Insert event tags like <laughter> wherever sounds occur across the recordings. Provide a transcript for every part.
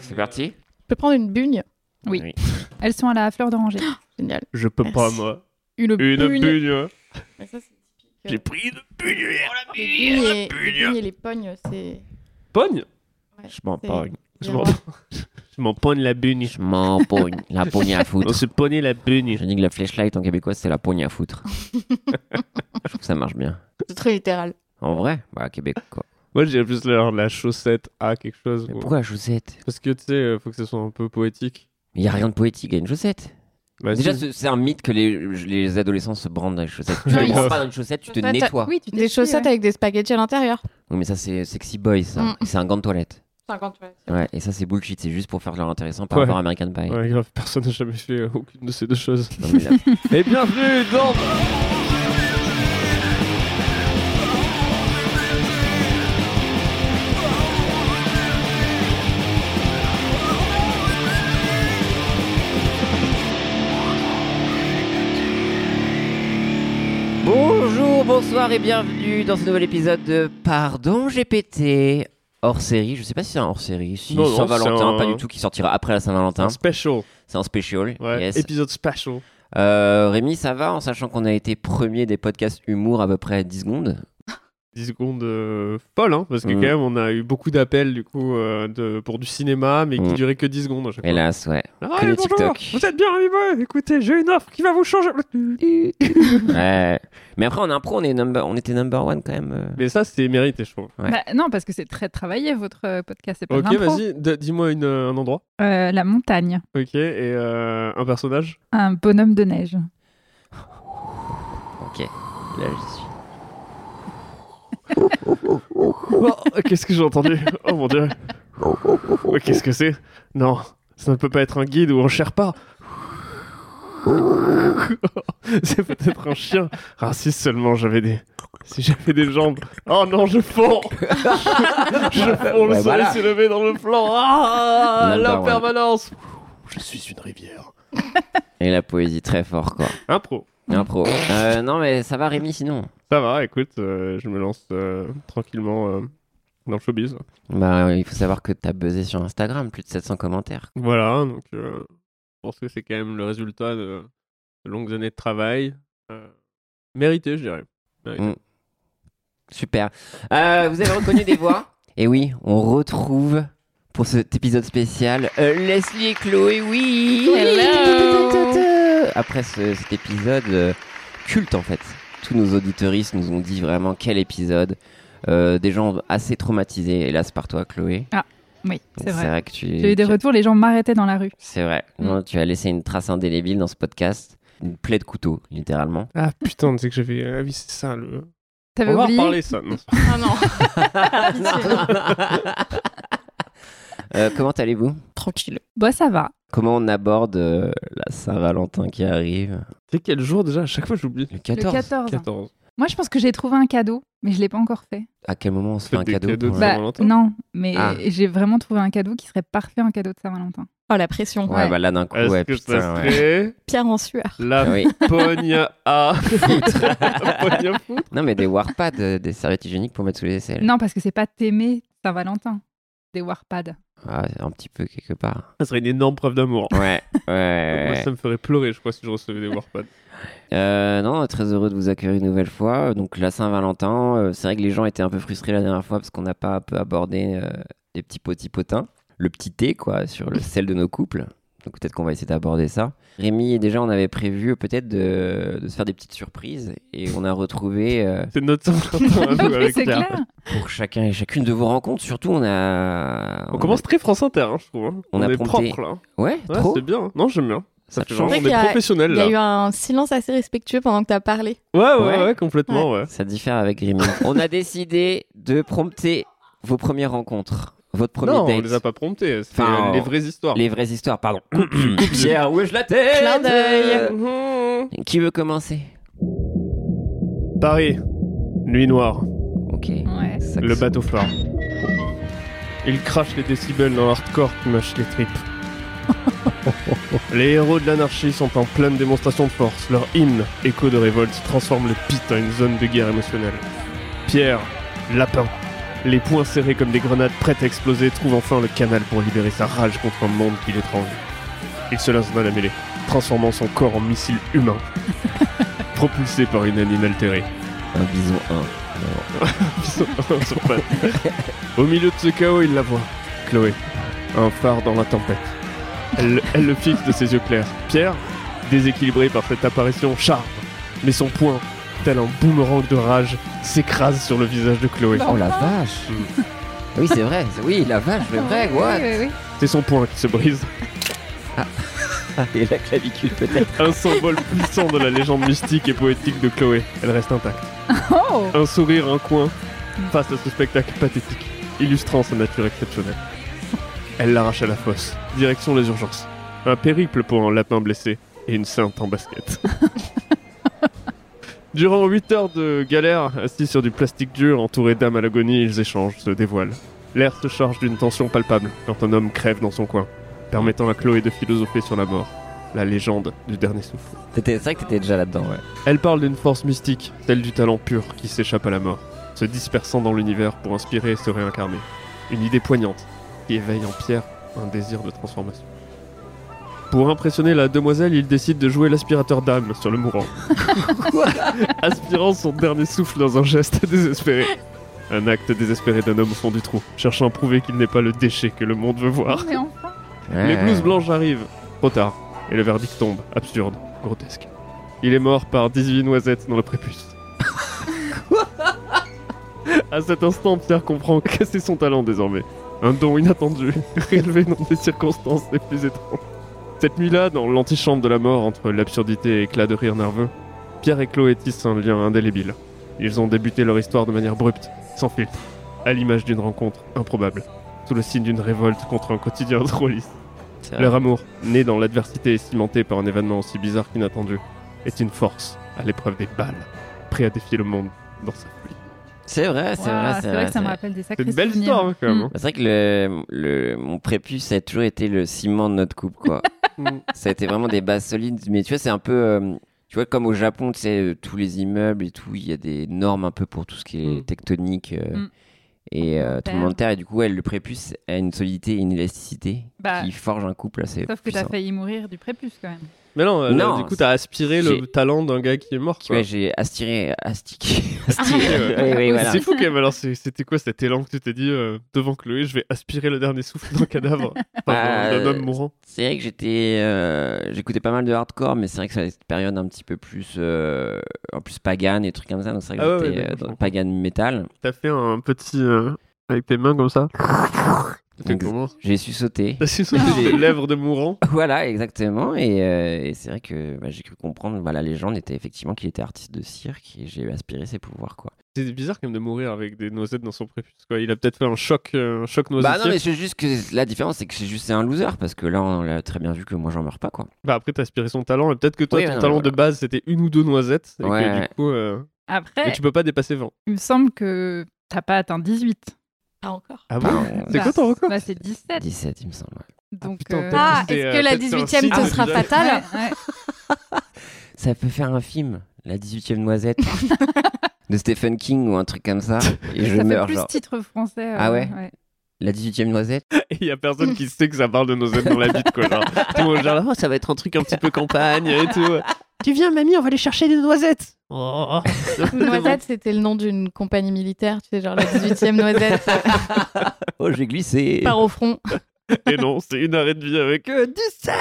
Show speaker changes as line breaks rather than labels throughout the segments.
C'est parti
Je peux prendre une bugne
Oui. Elles sont à la
<gasps>
fleur d'oranger.
Génial.
Je peux pas,
Merci.
moi.
Une,
Une bugne.
Mais ça, c'est typique.
J'ai pris une bugne hier.
Oh,
Les bugnes et, les bugnes et les pognes, c'est.
Pogne
Je m'en
C'est-
pogne.
Je
bien
m'en-
rare.
Je m'en pogne la bugne.
Je m'en pogne. La pogne à
On
foutre.
se pognait la bugne.
Je dis que la flashlight en québécois, c'est la pogne à foutre. Je trouve que ça marche bien.
C'est très littéral.
En vrai, bah, Québec, quoi.
Moi, j'ai plus l'air de la chaussette à quelque chose.
Mais
moi.
pourquoi la chaussette
Parce que tu sais, euh, faut que ce soit un peu poétique.
Il n'y a rien de poétique à une chaussette.
Bah,
Déjà,
si.
ce- c'est un mythe que les, les adolescents se brandent dans les chaussettes. Tu
Non,
te
ils-
branles pas dans une chaussette, tu te
Chaussette,
nettoies. Oui.
Oui, tu t'es
Des chaussettes avec des spaghettis à l'intérieur.
mais ça, c'est sexy boy, ça.
Mm.
Et C'est un gant de toilette.
50 ouais.
Ouais, et ça, c'est bullshit. C'est juste pour faire leur intéressant par
Ouais.
rapport à American Pie.
Ouais, grave, personne n'a jamais fait euh, aucune de ces deux <laughs> choses.
Non, mais là-
Et bienvenue <laughs> dans.
Bonjour, bonsoir et bienvenue dans ce nouvel épisode de Pardon GPT hors série. Je sais pas si c'est un hors série, si
Non, non,
Saint Valentin,
c'est un-
pas du tout, qui sortira après la Saint Valentin.
Un special.
C'est un special.
Ouais,
yes.
épisode special.
Euh, Rémi, ça va en sachant qu'on a été premier des podcasts humour à peu près à 10 secondes.
10 secondes euh, folles, hein, parce que
Mm.
quand même, on a eu beaucoup d'appels du coup euh, de, pour du cinéma, mais qui
Mm.
duraient que 10 secondes à chaque fois.
Hélas, ouais.
Ah,
que
oui,
les
bonjour,
TikTok.
vous êtes bien, les boys Écoutez, j'ai une offre qui va
<laughs>
vous changer.
Ouais. Mais après en impro, on est number, on était number one quand même. euh.
Mais ça, c'était mérité, je trouve.
Ouais.
Bah, non, parce que c'est très travaillé votre euh, podcast. C'est pas
Ok,
de l'impro.
vas-y, d- dis-moi une, euh, un endroit.
Euh, la montagne,
Ok, et euh, un personnage.
un bonhomme de neige.
Ok. Là, je suis.
Oh, qu'est-ce que j'ai entendu Oh mon dieu. Oh, qu'est-ce que c'est Non, ça ne peut pas être un guide ou un Sherpa. <laughs> c'est peut-être un chien. Ah, si seulement j'avais des. Si j'avais des jambes. Oh non, je fonds Je fonds, le
Ouais,
soleil
voilà.
s'est levé dans le flanc.
Number
Ah,
one.
l'impermanence Je suis une rivière.
Et la poésie très fort quoi.
Impro.
Impro. Euh, non mais ça va Rémi sinon.
Ça va, écoute, euh, je me lance euh, tranquillement euh, dans le showbiz.
Bah il faut savoir que t'as buzzé sur Instagram, plus de 700 commentaires.
Voilà, donc euh, je pense que c'est quand même le résultat de, de longues années de travail. euh, mérité, je dirais.
Super. Euh, vous avez reconnu des <laughs> voix Et Eh oui, on retrouve pour cet épisode spécial euh, Leslie et Chloé. Oui.
Hello.
Après ce- cet épisode euh, culte en fait, tous nos auditeuristes nous ont dit vraiment quel épisode. Euh, des gens assez traumatisés, hélas par toi Chloé.
Oui,
Donc,
c'est vrai.
que tu.
J'ai eu des
tu-
retours, les gens m'arrêtaient dans la rue.
C'est vrai.
Mm.
Non, tu as laissé une trace indélébile dans ce podcast, une plaie de couteau littéralement.
Ah putain, tu sais que j'avais. Ah oui, c'est ça le.
T'avais
On va
oublié
reparler ça. non.
Ah <laughs> non,
Euh, comment allez-vous
<laughs> tranquille.
Bah ça va.
Comment on aborde euh, la Saint-Valentin qui arrive
C'est quel jour déjà À chaque fois, j'oublie.
Le 14.
Le 14.
14.
Moi, je pense que j'ai trouvé un cadeau, mais je l'ai pas encore fait.
À quel moment on se fait
Faites
un
des
cadeau
cadeaux de
pour-
Saint-
Bah,
Valentin
non, mais
Ah.
j'ai vraiment trouvé un cadeau qui serait parfait en cadeau de Saint-Valentin.
Oh, la pression.
Ouais, bah là d'un coup,
Est-ce
ouais,
que
putain,
ça
ouais. Ah
serait
Pierre en sueur.
la <laughs>
Oui.
pogne à
<laughs>
foutre Pogne à foutre
Non, mais des warpads, euh, des serviettes hygiéniques pour mettre sous les aisselles.
Non, parce que c'est pas t'aimer Saint-Valentin. Des
<laughs>
warpads.
Ah, un petit peu quelque part.
Ça serait une énorme preuve d'amour. <laughs>
Ouais, ouais,
Moi,
ouais.
ça me ferait pleurer, je crois, si je recevais des Warpads.
Euh, non, très heureux de vous accueillir une nouvelle fois. Donc la Saint-Valentin, euh, c'est vrai que les gens étaient un peu frustrés la dernière fois parce qu'on n'a pas un peu abordé euh, les petits potis potins, le petit thé quoi, sur le sel de nos couples. Donc peut-être qu'on va essayer d'aborder ça. Rémi et déjà on avait prévu peut-être de, de se faire des petites surprises et on a retrouvé euh,
C'est <laughs> notre Saint-Valentin à nous
Oui,
avec
c'est
Pierre.
clair.
pour chacun et chacune de vos rencontres. Surtout on a
On commence très France Inter, hein, je trouve. hein.
On a
est
prompté.
propre là.
ouais,
Ouais,
trop
c'est bien. hein. Non, j'aime bien.
ça
fait
te
vraiment-
change,
on
C'est
est
vrai qu'il y a-
professionnels,
Il y a
là.
eu un silence assez respectueux pendant que t'as parlé.
Ouais, ouais,
Ouais.
ouais, complètement, ouais.
ça diffère avec
<laughs>
Rémi. on a décidé de prompter vos premières rencontres, votre premier
non, on
date.
les a pas promptés. C'est
Enfin,
euh, les vraies histoires. <laughs>
Les vraies histoires, pardon. Pierre, où est-ce la tête Mmh.
Clin d'œil.
Mhm.
Qui veut commencer
Paris, nuit noire,
Ok.
Ouais.
Ça-
le bateau phare. Ils crachent les décibels dans l'hardcore qui mâche les tripes. les héros de l'anarchie sont en pleine démonstration de force. Leur hymne, écho de révolte, transforme le pit en une zone de guerre émotionnelle. Pierre, lapin, les poings serrés comme des grenades prêtes à exploser, trouve enfin le canal pour libérer sa rage contre un monde qui l'étrangle. Il se lance dans la mêlée, transformant son corps en missile humain, propulsé par une anime altérée.
Un bison 1.
Ils sont- ils sont pas- Au milieu de ce chaos, il la voit. Chloé, un phare dans la tempête. Elle, elle le fixe de ses yeux clairs. Pierre, déséquilibré par cette apparition, charme. Mais son poing, tel un boomerang de rage, s'écrase sur le visage de Chloé.
Oh la
<laughs>
vache Oui, c'est vrai, c'est- oui, la vache, c'est vrai, what
Oui, oui, oui.
C'est son poing qui se brise.
Ah. Et la clavicule peut-être.
Un symbole puissant de la légende mystique et poétique de Chloé. Elle reste intacte.
Oh
Un sourire, un coin, face à ce spectacle pathétique, illustrant sa nature exceptionnelle. Elle l'arrache à la fosse, direction les urgences. Un périple pour un lapin blessé et une sainte en basket. Durant 8 heures de galère, assis sur du plastique dur, entouré d'âmes à l'agonie, ils échangent, se dévoilent. L'air se charge d'une tension palpable quand un homme crève dans son coin, permettant à Chloé de philosopher sur la mort, la légende du dernier souffle.
T'étais- C'est vrai que t'étais déjà là-dedans, ouais.
Elle parle d'une force mystique, celle du talent pur qui s'échappe à la mort, se dispersant dans l'univers pour inspirer et se réincarner. Une idée poignante qui éveille en Pierre un désir de transformation. Pour impressionner la demoiselle, il décide de jouer l'aspirateur d'âme sur le mourant. Aspirant son dernier souffle dans un geste désespéré. Un acte désespéré d'un homme au fond du trou, cherchant à prouver qu'il n'est pas le déchet que le monde veut voir.
Mais enfin
Les
Ouais.
blouses blanches arrivent, trop tard, et le verdict tombe, absurde, grotesque. Il est mort par 18 noisettes dans le prépuce. à cet instant, Pierre comprend que c'est son talent désormais. Un don inattendu, <laughs> rélevé dans des circonstances les plus étranges. Cette nuit-là, dans l'antichambre de la mort, entre l'absurdité et éclat de rire nerveux, Pierre et Chloé tissent un lien indélébile. Ils ont débuté leur histoire de manière brute, sans filtre, à l'image d'une rencontre improbable, sous le signe d'une révolte contre un quotidien <laughs> trop lisse.
C'est vrai.
Leur amour, né dans l'adversité et cimenté par un événement aussi bizarre qu'inattendu, est une force à l'épreuve des balles, prêt à défier le monde dans sa <laughs> folie.
C'est vrai, c'est
Ouah,
vrai, c'est vrai.
que
c'est
ça me
vrai.
rappelle des
C'est
sacrés
une belle
souvenirs.
histoire, hein, quand même.
C'est vrai que le, le- mon prépuce ça a toujours été le ciment de notre couple, quoi.
hein.
ça a été vraiment des bases solides. Mais tu vois, c'est un peu. euh, tu vois, comme au Japon, tu sais, euh, tous les immeubles et tout, il y a des normes un peu pour tout ce qui
Mm.
est tectonique euh,
Mm.
et euh,
Terre.
tremblement de terre. Et du coup, elle, le prépuce a une solidité et une élasticité
hein.
Bah,
Ah.
qui forge un couple assez
Sauf que t'as
puissant.
failli mourir du prépuce quand même.
Mais non, euh,
Non,
du coup, t'as aspiré le
j'ai-
talent d'un gars qui est mort.
Tu
quoi.
vois, j'ai astiré,
<laughs>
astiqué.
Astiqué,
astiré.
ouais.
oui, oui,
Mais
voilà.
Ah. C'est fou quand même, alors c'est- c'était quoi cet élan que tu t'es dit euh, devant Chloé, je vais aspirer le dernier souffle d'un
<laughs>
cadavre enfin,
Bah,
d'un d'un homme
euh,
mourant
C'est vrai que j'étais, euh, j'écoutais pas mal de hardcore, mais c'est vrai que c'est cette période un petit peu plus, euh, en plus pagane et trucs comme ça. Donc c'est vrai que
Ah ouais,
j'étais
ouais, d'accord,
euh,
je
dans le
comprends.
pagan metal.
T'as fait un petit. euh, avec tes mains comme
<laughs>
ça T'as
Donc,
comment
J'ai su sauter.
T'as su sauter
J'ai-
des lèvres de mourant
Voilà, exactement. Et, euh, et c'est vrai que bah, j'ai cru comprendre. Bah, la légende était effectivement qu'il était artiste de cirque et j'ai aspiré ses pouvoirs, quoi.
C'est bizarre quand même de mourir avec des noisettes dans son prépuce. Quoi. Il a peut-être fait un choc, euh, un choc
Bah
noisetier.
non, mais c'est juste que la différence, c'est que c'est juste c'est un loser parce que là, on l'a très bien vu que moi, j'en meurs pas, quoi.
Bah après, t'as aspiré son talent, et peut-être que toi,
Oui,
ton
non, mais
talent
voilà.
de base, c'était une ou deux noisettes, et que
Ouais, ouais.
du coup, euh, mais
Après,
tu peux pas dépasser 20.
il me semble que t'as pas atteint 18.
Pas encore.
Ah
Enfin,
C'est quoi ton record
Bah, c'est 17.
17, il me semble. ouais.
Donc,
putain,
euh,
t'as-
Ah,
Peut-être que
est-ce
c'est,
que la
euh, peut-être un
18 e
signe
te sera
du-
fatale
ouais, ouais.
Ça peut faire un film, La 18ème <laughs> Noisette de Stephen King ou un truc comme ça. Et je
ça
meurs,
fait plus
genre.
titre français. euh,
Ah ouais La 18ème Noisette
Et <laughs> il y a personne qui sait que ça parle de noisettes dans la bite, quoi. Genre, <laughs> tout le monde genre, oh, ça va être un truc un petit peu campagne et tout. <laughs> Tu viens, mamie, on va aller chercher des noisettes. <laughs> Oh.
<laughs> Noisette, c'était le nom d'une compagnie militaire, tu sais, genre la
<laughs>
18e Noisette
Oh, j'ai glissé.
part au front. <laughs>
Et non, c'est une arrêt de vie avec euh, du sang.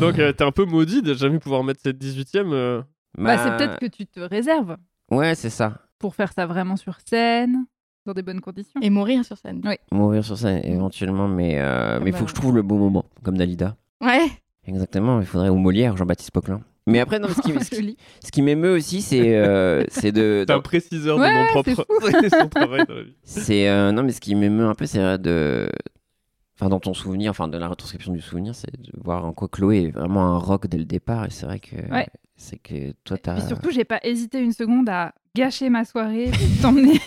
Donc, euh, t'es un peu maudit de jamais pouvoir mettre cette 18 e
Bah,
Bah, c'est peut-être que tu te réserves
Ouais, c'est ça.
pour faire ça vraiment sur scène, dans des bonnes conditions.
Et mourir sur scène.
Mourir sur scène éventuellement, mais euh, mais il
bah,
faut que je trouve le bon moment, comme Dalida.
Ouais.
Exactement, il faudrait ou Molière, ou Jean-Baptiste Poquelin. Mais après, non, mais ce qui, ce qui-
Joli.
ce qui m'émeut aussi, c'est euh, c'est
<laughs>
de,
T'es un préciseur
Ouais,
de mon
c'est
propre <laughs> c'est son travail dans la vie.
c'est euh, non, mais ce qui m'émeut un peu, c'est euh, de, enfin, dans ton souvenir, enfin, de la retranscription du souvenir, c'est de voir en quoi Chloé est vraiment un rock dès le départ. Et c'est vrai que
Ouais.
c'est que toi,
Et
t'as <laughs>
surtout, j'ai pas hésité une seconde à gâcher ma soirée, <laughs>
<laughs>
pour t'emmener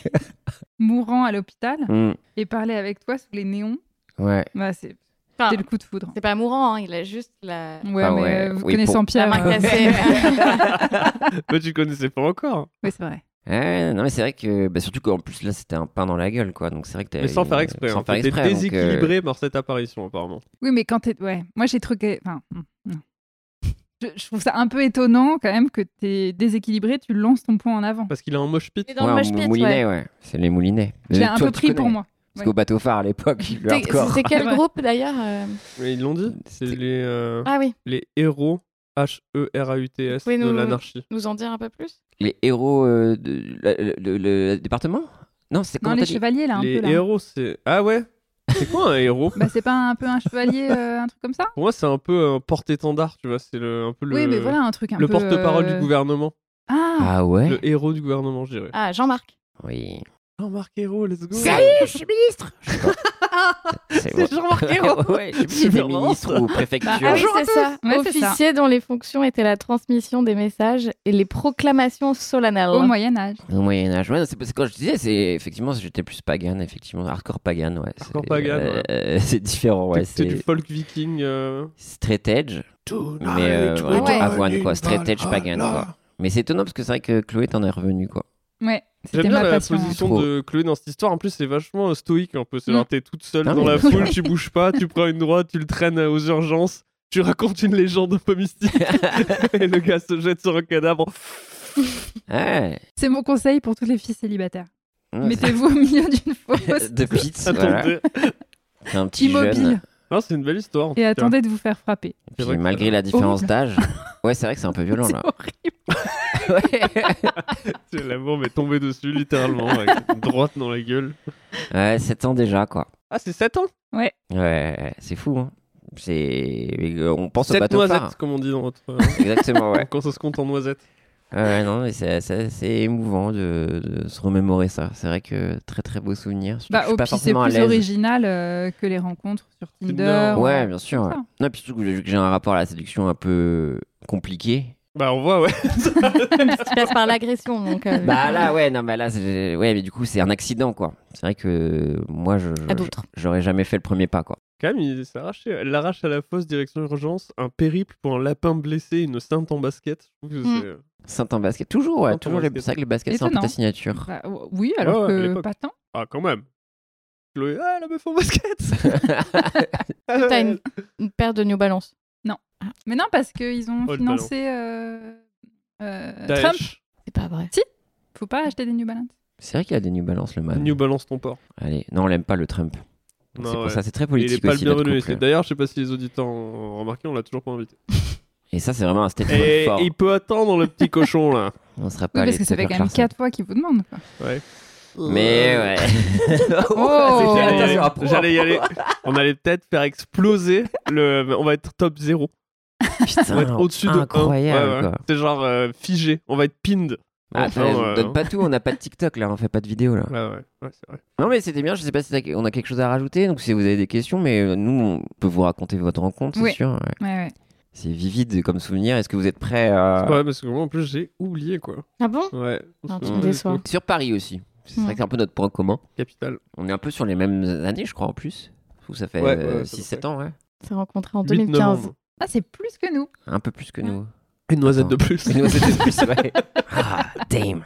mourant à l'hôpital
Hmm,
et parler avec toi sous les néons.
ouais.
Bah, c'est
Enfin,
c'était le coup de foudre.
c'est pas mourant, hein, il a juste la,
Ouais,
Ah
mais
ouais,
euh, vous
oui,
connaissez
pour-
en
la
Pierre.
main
euh,
cassée.
Toi, tu le connaissais pas encore.
<laughs> Oui, c'est vrai.
Ouais, non, mais c'est vrai que. bah, surtout qu'en plus, là, c'était un pain dans la gueule, quoi. Donc, c'est vrai que t'avais
Mais sans
une-
faire exprès.
Sans
hein.
faire
T'étais
exprès. donc, euh,
déséquilibré par cette apparition, apparemment.
Oui, mais quand t'es. Ouais, moi j'ai truqué. Enfin, hmm, non. Je, je trouve ça un peu étonnant quand même que t'es déséquilibré, tu lances ton poing en avant.
Parce qu'il a un moche pit.
Et dans
ouais,
le
en
mosh pit, ouais.
moulinet, ouais. C'est les moulinets.
Je l'ai
Mais
un
toi,
peu
tu
pris pour
connais.
moi.
Parce
Ouais.
qu'au bateau phare à l'époque, le
T'es-
hardcore.
C'est <laughs> quel
Ouais.
groupe d'ailleurs euh
Mais ils l'ont dit. C'est
C'était-
les, euh,
Ah oui,
les héros E H-E-R-A-U-T-S
Oui,
de
nous-
l'anarchie.
nous en dire un peu plus
Les héros euh, de la- le, le- le département Non, c'est
Non,
comment
les
t'as dit
chevaliers là, un
Les
peu là.
héros, c'est. Ah ouais C'est quoi un héros <laughs>
Bah, c'est pas un peu un chevalier, euh, un truc comme ça
Pour moi, c'est un peu un porte-étendard, tu vois. C'est le, un peu le,
Oui, mais voilà un truc un
le
peu.
porte-parole
euh,
du gouvernement.
Ah,
Ah ouais
Le héros du gouvernement, je dirais.
Ah, Jean-Marc.
Oui.
Jean-Marc Hérault, let's go
Ça y est, je suis ministre Je sais pas.
C'est Jean-Marc Ayrault.
<laughs> Ouais, je sais plus si c'était
Vraiment,
ministre
ça.
ou
Ah
préfecture.
oui,
Bonjour
c'est
à tous.
ça.
Ouais, c'est ça.
Officier dont les fonctions étaient la transmission des messages et les proclamations solennelles.
au Moyen-Âge.
Au Moyen-Âge, ouais, c'est parce que quand je disais, c'est effectivement, j'étais plus pagan, effectivement, hardcore pagan, ouais.
Hardcore
C'est-
pagan, ouais.
euh, <laughs> C'est différent, ouais.
C'est du
C'est
folk viking. euh,
straight edge, mais euh,
Ah
vraiment
ouais.
avoine, quoi. Straight edge pagan, quoi. Mais c'est étonnant parce que c'est vrai que Chloé t'en est revenu, quoi.
Ouais, c'était
J'aime bien
ma
la
passion. hein.
position
Trop.
de Chloé dans cette histoire. En plus, c'est vachement euh, stoïque un peu. C'est
Mm.
genre, t'es toute seule
Ah,
dans
mais <laughs>
la
bien sûr.
foule, tu bouges pas, tu prends une droite, tu le traînes euh, aux urgences, tu racontes une légende un peu mystique. <laughs>
Ah
et le gars se jette sur un cadavre.
Ouais.
C'est mon conseil pour toutes les filles célibataires.
Ouais,
Mettez-vous au milieu d'une
<laughs>
fosse
c'est- De Pete, <laughs> voilà.
Attendez.
C'est un petit jeune.
immobile
Non, c'est une belle histoire. en tout
et
cas.
attendez de vous faire frapper.
Puis
vrai que
malgré
ça-
la différence
Horrible.
d'âge, ouais, c'est vrai que c'est un peu violent, là.
C'est horrible.
Ouais.
C'est L'amour m'est tombé dessus,
<laughs>
littéralement, avec une droite dans la gueule.
ouais, 7 ans déjà, quoi.
Ah, c'est 7 ans
Ouais, c'est fou, hein. C'est... euh, On pense au
7
bateau
noisettes,
phare.
comme on dit dans notre. euh,
Exactement, ouais. <laughs>
Quand ça se compte en noisettes.
Ouais, non, mais c'est c'est- c'est émouvant de, de se remémorer ça. C'est vrai que très très beau souvenir. Surtout que
Bah,
je
au
suis pas
pire, c'est
forcément à
plus
l'aise.
original euh, que les rencontres sur
Tinder.
Tinder.
Ouais, bien sûr. ouais.
ça.
Non, puis surtout que vu que j'ai un rapport à la séduction un peu
<laughs>
compliqué.
Bah, on voit, ouais.
Tu passes par l'agression, donc. euh,
Bah là, ouais, non, mais là, c'est- ouais, mais du coup, c'est un accident, quoi. C'est vrai que moi, je
À d'autres.
j'aurais jamais fait le premier pas, quoi.
Quand même, il s'est arraché. Elle l'arrache à la fosse, direction urgence. Un périple pour un lapin blessé, une sainte en basket. Je trouve que
Mm.
c'est. euh,
Saint en basket, toujours, ouais,
Saint en
toujours. les-
basket.
C'est vrai que le basket, c'est un peu
Étonnant.
ta signature. <laughs>
Bah, ou- oui, alors
Ouais, ouais, à
que
l'époque.
pas tant.
Ah, quand même. Chloé, ah, la meuf en
<laughs>
basket Ah,
T'as
ouais.
une- euh, Une paire de New Balance.
Mais non, parce qu'ils ont
Oh, le
financé euh, euh,
Daesh.
Trump.
C'est pas vrai.
Faut pas acheter des New Balance.
C'est vrai qu'il y a des New Balance, le man.
New Balance ton port.
Allez, non, on l'aime pas le Trump. C'est
Non,
pour
ouais.
ça, c'est très
Et Il est
politique
pas le
aussi. notre
bienvenu.
couple.
ici. D'ailleurs, je sais pas si les auditeurs ont remarqué, on l'a toujours
<laughs>
pas invité.
Et ça, c'est vraiment un statement
Et
fort.
il peut attendre le petit cochon là.
On sera pas
Oui, parce
allé
que
te
ça fait
faire
quand même
Clarkson.
quatre fois qu'ils vous demandent. quoi.
<laughs> Mais
<laughs>
ouais.
Oh.
C'était-
Euh, J'allais y
attention,
aller.
après,
J'allais y
après.
aller. On allait peut-être faire exploser le. On va être top 0. On va
<laughs>
être
Putain,
au-dessus de 1.
incroyable.
Ouais, ouais.
quoi.
C'est genre euh, figé. On va être pinned.
Ah,
Enfin,
mais
ouais,
donne
ouais.
pas tout, on n'a pas de TikTok là, on fait pas de vidéo là.
Ouais, ouais, ouais, c'est vrai.
Non mais c'était bien, je sais pas si t'as- on a quelque chose à rajouter, donc si vous avez des questions, mais euh, nous on peut vous raconter votre rencontre, c'est
Oui.
sûr. ouais.
Ouais, ouais.
C'est vivide comme souvenir, est-ce que vous êtes prêts euh, à...
Ouais, parce que moi en plus j'ai oublié quoi.
Ah bon
Ouais. On
Non,
me
tu
se souvient du
déçois.
tout.
Sur Paris aussi, c'est vrai
Hmm.
que c'est un peu notre point commun.
Capital.
On est un peu sur les mêmes années je crois en plus, Ou ça fait
Ouais, ouais, ça fait
6-7 ans, ouais.
On s'est rencontrés en
8
2015.
novembre.
Ah, c'est plus que nous.
Un peu plus que
Ouais.
nous.
Une noisette
Attends.
de
<laughs>
plus.
Une noisette de plus, ouais. Ah, damn.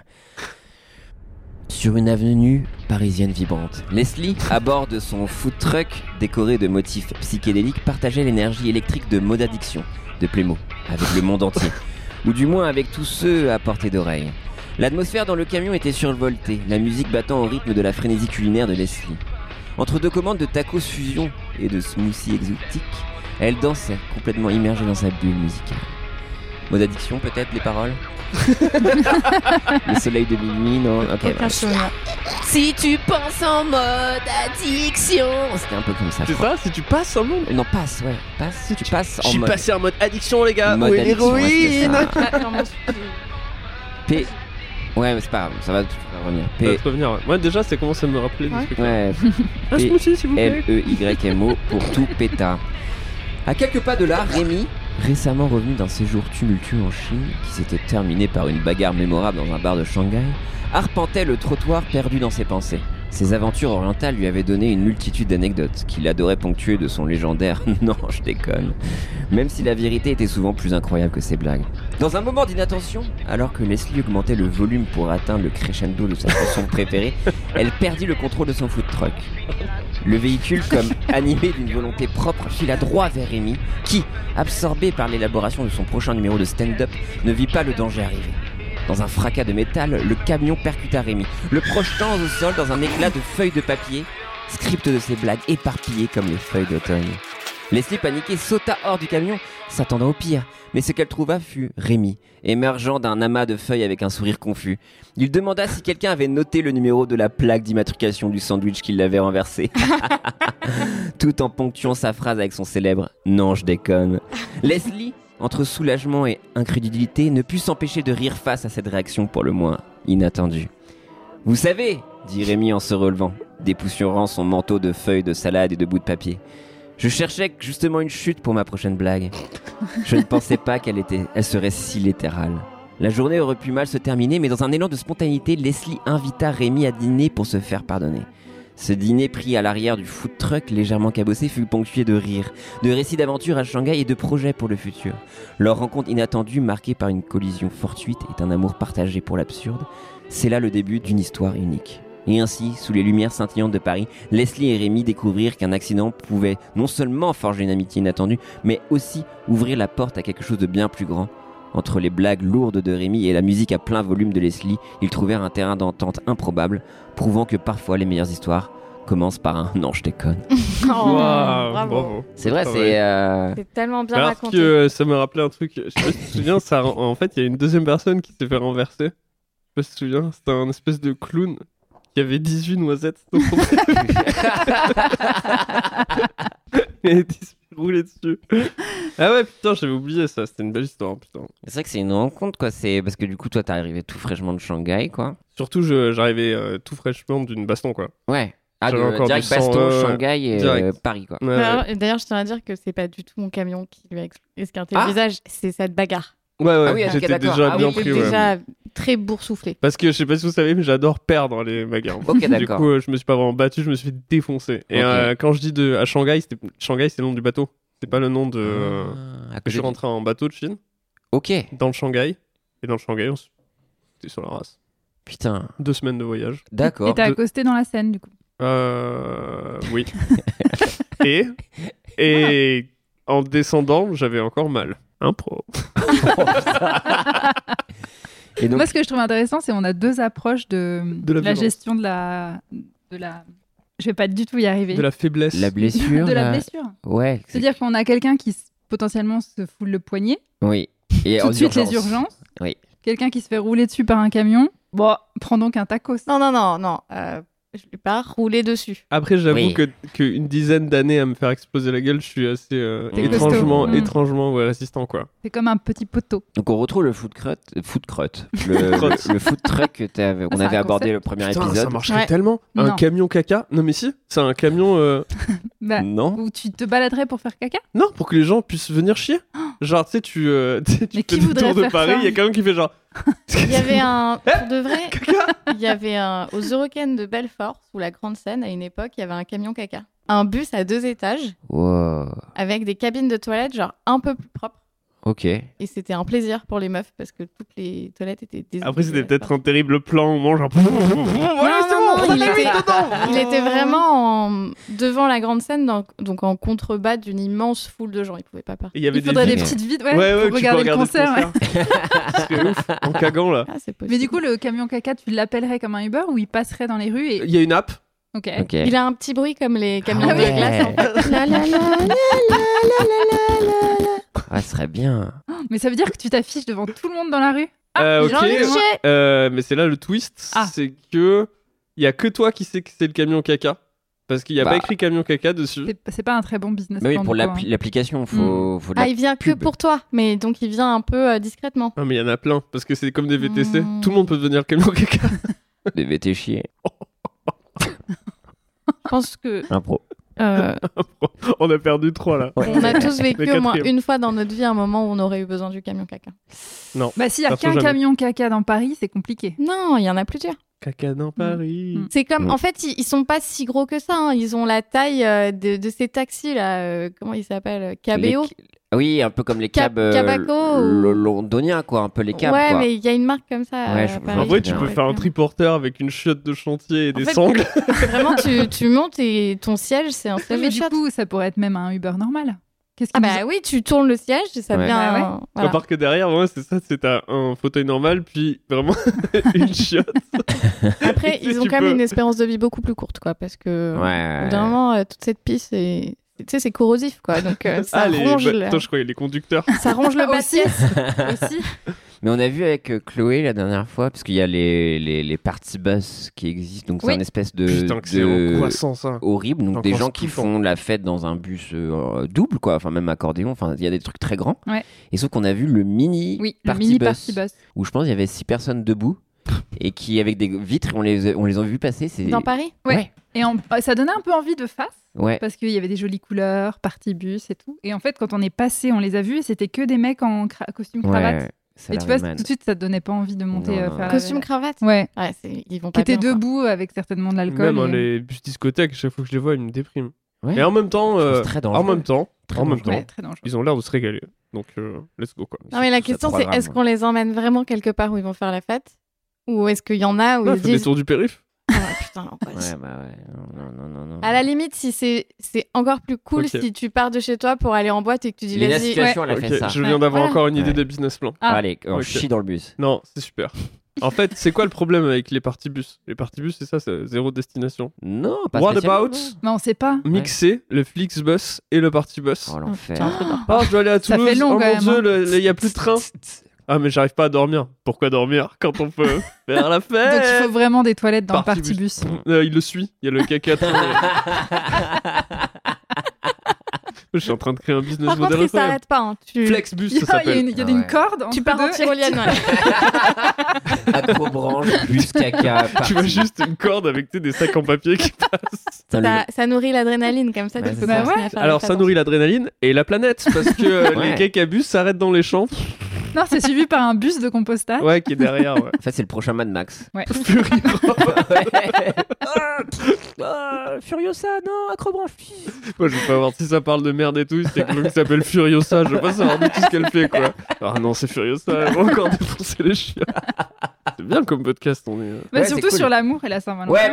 Sur une avenue parisienne vibrante, Leslie, à bord de son food truck décoré de motifs psychédéliques, partageait l'énergie électrique de Mode Addiction, de Plémo, avec le monde entier, ou du moins avec tous ceux à portée d'oreille. L'atmosphère dans le camion était survoltée, la musique battant au rythme de la frénésie culinaire de Leslie. Entre deux commandes de tacos fusion et de smoothies exotiques, elle dansait, complètement immergée dans sa bulle musicale. Mode addiction, peut-être, les <laughs> paroles Le soleil de minuit, non Ok,
Aucun
voilà.
souvenir.
Si tu penses en mode addiction C'était un peu comme ça. je
C'est
crois.
ça, si tu passes un monde.
Non, passe, ouais. Passe, si tu passes en mode...
en mode addiction, les
mode addiction, ouais, c'était ça.
<laughs> Ah, non, mais je-
P... Ouais, mais c'est pas grave, ça va, tu vas revenir.
Ça va
P...
te revenir, ouais. Moi déjà, ça commence à me rappeler des
Ouais.
trucs.
Ouais,
Un
Et-
smoothie, s'il vous plaît.
E L-E-Y-M-O pour tout péta. À quelques pas de là, Rémi, récemment revenu d'un séjour tumultueux en Chine, qui s'était terminé par une bagarre mémorable dans un bar de Shanghai, arpentait le trottoir perdu dans ses pensées. Ses aventures orientales lui avaient donné une multitude d'anecdotes qu'il adorait ponctuer de son légendaire <laughs> Non, je déconne. Même si la vérité était souvent plus incroyable que ses blagues. Dans un moment d'inattention, alors que Leslie augmentait le volume pour atteindre le crescendo de sa chanson préférée, elle perdit le contrôle de son food truck. Le véhicule, comme animé d'une volonté propre, fila droit vers Rémi, qui, absorbé par l'élaboration de son prochain numéro de stand-up, ne vit pas le danger arriver. Dans un fracas de métal, le camion percuta Rémi, le projetant au sol dans un éclat de feuilles de papier, script de ses blagues éparpillées comme les feuilles d'automne. Leslie, paniquée, sauta hors du camion, s'attendant au pire. Mais ce qu'elle trouva fut Rémi, émergeant d'un amas de feuilles avec un sourire confus. Il demanda si quelqu'un avait noté le numéro de la plaque d'immatriculation du sandwich qu'il l'avait renversé. Tout en ponctuant sa phrase avec son célèbre « Non, je déconne ». Leslie, entre soulagement et incrédulité, ne put s'empêcher de rire face à cette réaction pour le moins inattendue. Vous savez, dit Rémi en se relevant, dépoussiérant son manteau de feuilles de salade et de bouts de papier. Je cherchais justement une chute pour ma prochaine blague. Je ne pensais pas qu'elle était, elle serait si littérale. La journée aurait pu mal se terminer, mais dans un élan de spontanéité, Leslie invita Rémi à dîner pour se faire pardonner. Ce dîner pris à l'arrière du food truck légèrement cabossé fut ponctué de rires, de récits d'aventures à Shanghai et de projets pour le futur. Leur rencontre inattendue, marquée par une collision fortuite et un amour partagé pour l'absurde, c'est là le début d'une histoire unique. Et ainsi, sous les lumières scintillantes de Paris, Leslie et Rémi découvrirent qu'un accident pouvait non seulement forger une amitié inattendue, mais aussi ouvrir la porte à quelque chose de bien plus grand. Entre les blagues lourdes de Rémi et la musique à plein volume de Leslie, ils trouvèrent un terrain d'entente improbable, prouvant que parfois les meilleures histoires commencent par un non, je déconne.
Oh,
Waouh,
bravo.
bravo.
C'est vrai,
Ah ouais.
c'est. euh,
C'est tellement bien
Alors
raconté.
que euh, ça me rappelait un truc. Je sais pas si tu te souviens, ça, en fait, il y a une deuxième personne qui s'est fait renverser. Je sais pas si tu te souviens, c'était un espèce de clown qui avait 18 noisettes <laughs> dans son Et il s'est roulé dessus. Ah ouais, putain, j'avais oublié ça. C'était une belle histoire, putain.
C'est vrai que c'est une rencontre, quoi. C'est parce que du coup, toi, t'es arrivé tout fraîchement de Shanghai, quoi.
Surtout, je- j'arrivais euh, tout fraîchement d'une baston, quoi.
Ouais. Ah,
J'avais
de,
encore
direct
du sang,
Baston,
ouais, ouais.
Shanghai et euh,
Direct.
Paris, quoi.
Ouais,
Bah, Alors,
ouais,
et D'ailleurs, je tiens à dire que c'est pas du tout mon camion qui lui a ex- esquinté
Ah.
le visage, c'est cette bagarre.
ouais, ouais,
Ah oui, ok,
j'étais
d'accord.
déjà
Ah
bien
oui,
pris,
Il
ouais.
est déjà très boursouflé.
Parce que je sais pas si vous savez, mais j'adore perdre les bagarres.
Ok,
Du
d'accord.
coup, euh, je me suis pas vraiment battu, je me suis fait défoncer. Et
Ok.
euh, quand je dis de à Shanghai, c'était- Shanghai, c'est le nom du bateau. C'est pas le nom de.
Ah, à
Je suis
côté-
rentré en bateau de Chine,
Ok.
dans le Shanghai. Et dans le Shanghai, on s- était sur la race.
Putain.
Deux semaines de voyage.
D'accord.
Et t'as
de-
accosté dans la scène, du coup.
Euh.
<laughs>
Oui. et. Et. En descendant, j'avais encore mal. Impro.
Et donc,
Moi, ce que je trouve intéressant, c'est qu'on a deux approches de,
De la
la
violence.
gestion de la, de la. Je vais pas du tout y arriver.
De la faiblesse.
la blessure.
<laughs> De
là-
la blessure.
Ouais. c'est-
C'est-à-dire qu'on a quelqu'un qui s- potentiellement se foule le poignet,
Oui. Et
tout
en
de suite
urgence.
les urgences.
Oui.
Quelqu'un qui se fait rouler dessus par un camion. Bon, prends donc un tacos.
Non, non, non, non. euh, je lui ai pas roulé dessus.
Après, j'avoue
Oui.
que qu'une dizaine d'années à me faire exploser la gueule, je suis assez euh,
T'es costaud.
étrangement,
Mm.
étrangement ouais, résistant, quoi.
C'est comme un petit poteau.
Donc on retrouve le food crut, euh, food crut, le,
<laughs>
le- le food truck que t'avais-
Ah,
on
c'est
avait
un
abordé
concept.
le premier
Putain,
épisode.
ça marcherait
Ouais.
tellement. Un
Non.
camion caca. Non, mais si, c'est un camion. euh,
Bah,
Non.
où tu te baladerais pour faire caca
Non, pour que les gens puissent
<gasps>
venir chier. Genre, tu sais, tu, euh, <laughs> tu sais, tu
Mais
fais
qui
le
voudrait
tour de
faire
Paris,
ça
il y a quelqu'un qui fait genre.
Il y avait un, pour de vrai, il y avait un, aux Eurocaines de Belfort, sous la Grande Seine, à une époque, il y avait un camion caca. Un bus à deux étages,
Wow.
avec des cabines de toilettes, genre un peu plus propres.
Ok.
Eh,
Et c'était un plaisir pour les meufs, parce que toutes les toilettes étaient désinfectées.
Après, c'était peut-être un terrible plan au moment genre.
<laughs>
Voilà, c'est
non,
bon,
non,
on
il
a mis
était-
dedans
Il était vraiment en- devant la Grande Seine, donc, donc en contrebas d'une immense foule de gens. Ils pouvaient pas partir.
Il y avait
Il faudrait des
des
vitres.
petites vides
Ouais,
ouais,
ouais, que tu
pour
peux
regarder, le concert. ouais.
Ce serait ouf, en cagant là.
Ah, c'est possible.
Mais du coup, le camion caca, tu l'appellerais comme un Uber ou il passerait dans les rues et...
Il y a une app.
Ok.
Ok.
il a un petit bruit comme les camions
Ah ouais.
de glace. en fait. La, la, la, la, la, la, la, la, la.
Ah, ce serait bien.
Mais ça veut dire que tu t'affiches devant tout le monde dans la rue
Euh, ok.
Ah, J'en ai touché.
Euh, mais c'est là le twist,
Ah.
c'est que il y a que toi qui sais que c'est le camion caca parce qu'il n'y a
Bah.
pas écrit camion caca dessus.
C'est- C'est pas un très bon business. hein.
Mais Bah oui,
plan,
pour
du coup,
l'appli-
hein.
l'application, faut, faut de la-
Ah, il vient que
pub.
pour toi, mais donc il vient un peu euh, discrètement.
Ah mais il y en a plein parce que c'est comme des VTC,
Mm.
tout le monde peut devenir camion caca. <laughs>
Ah,
des VT chier.
Je pense que
Impro.
<laughs>
euh,
On a perdu trois là.
on a tous vécu
Le
au moins
quatrième.
une fois dans notre vie un moment où on aurait eu besoin du camion caca.
hein. Bah, s'il y
Ça,
a
faut
qu'un
jamais.
camion caca dans Paris, c'est compliqué.
Non, il y en a plusieurs.
Caca
Hmm.
dans Paris.
Mm.
C'est comme,
Ouais.
en fait, ils, ils sont pas si gros que ça. hein. Ils ont la taille euh, de, de ces taxis là. euh, comment ils s'appellent
Les-
KBO.
Ah Oui, un peu comme les
Cab-
cabs euh,
Cabaco
l-
ou-
londoniens, quoi, un peu les cabs.
ouais,
quoi.
mais il y a une marque comme ça.
Ouais,
euh,
je-
à
je
Paris.
En
Ouais,
vrai,
c'est
tu
bien.
peux faire un triporteur avec une chiotte de chantier et des
fait,
sangles.
Vraiment, tu, tu montes et ton siège, c'est un
Oui,
siège
mais
de
du
chat.
coup, ça pourrait être même un Uber normal. Qu'est-ce
Ah
qu'ils
bah oui, tu tournes le siège et ça
Ouais.
devient.
Bah ouais.
un-
À <laughs>
voilà.
part que derrière, ouais, c'est ça, c'est t'as un fauteuil normal, puis vraiment <laughs> une chiotte.
Après,
Et
ils
<laughs> tu
ont quand
peux-
même une espérance de vie beaucoup plus courte, quoi, parce que.
Ouais,
Au
ouais,
bout d'un moment, euh, toute cette piste, c'est- tu sais, c'est corrosif, quoi. Donc, euh, ça,
Ah, les...
ronge
bah,
le...
Attends, je croyais les conducteurs.
ça ronge
<laughs>
le bas de
Aussi.
pièce. <laughs>
aussi
Mais on a vu avec euh, Chloé la dernière fois, parce qu'il y a les, les, les parties basses qui existent, donc c'est
Oui.
un espèce de.
Putain, que c'est hein.
de-
angoissant ça.
horrible donc
Encore
des gens qui
flippant.
font la fête dans un bus euh, double quoi enfin même accordéon enfin il y a des trucs très grands
Ouais.
et sauf qu'on a vu le mini
<laughs> Oui, le
party
mini
bus,
party bus.
où je pense il y avait six personnes debout et qui avec des vitres on les a- on les a vu passer c'est
Dans Paris
Ouais.
Ouais.
Et en- euh, ça donnait un peu envie de face,
ouais
parce qu'il y avait des jolies couleurs, party bus et tout. Et en fait, quand on est passé, on les a vus et c'était que des mecs en cra- costume cravate.
ouais
et tu vois,
Salaryman.
tout de suite, ça te donnait pas envie de monter
Non,
euh,
non,
faire la-
Costume cravate
Ouais,
Ouais, c'est- ils vont
qui
pas
était
bien, quoi.
debout euh, avec certainement de l'alcool.
Même hein,
et-
les bus discothèques, chaque fois que je les vois, ils me dépriment.
euh. Ouais.
Mais en même temps,
Je trouve
euh,
c'est très dangereux
en même temps,
Très
en même
dangereux.
temps,
Ouais, très dangereux.
ils ont l'air de se régaler. Donc, euh, let's go quoi.
Non, mais
Surtout,
la
ça
question, c'est
programme.
est-ce qu'on les emmène vraiment quelque part où ils vont faire la fête Ou est-ce qu'il y en a où
Ouais,
ils se
fais des
disent.
tours du périph.
Ah, putain, l'angoisse.
ouais bah ouais non non non non, non.
À la limite, si c'est c'est encore plus cool
Ok.
si tu pars de chez toi pour aller en boîte et que tu dis
Lina
vas-y.
Situation elle a
Ok,
fait ça
je viens d'avoir
Voilà.
encore une idée
Ouais.
de business plan.
Ah.
allez on
Ok.
chie dans le bus
Non, c'est super. En fait, c'est quoi le problème avec les parties bus Les parties bus, c'est ça, c'est zéro destination.
non pas
What
spécialement,
about
non.
Mais on sait pas.
Mixer le Flixbus et le party bus.
oh
putain,
l'enfer
trop bien.
Ah, je dois aller à
Ça
Toulouse.
fait long,
oh
quand
mon
même, hein.
dieu, il n'y a plus de train. Ah, mais j'arrive pas à dormir. Pourquoi dormir quand
<laughs>
on peut faire la
Donc il
fête
faut vraiment des toilettes dans
Party
le party bus.
<laughs> Euh, Il le suit, il y a le caca. tout le- <laughs> je suis en train de créer un business
Par contre,
model.
ils
incroyable.
s'arrête pas. hein. Tu...
Flexbus,
Il y
ça
a, il y a
s'appelle.
une, il y a
Ah
une
ouais.
corde entre
tu pars en
deux.
tyrolienne, ouais.
Acrobranche, bus, caca,
<laughs> Tu
party.
vois juste une corde avec tu sais, des sacs en papier qui passent.
Putain, le-
ça, ça nourrit l'adrénaline comme ça.
Ouais,
tu
c'est
peux
<laughs> ça.
continuer
Bah
à faire
Alors
la
ça
fête.
nourrit l'adrénaline et la planète parce que euh,
Ouais.
les cacabus s'arrêtent dans les champs.
Non, c'est suivi par un bus de compostage.
Ouais, qui est derrière.
<laughs>
Ouais.
Ça, c'est le prochain Mad
<laughs>
Max. <laughs>
Ah,
Furiosa, non, Acrobranche.
Moi, je veux pas voir si ça parle de merde et tout. C'est quelqu'un qui s'appelle Furiosa. Je veux pas savoir de tout ce qu'elle fait, quoi. Ah non, c'est Furiosa. Elle va encore défoncer les chiens. C'est bien comme podcast, on est. euh,
Bah,
Ouais, c'est
surtout
cool.
sur l'amour et la
Ah
Saint-Valentin.
Ouais,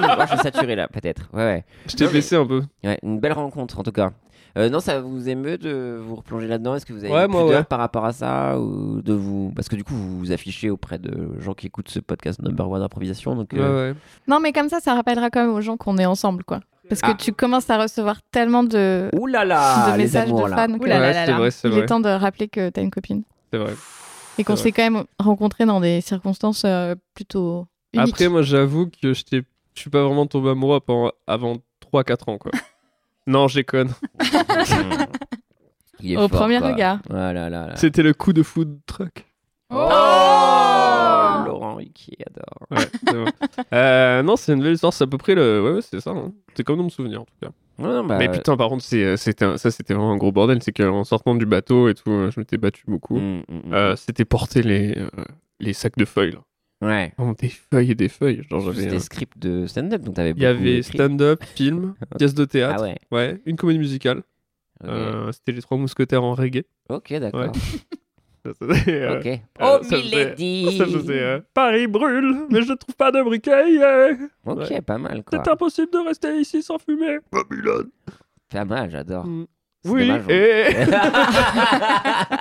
<laughs>
moi, je suis saturé là, peut-être. Ouais, ouais.
Je t'ai
Non, mais-
baissé un peu.
Ouais, une belle rencontre en tout cas. Euh, non, ça vous émeut de vous replonger là-dedans Est-ce que vous avez
Ouais,
une
moi,
pudeur
ouais.
par rapport à ça ou de vous Parce que du coup, vous vous affichez auprès de gens qui écoutent ce podcast number one improvisation. Donc, euh,
Ouais, ouais.
Non, mais comme ça, ça rappellera quand même aux gens qu'on est ensemble, quoi. Parce que
Ah.
tu commences à recevoir tellement de,
Ouh là là,
de
les
messages
amours
de
là.
fans. que
Ouh là là
Ouais,
là
c'est
là.
vrai, c'est
Il
vrai.
est temps de rappeler que t'as une copine
C'est vrai.
et qu'on
C'est
s'est quand même rencontrés dans des circonstances euh, plutôt uniques.
Après, moi, j'avoue que je t'ai- je suis pas vraiment tombé amoureux avant- avant
<laughs>
3-4 ans, quoi. Non, je déconne.
Mmh.
<laughs>
Il est
Au
fort,
premier
quoi.
regard.
Ouais, là, là, là.
C'était le coup de food truck.
Oh,
Oh
Laurent Ruquier adore.
Ouais, c'est <laughs> vrai. Euh, non, c'est une belle histoire. C'est à peu près le. Ouais, ouais, c'est ça. hein. C'est comme dans mon souvenir, en tout cas.
Non, non, bah,
Mais putain, par contre, c'est, euh, c'était un- ça, c'était vraiment un gros bordel. C'est qu'en sortant du bateau et tout, euh, je m'étais battu beaucoup.
mm, mm, mm.
Euh, c'était porter les, euh, les sacs de feuilles. Là.
ouais.
Vraiment des feuilles et des feuilles. Genre, j'avais.
C'était
euh,
des scripts de stand-up, donc t'avais
Il y
beaucoup
avait
écrit.
stand-up,
<laughs>
film, pièce de
Ah
théâtre,
ouais.
ouais. une comédie musicale.
Ok,
Euh, c'était les trois mousquetaires en reggae.
Ok, d'accord.
Ça faisait, euh,
Ok.
euh,
oh,
ça faisait-
Milady
<laughs> ça faisait, euh, Paris brûle, mais je trouve pas de briquet. euh,
Ok,
ouais.
pas mal, quoi.
C'est impossible de rester ici sans fumer. Babylone.
Pas mal, j'adore.
Mm.
Oh. C'est
Oui,
dommage, hein.
et.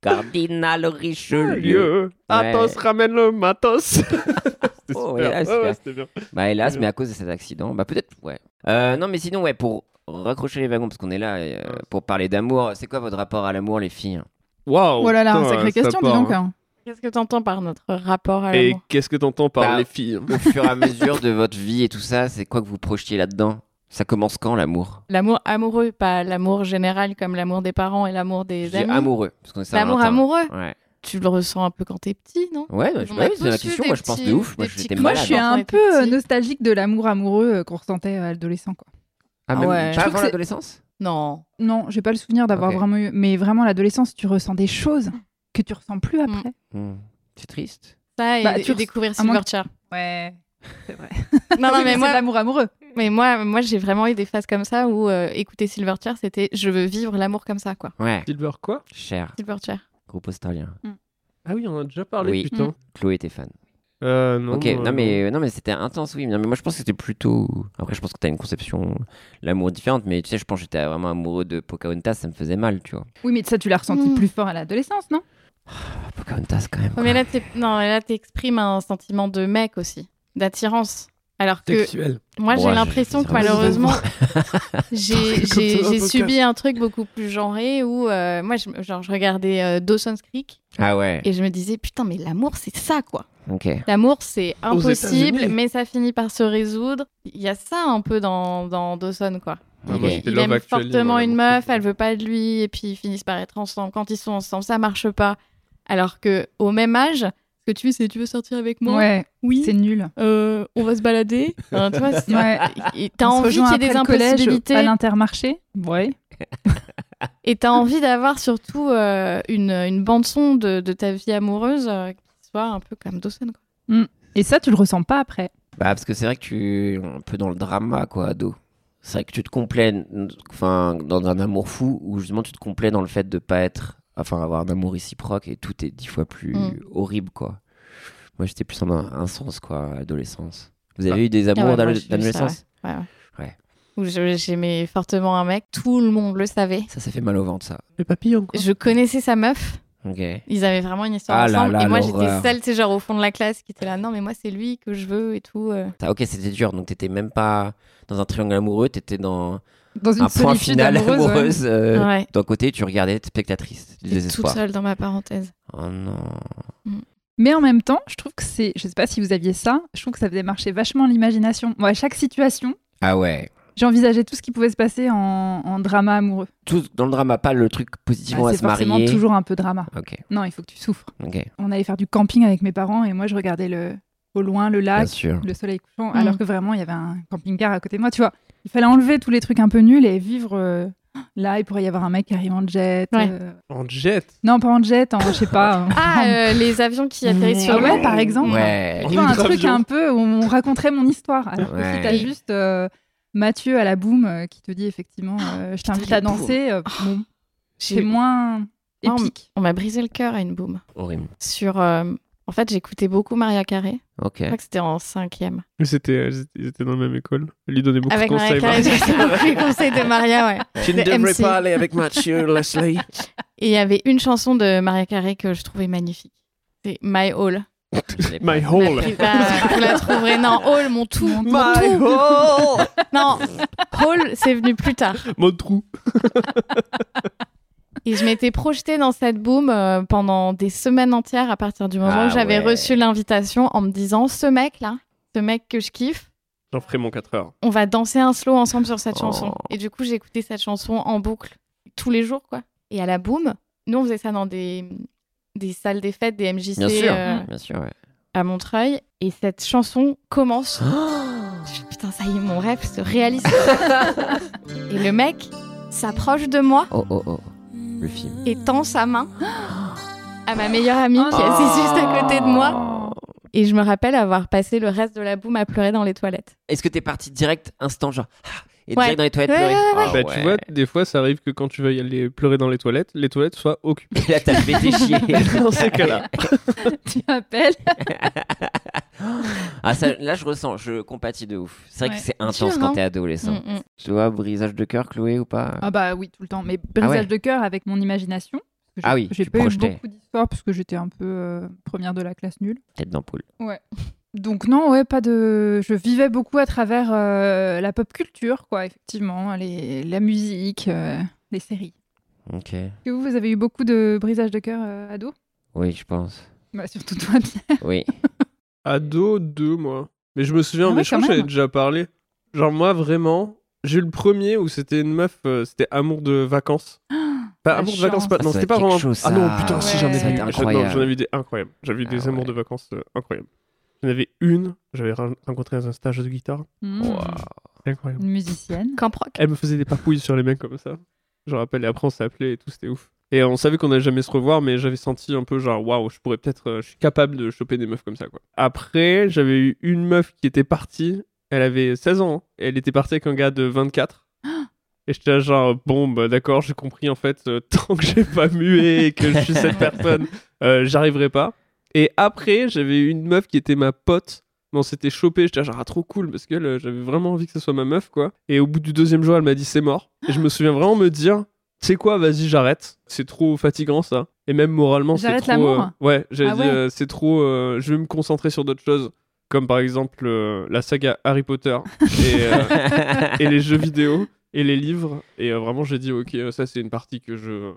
Cardinal
<laughs>
Richelieu.
Lieu. Athos, ramène le matos. <laughs> c'était
Oh,
super.
ouais,
Ouais,
super.
ouais, c'était bien.
Bah hélas,
Très
mais à cause de cet accident, bah peut-être, ouais. Euh, non, mais sinon, ouais, pour raccrocher les wagons, parce qu'on est là euh, pour parler d'amour, c'est quoi votre rapport à l'amour, les filles
Waouh.
Oh là là,
putain,
sacrée
ça
question, dis
part,
donc.
hein.
hein.
Qu'est-ce que t'entends par notre rapport à
Et
l'amour
qu'est-ce que t'entends par
Bah,
les filles hein
Au fur et à mesure de votre vie et tout ça, c'est quoi que vous projetiez là-dedans Ça commence quand, l'amour
L'amour amoureux, pas l'amour général comme l'amour des parents et l'amour
Je
des
dis
amis.
amoureux, parce qu'on est
L'amour
Saint-Valentin.
amoureux,
Ouais.
tu le ressens un peu quand t'es petit, non
Ouais, bah, je-
On
bah
a
oui, c'est la
tous eu
question.
des
Moi, je pense de
petits-
ouf. Moi,
des petits
j'étais
coups.
Moi,
malade.
je suis
Enfant
un
et
peu euh,
petit.
nostalgique de l'amour amoureux euh, qu'on ressentait à l'adolescent. quoi.
Ah, même
ouais. Je
Pas
trouve
avant
que c'est-
l'adolescence
Non.
Non, j'ai pas le souvenir d'avoir
Ok.
vraiment eu. Mais vraiment, à l'adolescence, tu ressens des choses que tu ressens plus après.
Hmm. C'est triste.
Ça et,
Bah,
et
tu res-
découvrir
à moins que-
Silverchair.
Ouais, c'est vrai.
Non, non,
Oui,
mais
<laughs> c'est
moi,
de l'amour amoureux.
mais moi, moi j'ai vraiment eu des phases comme ça où euh, écouter Silverchair, c'était je veux vivre l'amour comme ça, quoi.
Ouais,
Silver quoi
cher.
Silverchair.
Groupe australien.
Ah oui, on en a déjà parlé,
Oui.
putain.
Chloé était fan.
Euh, non,
ok,
euh,
non, mais, non mais c'était intense, oui. Non, mais moi je pense que c'était plutôt. Après, je pense que t'as une conception, l'amour différente, mais tu sais, je pense que j'étais vraiment amoureux de Pocahontas, ça me faisait mal, tu vois.
Oui, mais ça, tu l'as ressenti
Mm.
plus fort à l'adolescence, non
Ah, Pocahontas quand même.
Ouais,
quoi.
mais là, t'es- non, mais là, t'exprimes un sentiment de mec aussi, d'attirance. Alors que
Sexuel.
moi,
Ouais,
j'ai l'impression
c'est
que
vrai.
malheureusement, j'ai
Comme ça,
<laughs> j'ai-
un
j'ai
podcast.
subi un truc beaucoup plus genré où euh, moi, je, genre, je regardais euh, Dawson's Creek
Ah ouais,
et je me disais putain, mais l'amour, c'est ça, quoi.
ok.
L'amour, c'est impossible,
États-Unis.
mais ça finit par se résoudre. Il y a ça un peu dans, dans Dawson, quoi.
Ah,
il
moi,
est-
j'étais
il
Love
aime
Actually,
fortement
moi,
une
l'amour.
meuf, elle veut pas de lui, et puis ils finissent par être ensemble. Quand ils sont ensemble, ça marche pas. Alors que au même âge, ce que tu veux, c'est tu veux sortir avec moi
Ouais,
Oui.
c'est nul.
Euh, on va se
<laughs>
balader. Hein, tu vois, c'est-
Ouais. Ah,
et T'as
On se
envie qu'il
rejoint
y ait
après
des
le collège,
impossibilités.
à l'intermarché. Ouais.
Et t'as envie d'avoir surtout euh, une, une bande-son de, de ta vie amoureuse euh, qui soit un peu comme Dawson. Quoi.
Et ça, tu le ressens pas après.
Bah, parce que c'est vrai que tu un peu dans le drama, quoi, ado. C'est vrai que tu te complais, enfin, dans un amour fou, où justement tu te complais dans le fait de pas être, enfin, avoir un amour réciproque et tout est dix fois plus
Mm.
horrible, quoi. Moi, j'étais plus en un, un sens, quoi, à l'adolescence. Vous avez eu des
Ah
amours
ouais, moi,
d'ado-
j'ai vu ça,
d'adolescence
Ouais. Ouais, ouais.
Ouais.
Où je- j'aimais fortement un mec, tout le monde le savait.
ça, ça fait mal au ventre, ça.
Le papillon, quoi.
Je connaissais sa meuf,
Ok.
ils avaient vraiment une histoire
Ah là
ensemble.
là,
et moi, j'étais
l'horreur.
seule, tu sais, genre au fond de la classe, qui était là, non, mais moi, c'est lui que je veux et tout. euh.
Ça, ok, c'était dur, donc t'étais même pas dans un triangle amoureux, t'étais dans
Dans une
un point
solitude
final
amoureuse.
amoureuse.
ouais.
euh,
ouais,
D'un côté, tu regardais, t'es spectatrice, du
j'étais toute
désespoir.
seule dans ma parenthèse.
Oh non.
Mais en même temps, je trouve que c'est. Je sais pas si vous aviez ça. Je trouve que ça faisait marcher vachement l'imagination. Moi, à chaque situation,
Ah ouais.
j'envisageais tout ce qui pouvait se passer en, en drama amoureux.
Tous dans le drama, pas le truc
Ah,
Bah,
positivement à
c'est
se
forcément
marier.
toujours un peu drama.
Ok,
Non, il faut que tu souffres.
ok,
On allait faire du camping avec mes parents et moi, je regardais le au loin le
bien
lac,
sûr.
le soleil couchant,
Mm.
alors que vraiment, il y avait un camping-car à côté de moi. Tu vois, il fallait enlever tous les trucs un peu nuls et vivre. euh, Là, il pourrait y avoir un mec qui arrive en jet.
Ouais.
euh,
En jet.
Non, pas en jet, en je sais pas.
Ah, euh, les avions <laughs> qui atterrissent sur
Ah ouais,
nous.
par exemple.
Ouais.
Tu vois, un truc un peu où on raconterait mon histoire. Alors que
Ouais.
si t'as juste euh, Mathieu à la boom euh, qui te dit effectivement euh, je t'invite
Ah, putain,
à
les booms.
danser, euh, bon,
J'ai-
c'est moins
Non, mais-
épique.
On m'a brisé le cœur à une boum.
Horrible.
Sur. euh, En fait, j'écoutais beaucoup Maria Carré.
Ok.
Je crois que c'était en cinquième.
Mais c'était, euh, ils étaient- ils étaient dans la même école. Elle lui donnait beaucoup
Avec
de
Maria
conseils.
Carré, <laughs> j'ai beaucoup les conseils de Maria, ouais.
Tu
<laughs> ne devrais MC. pas
aller avec
<laughs>
Mathieu, Leslie.
Et il y avait une chanson de Maria Carré que je trouvais magnifique. C'est My All.
My
Vous
hole.
<laughs>
la- vous la trouverez. Non, All, mon tout. Mon tout.
hole.
Non, All, c'est venu plus tard.
Mon trou.
Et je m'étais projetée dans cette boom euh, pendant des semaines entières à partir du moment
Ah
où j'avais
ouais.
reçu l'invitation en me disant ce mec là, ce mec que je kiffe,
J'en ferai mon 4 heures.
on va danser un slow ensemble sur cette
Oh.
chanson. Et du coup, j'ai écouté cette chanson en boucle tous les jours quoi. Et à la boom, nous on faisait ça dans des des salles des fêtes, des MJC
Bien sûr,
euh,
bien sûr. Ouais. <gasps>
à Montreuil et cette chanson commence. Je fais, Putain, ça y est, mon rêve se réalise.
<laughs>
et le mec s'approche de moi
Oh oh oh. Le film.
et tend sa main <gasps> à ma meilleure amie
Oh
qui est assise juste à côté de moi.
Oh.
Et je me rappelle avoir passé le reste de la boum à pleurer dans les toilettes.
Est-ce que t'es parti direct, instant, genre ah, et
Ouais.
direct dans les toilettes
Ouais,
pleurer
ouais,
Ah
bah, tu vois, des fois, ça arrive que quand tu vas y aller pleurer dans les toilettes, les toilettes soient
<laughs>
occupées.
Et <laughs> là, t'as fait tes chier. <gasps>
dans ces cas-là.
<laughs> tu appelles.
Ah, ça, là, je ressens, je compatis de ouf. C'est vrai
Ouais.
que c'est intense
Dur, hein.
quand t'es adolescent.
Mm, mm.
Tu vois, brisage de cœur, Chloé, ou pas
Ah bah oui, tout le temps. Mais brisage
ouais.
de cœur avec mon imagination. Parce que j'ai-
Ah oui,
J'ai
tu
pas
projetais.
eu beaucoup d'histoires parce que j'étais un peu euh, première de la classe nulle.
Tête d'ampoule.
Donc non, ouais, pas de. Je vivais beaucoup à travers euh, la pop culture, quoi, effectivement, les... la musique, euh, les séries.
Ok.
Est-ce Que vous, vous avez eu beaucoup de brisage de cœur euh, ado
Oui, je pense.
Bah, surtout toi,
<laughs>
Pierre.
<laughs>
Oui.
Ado 2, moi. Mais je me souviens,
Ah
mais
ouais,
je
quand
crois que j'avais
même.
déjà parlé. Genre, moi, vraiment, j'ai eu le premier où c'était une meuf, euh, c'était amour
<gasps>
de vacances. Pas
la
amour de
chance.
vacances, pas,
Ah,
non,
ça
c'était
doit être
pas vraiment.
quelque chose,
ah non,
ça.
putain, si
Ouais.
j'en ai
Ça doit
vu.
être
Non,
incroyable.
J'en ai vu des incroyables. J'avais eu
Ah
des amours
ouais.
de vacances euh, incroyables. J'en avais une, j'avais ra- rencontré dans un stage de guitare.
Mmh.
C'était incroyable.
Une musicienne.
Camp Rock.
Elle me faisait des papouilles sur les mecs comme ça. Je me rappelle, et après on s'appelait et tout, c'était ouf. Et on savait qu'on allait jamais se revoir, mais j'avais senti un peu genre waouh, je pourrais peut-être, euh, je suis capable de choper des meufs comme ça quoi. Après, j'avais eu une meuf qui était partie, elle avait 16 ans, hein, et elle était partie avec un gars de 24. Et j'étais là genre bon bah d'accord, j'ai compris en fait, euh, <laughs> tant que j'ai pas mué et que je suis cette personne, euh, j'arriverai pas. Et après, j'avais eu une meuf qui était ma pote. Mais on s'était chopé, j'étais là, genre ah, trop cool parce que euh, j'avais vraiment envie que ce soit ma meuf quoi. Et au bout du deuxième jour, elle m'a dit c'est mort. Et je me souviens vraiment me dire tu sais quoi, vas-y, j'arrête. C'est trop fatigant ça. Et même moralement, c'est
J'arrête
trop.
l'amour
euh, ouais, j'avais
Ah
dit
ouais.
euh, c'est trop. euh, je vais me concentrer sur d'autres choses, comme par exemple euh, la saga
<laughs>
Harry Potter et, euh, et les jeux vidéo et les livres. Et euh, vraiment, j'ai dit ok, euh, ça c'est une partie que je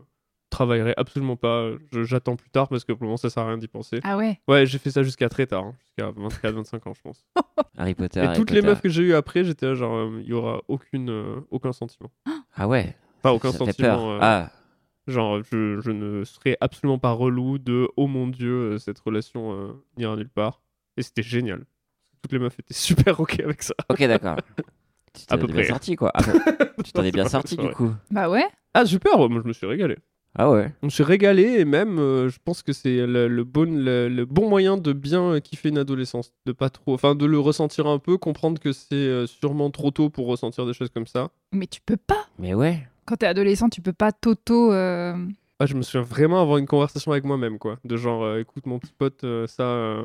travaillerai absolument pas. Je- J'attends plus tard parce que pour le moment, ça sert à rien d'y penser.
Ah ouais.
Ouais, j'ai fait ça jusqu'à très tard, hein, jusqu'à 24-25 ans, je pense.
<laughs> Harry Potter.
Et
Harry
toutes les
Potter.
meufs que j'ai eues après, j'étais là, genre, euh, il y aura aucune, euh, aucun sentiment.
Ah ouais.
Enfin, aucun
ça fait peur.
sentiment. euh,
Ah,
Genre, je, je ne serais absolument pas relou de oh mon dieu, euh, cette relation euh, n'ira nulle part. Et c'était génial. Toutes les meufs étaient <laughs> super ok avec ça.
ok,
<laughs>
d'accord. tu t'en
À peu
es bien
près.
sorti
<laughs>
quoi. Ah, tu t'en
Non, c'est
es bien
pas
sorti
vrai,
du
ouais.
coup.
Bah ouais.
Ah, super, ouais, moi je me suis régalé.
Ah ouais.
On s'est régalé et même, euh, je pense que c'est le, le bon, le, le bon moyen de bien euh, kiffer une adolescence. De pas trop. Enfin, de le ressentir un peu, comprendre que c'est euh, sûrement trop tôt pour ressentir des choses comme ça.
Mais tu peux pas.
Mais ouais.
Quand t'es adolescent, tu peux pas t'auto. euh,
Ah, je me souviens vraiment avoir une conversation avec moi-même, quoi. De genre, euh, écoute, mon petit pote, euh, ça, euh,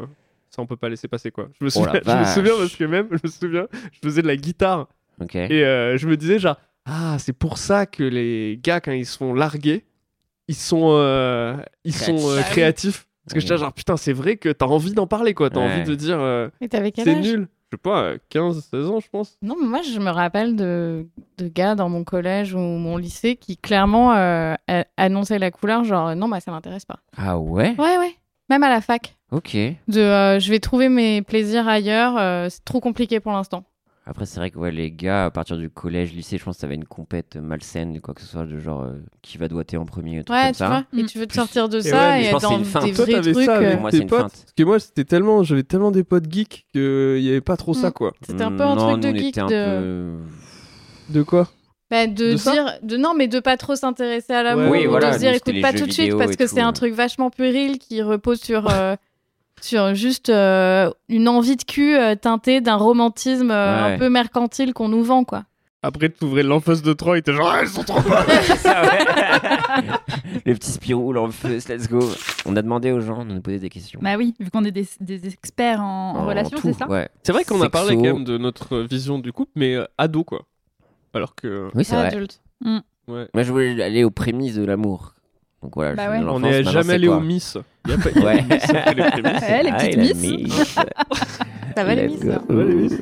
ça, on peut pas laisser passer, quoi. Je me
Oh
souviens,
la
je me souviens
vache. Eh.
parce que même, je me souviens, je faisais de la guitare
Ok.
et euh, je me disais, genre, ah, c'est pour ça que les gars, quand ils se font larguer, ils sont, euh, ils sont euh,
Créatifs.
créatifs. Parce que j'étais là, genre, putain, c'est vrai que t'as envie d'en parler, quoi. T'as
Ouais.
envie de dire, euh,
Et t'avais quel
c'est
âge
nul. Je sais pas, euh, 15, 16 ans, je pense.
Non, mais moi, je me rappelle de, de gars dans mon collège ou mon lycée qui clairement euh, a- annonçaient la couleur, genre non, bah ça m'intéresse pas.
Ah ouais.
Ouais, ouais. Même à la fac.
Ok.
De euh, je vais trouver mes plaisirs ailleurs, euh, c'est trop compliqué pour l'instant.
Après, c'est vrai que ouais, les gars, à partir du collège, lycée, je pense que ça va une compète malsaine, quoi que ce soit, de genre euh, qui va doiter en premier, un truc
Ouais,
comme
tu
ça.
vois. Et
Mm.
tu veux te sortir de
Et
ça
ouais, mais
et
je
être
pense que c'est
dans
une feinte.
des
Toi,
vrais
t'avais
trucs.
ça
euh,
avec
Moi, c'est
tes
une
potes.
feinte.
Parce que moi, c'était tellement, j'avais tellement des potes geeks qu'il y avait pas trop ça,
Mm.
quoi.
C'était un peu un
Non,
truc de
nous, on
geek
était un
de.
peu-
De quoi
Bah, de,
De ça
dire de non mais de pas trop s'intéresser à l'amour
Ouais, oui,
ou
voilà,
de se dire
nous, c'était les
écoute pas
jeux
tout de suite
vidéo
parce
et
que
tout,
c'est un
ouais.
truc vachement puéril qui repose sur euh, <laughs> sur juste euh, une envie de cul euh, teintée d'un romantisme euh,
Ouais.
un peu mercantile qu'on nous vend quoi
Après, t'ouvrais l'enfance de 3 et t'es genre, ah, elles sont trop bonnes
Ça, ouais. <laughs> le petit Spirou, l'enfeuse, let's go. On a demandé aux gens de nous poser des questions.
Bah oui, vu qu'on est des, des experts en, en relations,
tout,
c'est ça
ouais.
C'est vrai qu'on a parlé quand
Sexo.
même de notre vision du couple, mais euh, ado, quoi. Alors que.
Oui, c'est
Ah,
vrai.
adulte
Ouais.
Moi, je voulais aller aux prémices de l'amour. Donc voilà,
Bah
je
ouais.
suis dans
On
l'enfance,
n'est
maintenant,
jamais
c'est
allé
quoi
aux Miss. Y a pas- y a
Ouais.
les <laughs> Miss hein.
<laughs>
après les prémices.
Ouais, les
Ah,
petites
et la
misses.
miss.
ça va les hein.
Let's
mises
go.
ça.
Ouais, les Miss.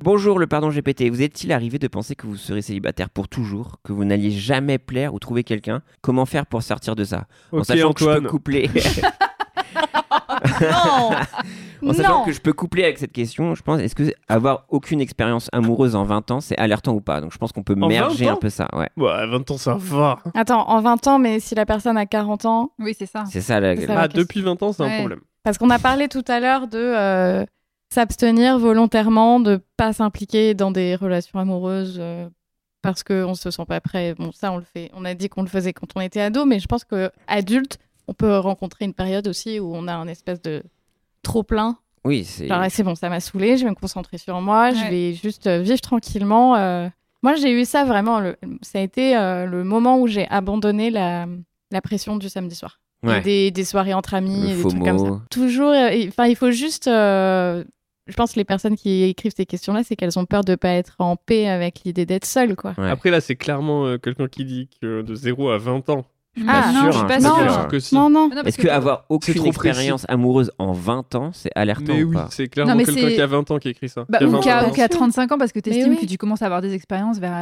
Bonjour le pardon GPT, vous est-il arrivé de penser que vous serez célibataire pour toujours, que vous n'alliez jamais plaire ou trouver quelqu'un Comment faire pour sortir de ça En
Ok,
sachant que je
Antoine.
peux coupler. <laughs> en
<laughs> non
sachant
non
que je peux coupler avec cette question, je pense est-ce que avoir aucune expérience amoureuse en 20 ans, c'est alertant ou pas Donc je pense qu'on peut
20
merger
ans
un peu ça, ouais.
Ouais, à 20 Bah, ans, ça va.
attends en 20 ans mais si la personne a 40 ans
Oui, c'est ça.
C'est ça la
C'est ça. la
Ah,
question.
depuis 20 ans, c'est un
Ouais.
problème.
parce qu'on a parlé tout à l'heure de euh, s'abstenir volontairement de pas s'impliquer dans des relations amoureuses euh, parce qu'on se sent pas prêt. Bon, ça, on le fait. On a dit qu'on le faisait quand on était ado, mais je pense que adulte, on peut rencontrer une période aussi où on a un espèce de trop plein.
Oui, c'est
Genre, ah, c'est bon, ça m'a saoulé, je vais me concentrer sur moi, je
Ouais.
vais juste euh, vivre tranquillement. euh. Moi, j'ai eu ça vraiment. le- Ça a été euh, le moment où j'ai abandonné la- la pression du samedi soir et
ouais.
des, des soirées entre amis,
Le
et des trucs comme
FOMO.
ça. Toujours, euh, et- enfin, il faut juste. euh, je pense que les personnes qui écrivent ces questions-là, c'est qu'elles ont peur de pas être en paix avec l'idée d'être seule, quoi.
Ouais.
Après, là, c'est clairement euh, quelqu'un qui dit que de 0 à 20 ans.
pas
Ah,
sûr,
non,
hein,
je suis pas
je suis
Non,
pas
sûre.
sûr.
que si.
Non, non.
Non, parce
Est-ce que avoir
trop
aucune
précis.
expérience amoureuse en 20 ans, c'est alertant
Mais
ou
oui,
pas
c'est clairement
Non, mais
quelqu'un
c'est-
qui a 20 ans qui écrit ça.
Bah,
Qui a
ou
20
qu'à
ans.
ou qu'à 35 ans, parce que t'estimes
oui.
que tu commences à avoir des expériences vers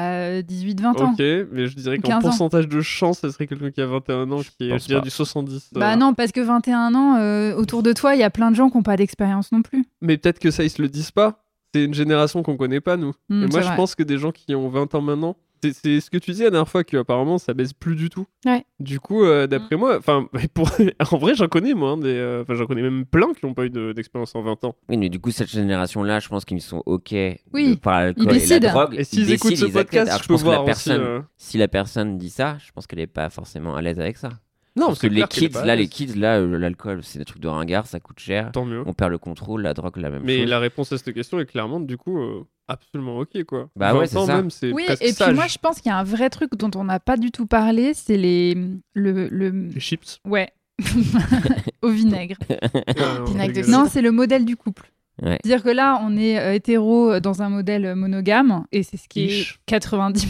18-20 ans.
Ok, mais je dirais qu'en
15 ans.
pourcentage de chance, ça serait quelqu'un qui a 21 ans, qui est
pense
je dirais,
pas.
du 70. euh.
Bah non, parce que 21 ans, euh, autour de toi, il y a plein de gens qui n'ont pas d'expérience non plus.
Mais peut-être que ça, ils se le disent pas. C'est une génération qu'on connaît pas, nous.
Hmm,
Et moi,
c'est
je
vrai.
pense que des gens qui ont 20 ans maintenant, C'est- C'est ce que tu disais la dernière fois, que apparemment ça baisse plus du tout.
Ouais.
Du coup, euh,
Mm.
d'après moi, enfin, <laughs> pour... en vrai, j'en connais moi, hein, des, euh, enfin, j'en connais même plein qui n'ont pas eu de- d'expérience en 20 ans.
Oui, mais du coup, cette génération-là, je pense qu'ils sont OK de-
Oui,
par l'alcool et la
décident.
drogue.
Et s'ils
Ils
écoutent ce
décident, ils acceptent.
podcast,
Alors,
je peux
pense que
voir
la
aussi,
personne,
euh,
Si la personne dit ça, je pense qu'elle n'est pas forcément à l'aise avec ça.
Non,
Parce que les kids, là, les kids, là, euh, l'alcool, c'est des trucs de ringard, ça coûte cher.
Tant mieux.
On perd le contrôle, la drogue, la même
Mais
chose.
la réponse à cette question est clairement, du coup, euh, absolument ok, quoi.
Bah ouais,
20
c'est
ans
ça.
même, c'est
Oui,
presque
et puis
sage.
moi, je pense qu'il y a un vrai truc dont on n'a pas du tout parlé, c'est les... Le, le... <laughs>
Les chips.
Ouais. Au vinaigre.
Euh,
Pinac de
dégueulasse.
cidre.
Non, c'est le modèle du couple.
Ouais.
C'est-à-dire que là, on est euh, hétéro euh, dans un modèle euh, monogame, et c'est ce qui
Ish.
est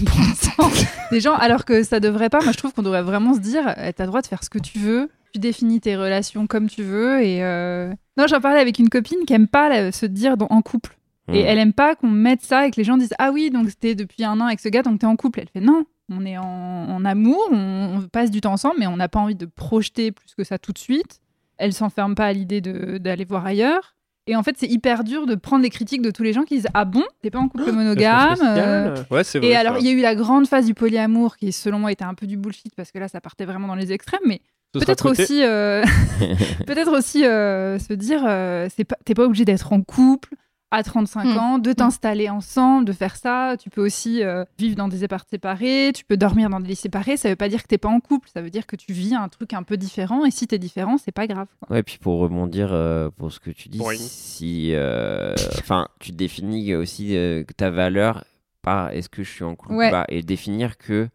90% des gens, alors que ça devrait pas. Moi, je trouve qu'on devrait vraiment se dire, euh, t'as le droit de faire ce que tu veux, tu définis tes relations comme tu veux, et... euh, Non, j'en parlais avec une copine qui aime pas là, se dire dans- en couple. Et
Mm.
Hmm.
elle aime pas qu'on mette ça et que les gens disent, ah oui, donc c'était depuis un an avec ce gars, donc t'es en couple. Elle fait, non, on est en, en amour, on, on passe du temps ensemble, mais on n'a pas envie de projeter plus que ça tout de suite. Elle s'enferme pas à l'idée de- d'aller voir ailleurs. Et en fait, c'est hyper dur de prendre les critiques de tous les gens qui disent Ah bon, t'es pas en
Oh,
couple monogame euh,
Ouais, c'est vrai.
Et
ça.
alors, il y a eu la grande phase du polyamour qui, selon moi, était un peu du bullshit parce que là, ça partait vraiment dans les extrêmes. Mais
Ce sera
peut-être
côté-
aussi, euh, <laughs> peut-être aussi euh, se dire euh, c'est pas- T'es pas obligé d'être en couple à 35
Mm.
ans, de t'installer ensemble, de faire ça. Tu peux aussi euh, vivre dans des apparts séparés, tu peux dormir dans des lits séparés. Ça veut pas dire que t'es pas en couple, ça veut dire que tu vis un truc un peu différent. Et si t'es différent, c'est pas grave.
<laughs>
Ouais, puis pour rebondir euh, pour ce que tu dis,
Boing.
si, euh, enfin, tu définis aussi euh, ta valeur par est-ce que je suis en couple ou
Ouais.
pas, et définir que,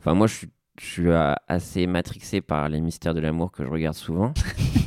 enfin, moi, je suis, je suis euh, assez matrixé par les mystères de l'amour que je regarde
<laughs>
souvent.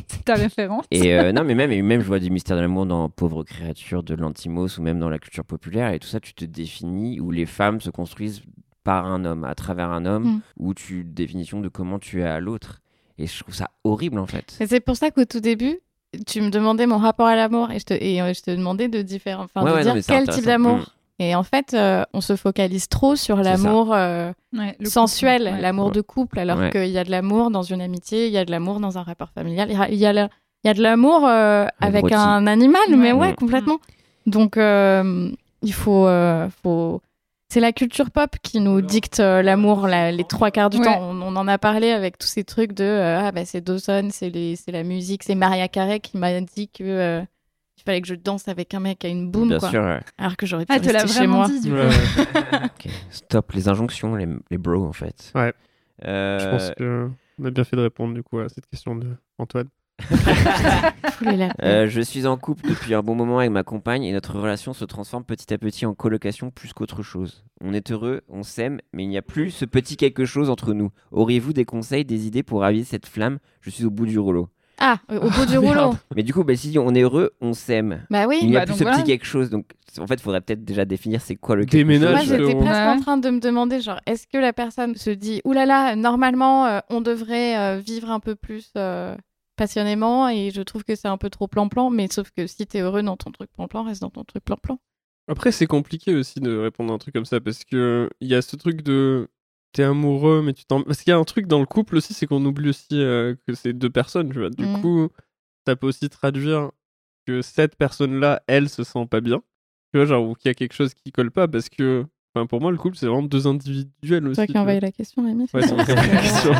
C'est ta référence.
Et euh, non, mais même, et même, je vois du mystère de l'amour dans Pauvre créature de l'Antimos ou même dans la culture populaire. Et tout ça, tu te définis où les femmes se construisent par un homme, à travers un homme,
Mm.
ou tu définition de comment tu es à l'autre. Et je trouve ça horrible en fait.
Mais c'est pour ça qu'au tout début, tu me demandais mon rapport à l'amour et je te, et, euh, je te demandais de, différents, enfin,
Ouais,
de
ouais, non,
dire
mais c'est
quel type
intéressant.
d'amour.
Mm.
Et en fait, euh, on se focalise trop sur
ça.
l'amour euh,
Ouais, le couple.
sensuel,
Ouais.
l'amour
Ouais.
de couple, alors
Ouais.
qu'il y a de l'amour dans une amitié, il y a de l'amour dans un rapport familial, il y a- il y a, la- il y a de l'amour euh, avec
Abruti.
un animal, mais
Ouais.
ouais,
Mm.
complètement. Donc, euh, il faut. euh, faut... C'est la culture pop qui nous dicte euh, l'amour la- les trois quarts du
Ouais.
temps. On, on en a parlé avec tous ces trucs de euh, ah bah c'est Dawson, c'est les- c'est la musique, c'est Maria Carey qui m'a dit que euh, il fallait que je danse avec un mec à une boum
Bien
quoi.
sûr. ouais.
Alors que j'aurais pu
Ah, elle te l'a
rester chez moi.
vraiment dit, du coup.
Ouais,
<laughs>
ouais.
Ok. Stop les injonctions, les, les bros en fait.
Ouais.
Euh,
Je pense qu'on a bien fait de répondre du coup à cette question de Antoine.
Fous les lapins.
euh, je suis en couple depuis un bon moment avec ma compagne et notre relation se transforme petit à petit en colocation plus qu'autre chose. On est heureux, on s'aime, mais il n'y a plus ce petit quelque chose entre nous. Auriez-vous des conseils, des idées pour raviver cette flamme Je suis au bout du rouleau.
Ah, au bout
<laughs>
du rouleau.
Mais du coup, bah, si on est heureux, on s'aime.
Bah
Il
oui.
n'y a
bah,
plus
donc
ce
voilà.
petit quelque chose. Donc en fait, il faudrait peut-être déjà définir c'est quoi le quelque
Déménage,
Moi,
chose.
j'étais
Ouais.
presque
Ouais.
en train de me demander, genre, est-ce que la personne se dit, oulala, normalement, euh, on devrait euh, vivre un peu plus euh, passionnément, et je trouve que c'est un peu trop plan-plan, mais sauf que si t'es heureux dans ton truc plan-plan, reste dans ton truc plan-plan.
Après, c'est compliqué aussi de répondre à un truc comme ça parce que il y a ce truc de t'es amoureux mais tu t'en parce qu'il y a un truc dans le couple aussi c'est qu'on oublie aussi euh, que c'est deux personnes tu vois du
Mm.
coup ça peut aussi traduire que cette personne là elle se sent pas bien tu vois genre ou qu'il y a quelque chose qui colle pas parce que enfin pour moi le couple c'est vraiment deux individuels aussi
C'est toi
tu
qui
vois.
envoyais la question, Rémi.
Ouais,
<laughs>
c'est la question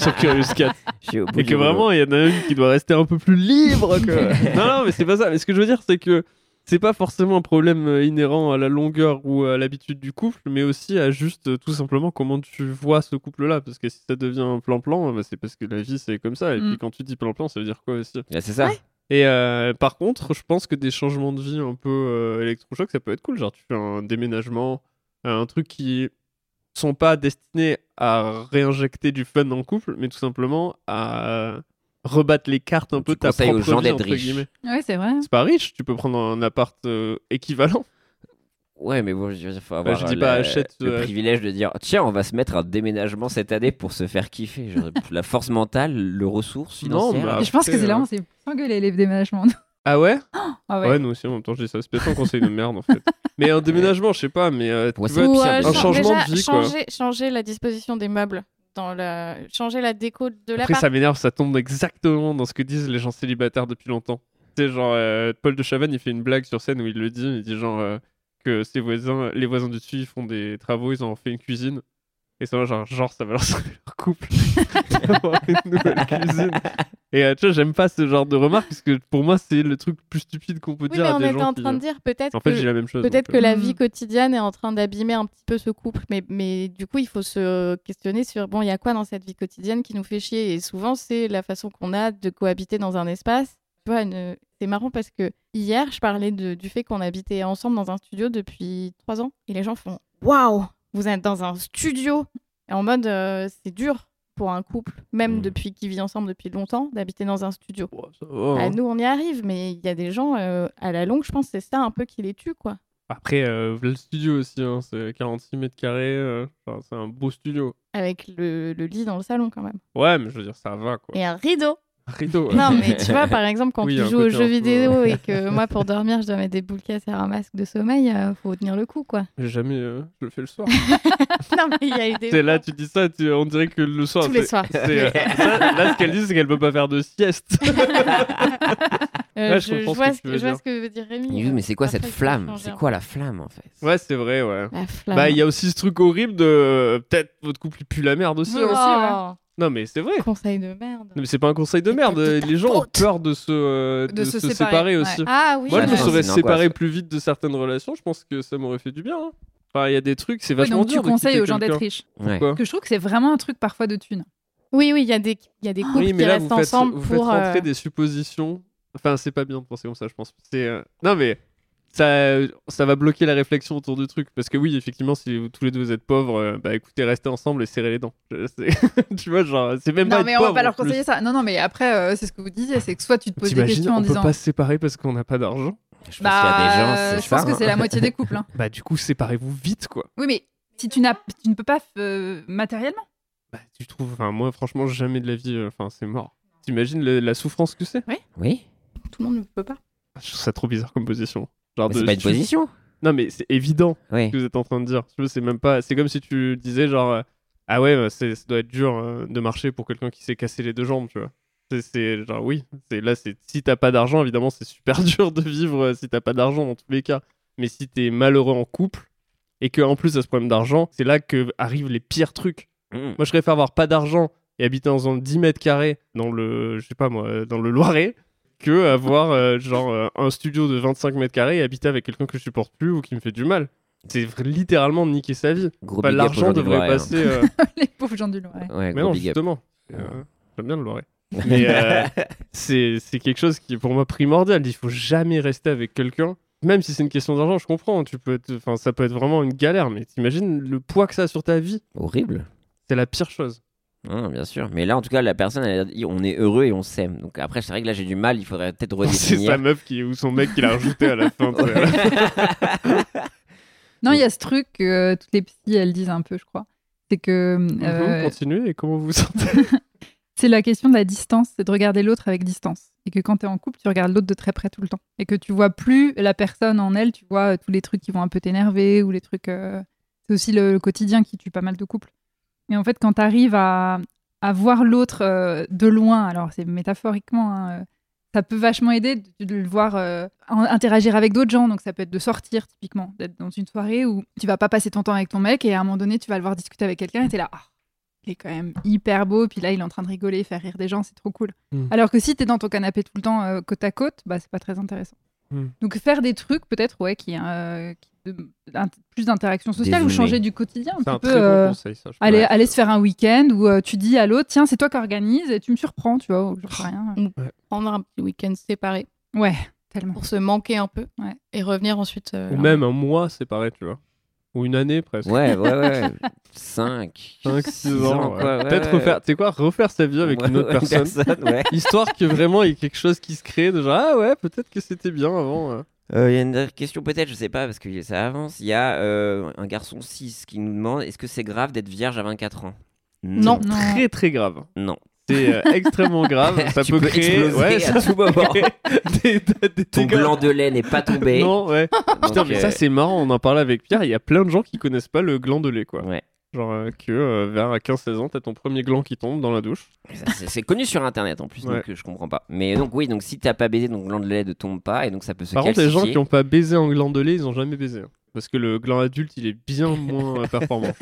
sur Curious Cat
<laughs> Je suis au bout
et
du
que
rouleau.
vraiment, il y en a une qui doit rester un peu plus libre.
<laughs>
Que... non, non, mais c'est pas ça. Mais ce que je veux dire, c'est que c'est pas forcément un problème euh, inhérent à la longueur ou à l'habitude du couple, mais aussi à juste euh, tout simplement comment tu vois ce couple-là. Parce que si ça devient un plan-plan, bah, c'est parce que la vie c'est comme ça. Et
Mm.
puis quand tu dis plan-plan, ça veut dire quoi aussi
Ouais, c'est ça.
Et euh, par contre, je pense que des changements de vie un peu euh, électrochoc, ça peut être cool. Genre, tu fais un déménagement, un truc qui sont pas destinés à réinjecter du fun dans le couple, mais tout simplement à rebattre les cartes un
Tu
peu de ta
conseilles aux
propre
gens
vie,
d'être
entre
riches.
guillemets.
Ouais, c'est vrai.
C'est pas riche, tu peux prendre un appart euh, équivalent.
Ouais, mais bon, il faut avoir
Bah, je dis
euh,
pas
la-
achète,
le
euh,
privilège de dire tiens, on va se mettre un déménagement cette année pour se faire kiffer.
<laughs>
Genre, la force mentale, le ressource
Non,
financière.
bah,
Et je pense que
après,
c'est là où
euh,
on s'est engueulé les déménagements. <laughs>
Ah ouais
Ah
ouais.
ouais.
nous aussi en même temps, je dis ça. C'est peut-être un conseil de merde en <laughs> fait. Mais un déménagement, je sais pas, mais euh, tu
Ouais,
vois,
c'est
Ou,
pire,
euh,
déjà.
un
chan-
changement
déjà,
de vie quoi.
changer, changer la disposition des meubles, dans la... changer la déco de la
Après, ça m'énerve, ça tombe exactement dans ce que disent les gens célibataires depuis longtemps. Tu sais, genre, euh, Paul de Chavannes, il fait une blague sur scène où il le dit, il dit genre euh, que ses voisins, les voisins du dessus, ils font des travaux, ils ont fait une cuisine. Et ça, genre, genre ça va leur <laughs> sauver leur couple d'avoir une
<laughs>
nouvelle cuisine. Et euh, tu vois, j'aime pas ce genre de remarque parce que pour moi, c'est le truc le plus stupide qu'on peut
Oui,
dire
mais
à
on
des
était
gens.
en
qui- euh,
train de dire peut-être
En fait,
que-
j'ai la même chose.
Peut-être
donc, euh,
que la
Mm.
vie quotidienne est en train d'abîmer un petit peu ce couple, mais, mais du coup, il faut se questionner sur, bon, il y a quoi dans cette vie quotidienne qui nous fait chier Et souvent, c'est la façon qu'on a de cohabiter dans un espace. Tu vois, une- c'est marrant parce que hier, je parlais de- du fait qu'on habitait ensemble dans un studio depuis trois ans, et les gens font, waouh, vous êtes dans un studio Et En mode, euh, c'est dur pour un couple, même
Hmm.
Mm.
depuis qui vit ensemble depuis longtemps, d'habiter dans un studio.
euh, ouais, ça va,
À
hein.
nous, on y arrive, mais il y a des gens, euh, à la longue, je pense, c'est ça un peu qui les tue, quoi.
Après, euh, le studio aussi, hein, c'est 46 mètres carrés. euh, enfin, c'est un beau studio.
avec le, le lit dans le salon quand même.
Ouais, mais je veux dire, ça va quoi.
Et un rideau.
Rideau. ouais.
Non, mais tu vois, par exemple, quand
<laughs> Oui, un
tu joues
côté
aux
un peu-
jeux vidéo et que moi, pour dormir, je dois mettre des boules caisses et un masque de sommeil, euh, faut tenir le coup, quoi. <laughs>
J'ai Jamais, euh, je le fais le soir.
Non, mais il y a eu des.
C'est là, tu dis ça, tu- on dirait que le soir.
Tous les
c'est-
soirs.
c'est, euh, ça, là, ce qu'elle dit, c'est qu'elle peut pas faire de sieste.
<laughs> Euh,
ouais, je
je, je
comprends ce
vois,
que
ce
tu
que,
veux
je vois
dire.
ce que veut dire
Mais
Rémi. hein.
juste, mais c'est quoi
Après,
cette
il faut
flamme
changer
C'est
un
quoi la flamme en fait
ouais, c'est vrai, ouais.
hein. La flamme.
Bah, il y a aussi ce truc horrible de euh, peut-être votre couple il pue la merde aussi.
Ouais,
Oh,
hein. Non, mais c'est vrai.
<laughs> Conseil de merde.
Non, mais c'est pas un conseil de merde.
de ta
Les gens ont
faute.
peur de se, euh,
De se séparer,
séparer
ouais.
aussi.
Ah oui.
Moi, je me
Ouais,
serais
c'est une
séparé
angoisse.
plus vite de certaines relations. Je pense que ça m'aurait fait du bien. hein. Enfin, il y a des trucs, c'est
Oui,
vachement
donc tu
dur. de
conseilles
quitter
aux gens d'être
quelqu'un.
riches.
Ouais.
Pourquoi
Parce que je trouve que c'est vraiment un truc parfois de thune.
Oui, oui, il y a des, il y a des couples
Ah Oui, mais
qui
là,
restent
vous faites,
ensemble
vous faites
pour.
rentrer
euh,
des suppositions. Enfin, c'est pas bien de penser comme ça, je pense. C'est euh, non, mais ça, ça va bloquer la réflexion autour du truc. Parce que oui, effectivement, si vous- tous les deux vous êtes pauvres, euh, bah écoutez, restez ensemble et serrez les dents. Je- c'est- <laughs> tu vois, genre, c'est même pas
Non,
être
mais on va
pauvre,
pas leur
en plus.
conseiller ça. Non, non, mais après, euh, c'est ce que vous disiez, c'est que soit tu te poses des
T'imagines,
questions
on
en
peut
disant.
pas se séparer parce qu'on n'a pas d'argent.
Je pense qu'il y a des gens,
Bah,
c'est
je pense
ça,
que
hein.
c'est la moitié des couples. hein.
Bah du coup, séparez-vous vite, quoi.
Oui, mais si tu, n'as, tu ne peux pas euh, matériellement. <laughs>
Bah tu trouves, enfin moi, franchement, jamais de la vie, euh, enfin c'est mort. T'imagines le- la souffrance que c'est
<laughs>
Ah,
Oui,
Tout le monde ne peut pas.
Je trouve ça trop bizarre comme position. Genre
mais
de-
c'est pas une
tu-
position.
Non, mais c'est évident.
Oui.
que vous êtes en train de dire. Tu vois, C'est même pas. C'est comme si tu disais genre euh, ah ouais, bah, c'est- ça doit être dur euh, de marcher pour quelqu'un qui s'est cassé les deux jambes, tu vois. C'est- C'est genre oui. C'est là, c'est si t'as pas d'argent, évidemment, c'est super <laughs> dur de vivre euh, si t'as pas d'argent dans tous les cas. Mais si t'es malheureux en couple et que en plus t'as ce problème d'argent, c'est là que arrivent les pires trucs.
Mm.
Moi, je préfère avoir pas d'argent et habiter dans un 10 mètres carrés dans le, je sais pas moi, euh, dans le Loiret, que avoir euh, genre euh, un studio de 25 mètres carrés et habiter avec quelqu'un que je supporte plus ou qui me fait du mal. C'est vr- littéralement niquer sa vie.
Gros
Bah,
big up aux
L'argent
gens du
devrait
Loiret, hein.
passer.
<laughs>
euh,
Les pauvres gens du Loiret.
Ouais, gros
Mais non,
big up.
justement. Euh, J'aime bien le
<laughs>
Loiret. Mais euh, c'est c'est quelque chose qui est pour moi primordial. Il faut jamais rester avec quelqu'un. Même si c'est une question d'argent, je comprends. hein. Tu peux être- enfin, ça peut être vraiment une galère, mais t'imagines le poids que ça a sur ta vie
Horrible.
C'est la pire chose.
Non, bien sûr. Mais là, en tout cas, la personne, elle a dit on est heureux et on s'aime. Donc après, c'est vrai que là, j'ai du mal. Il faudrait peut-être
<laughs> C'est sa
redéfinir.
meuf qui, ou son mec qui l'a
<laughs>
rajouté à la fin. tu sais.
Non, il y a ce truc que euh, toutes les psys, elles disent un peu, je crois. C'est que
<laughs>
euh,
Vous continuez et comment vous vous sentez
c'est la question de la distance, c'est de regarder l'autre avec distance. Et que quand tu es en couple, tu regardes l'autre de très près tout le temps. Et que tu vois plus la personne en elle, tu vois euh, tous les trucs qui vont un peu t'énerver ou les trucs. euh, C'est aussi le, le quotidien qui tue pas mal de couples. Et en fait, quand tu arrives à, à voir l'autre euh, de loin, alors c'est métaphoriquement, hein, euh, ça peut vachement aider de, de le voir euh, en- interagir avec d'autres gens. Donc ça peut être de sortir, typiquement, d'être dans une soirée où tu vas pas passer ton temps avec ton mec et à un moment donné, tu vas le voir discuter avec quelqu'un et t'es là. Ah, il est quand même hyper beau, puis là il est en train de rigoler, faire rire des gens, c'est trop cool.
Mm.
Alors que si t'es dans ton canapé tout le temps euh, côte à côte, bah c'est pas très intéressant.
Mm.
Donc faire des trucs peut-être ouais qui, euh, qui- de- d'in- plus d'interaction sociale ou
Dézoomer.
changer du quotidien un
C'est
petit
un
peu.
très
euh,
bon conseil, ça. je
aller,
pense.
aller se faire un week-end où euh, tu dis à l'autre tiens c'est toi qui organise et tu me surprends tu vois ou je sais
Oh.
rien. euh,
Prendre un petit week-end séparé
Ouais tellement.
pour se manquer un peu
Ouais.
et revenir ensuite. euh,
Ou même un mois séparé, tu vois. Ou une année presque.
Ouais, ouais, <laughs> ouais. 5,
5, 6 ans. ouais.
quoi, ouais,
Peut-être
ouais.
refaire, tu sais quoi, refaire sa vie avec
Ouais,
une autre
ouais,
personne. <laughs>
ouais.
Histoire que vraiment il y ait quelque chose qui se crée, de genre ah ouais, peut-être que c'était bien avant. euh.
Euh, Il y a une dernière question peut-être, je sais pas, parce que ça avance. Il y a euh, un garçon 6 qui nous demande est-ce que c'est grave d'être vierge à 24 ans
Non.
Non.
Très très grave.
Non.
C'est euh, extrêmement
<laughs>
grave. Ça
tu
peut
peux
créer
exploser <laughs>
ouais, ça
à tout moment.
peut créer des, des
Ton
dégâts.
blanc de lait n'est pas tombé.
<laughs> Non, ouais.
Donc,
Putain, mais
euh,
ça c'est marrant, on en parlait avec Pierre, il y a plein de gens qui connaissent pas le gland de lait quoi.
Ouais.
Genre euh, que euh, vers 15-16 ans, t'as ton premier gland qui tombe dans la douche.
Ça, c'est- C'est connu sur internet en plus,
Ouais.
donc euh, je comprends pas. Mais donc, oui, donc si t'as pas baisé, donc gland de lait ne tombe pas et donc ça peut se
Par contre, les gens
calcifier.
qui ont pas baisé en gland de lait, ils ont jamais baisé. hein. Parce que le gland adulte, il est bien
<laughs>
moins euh, performant.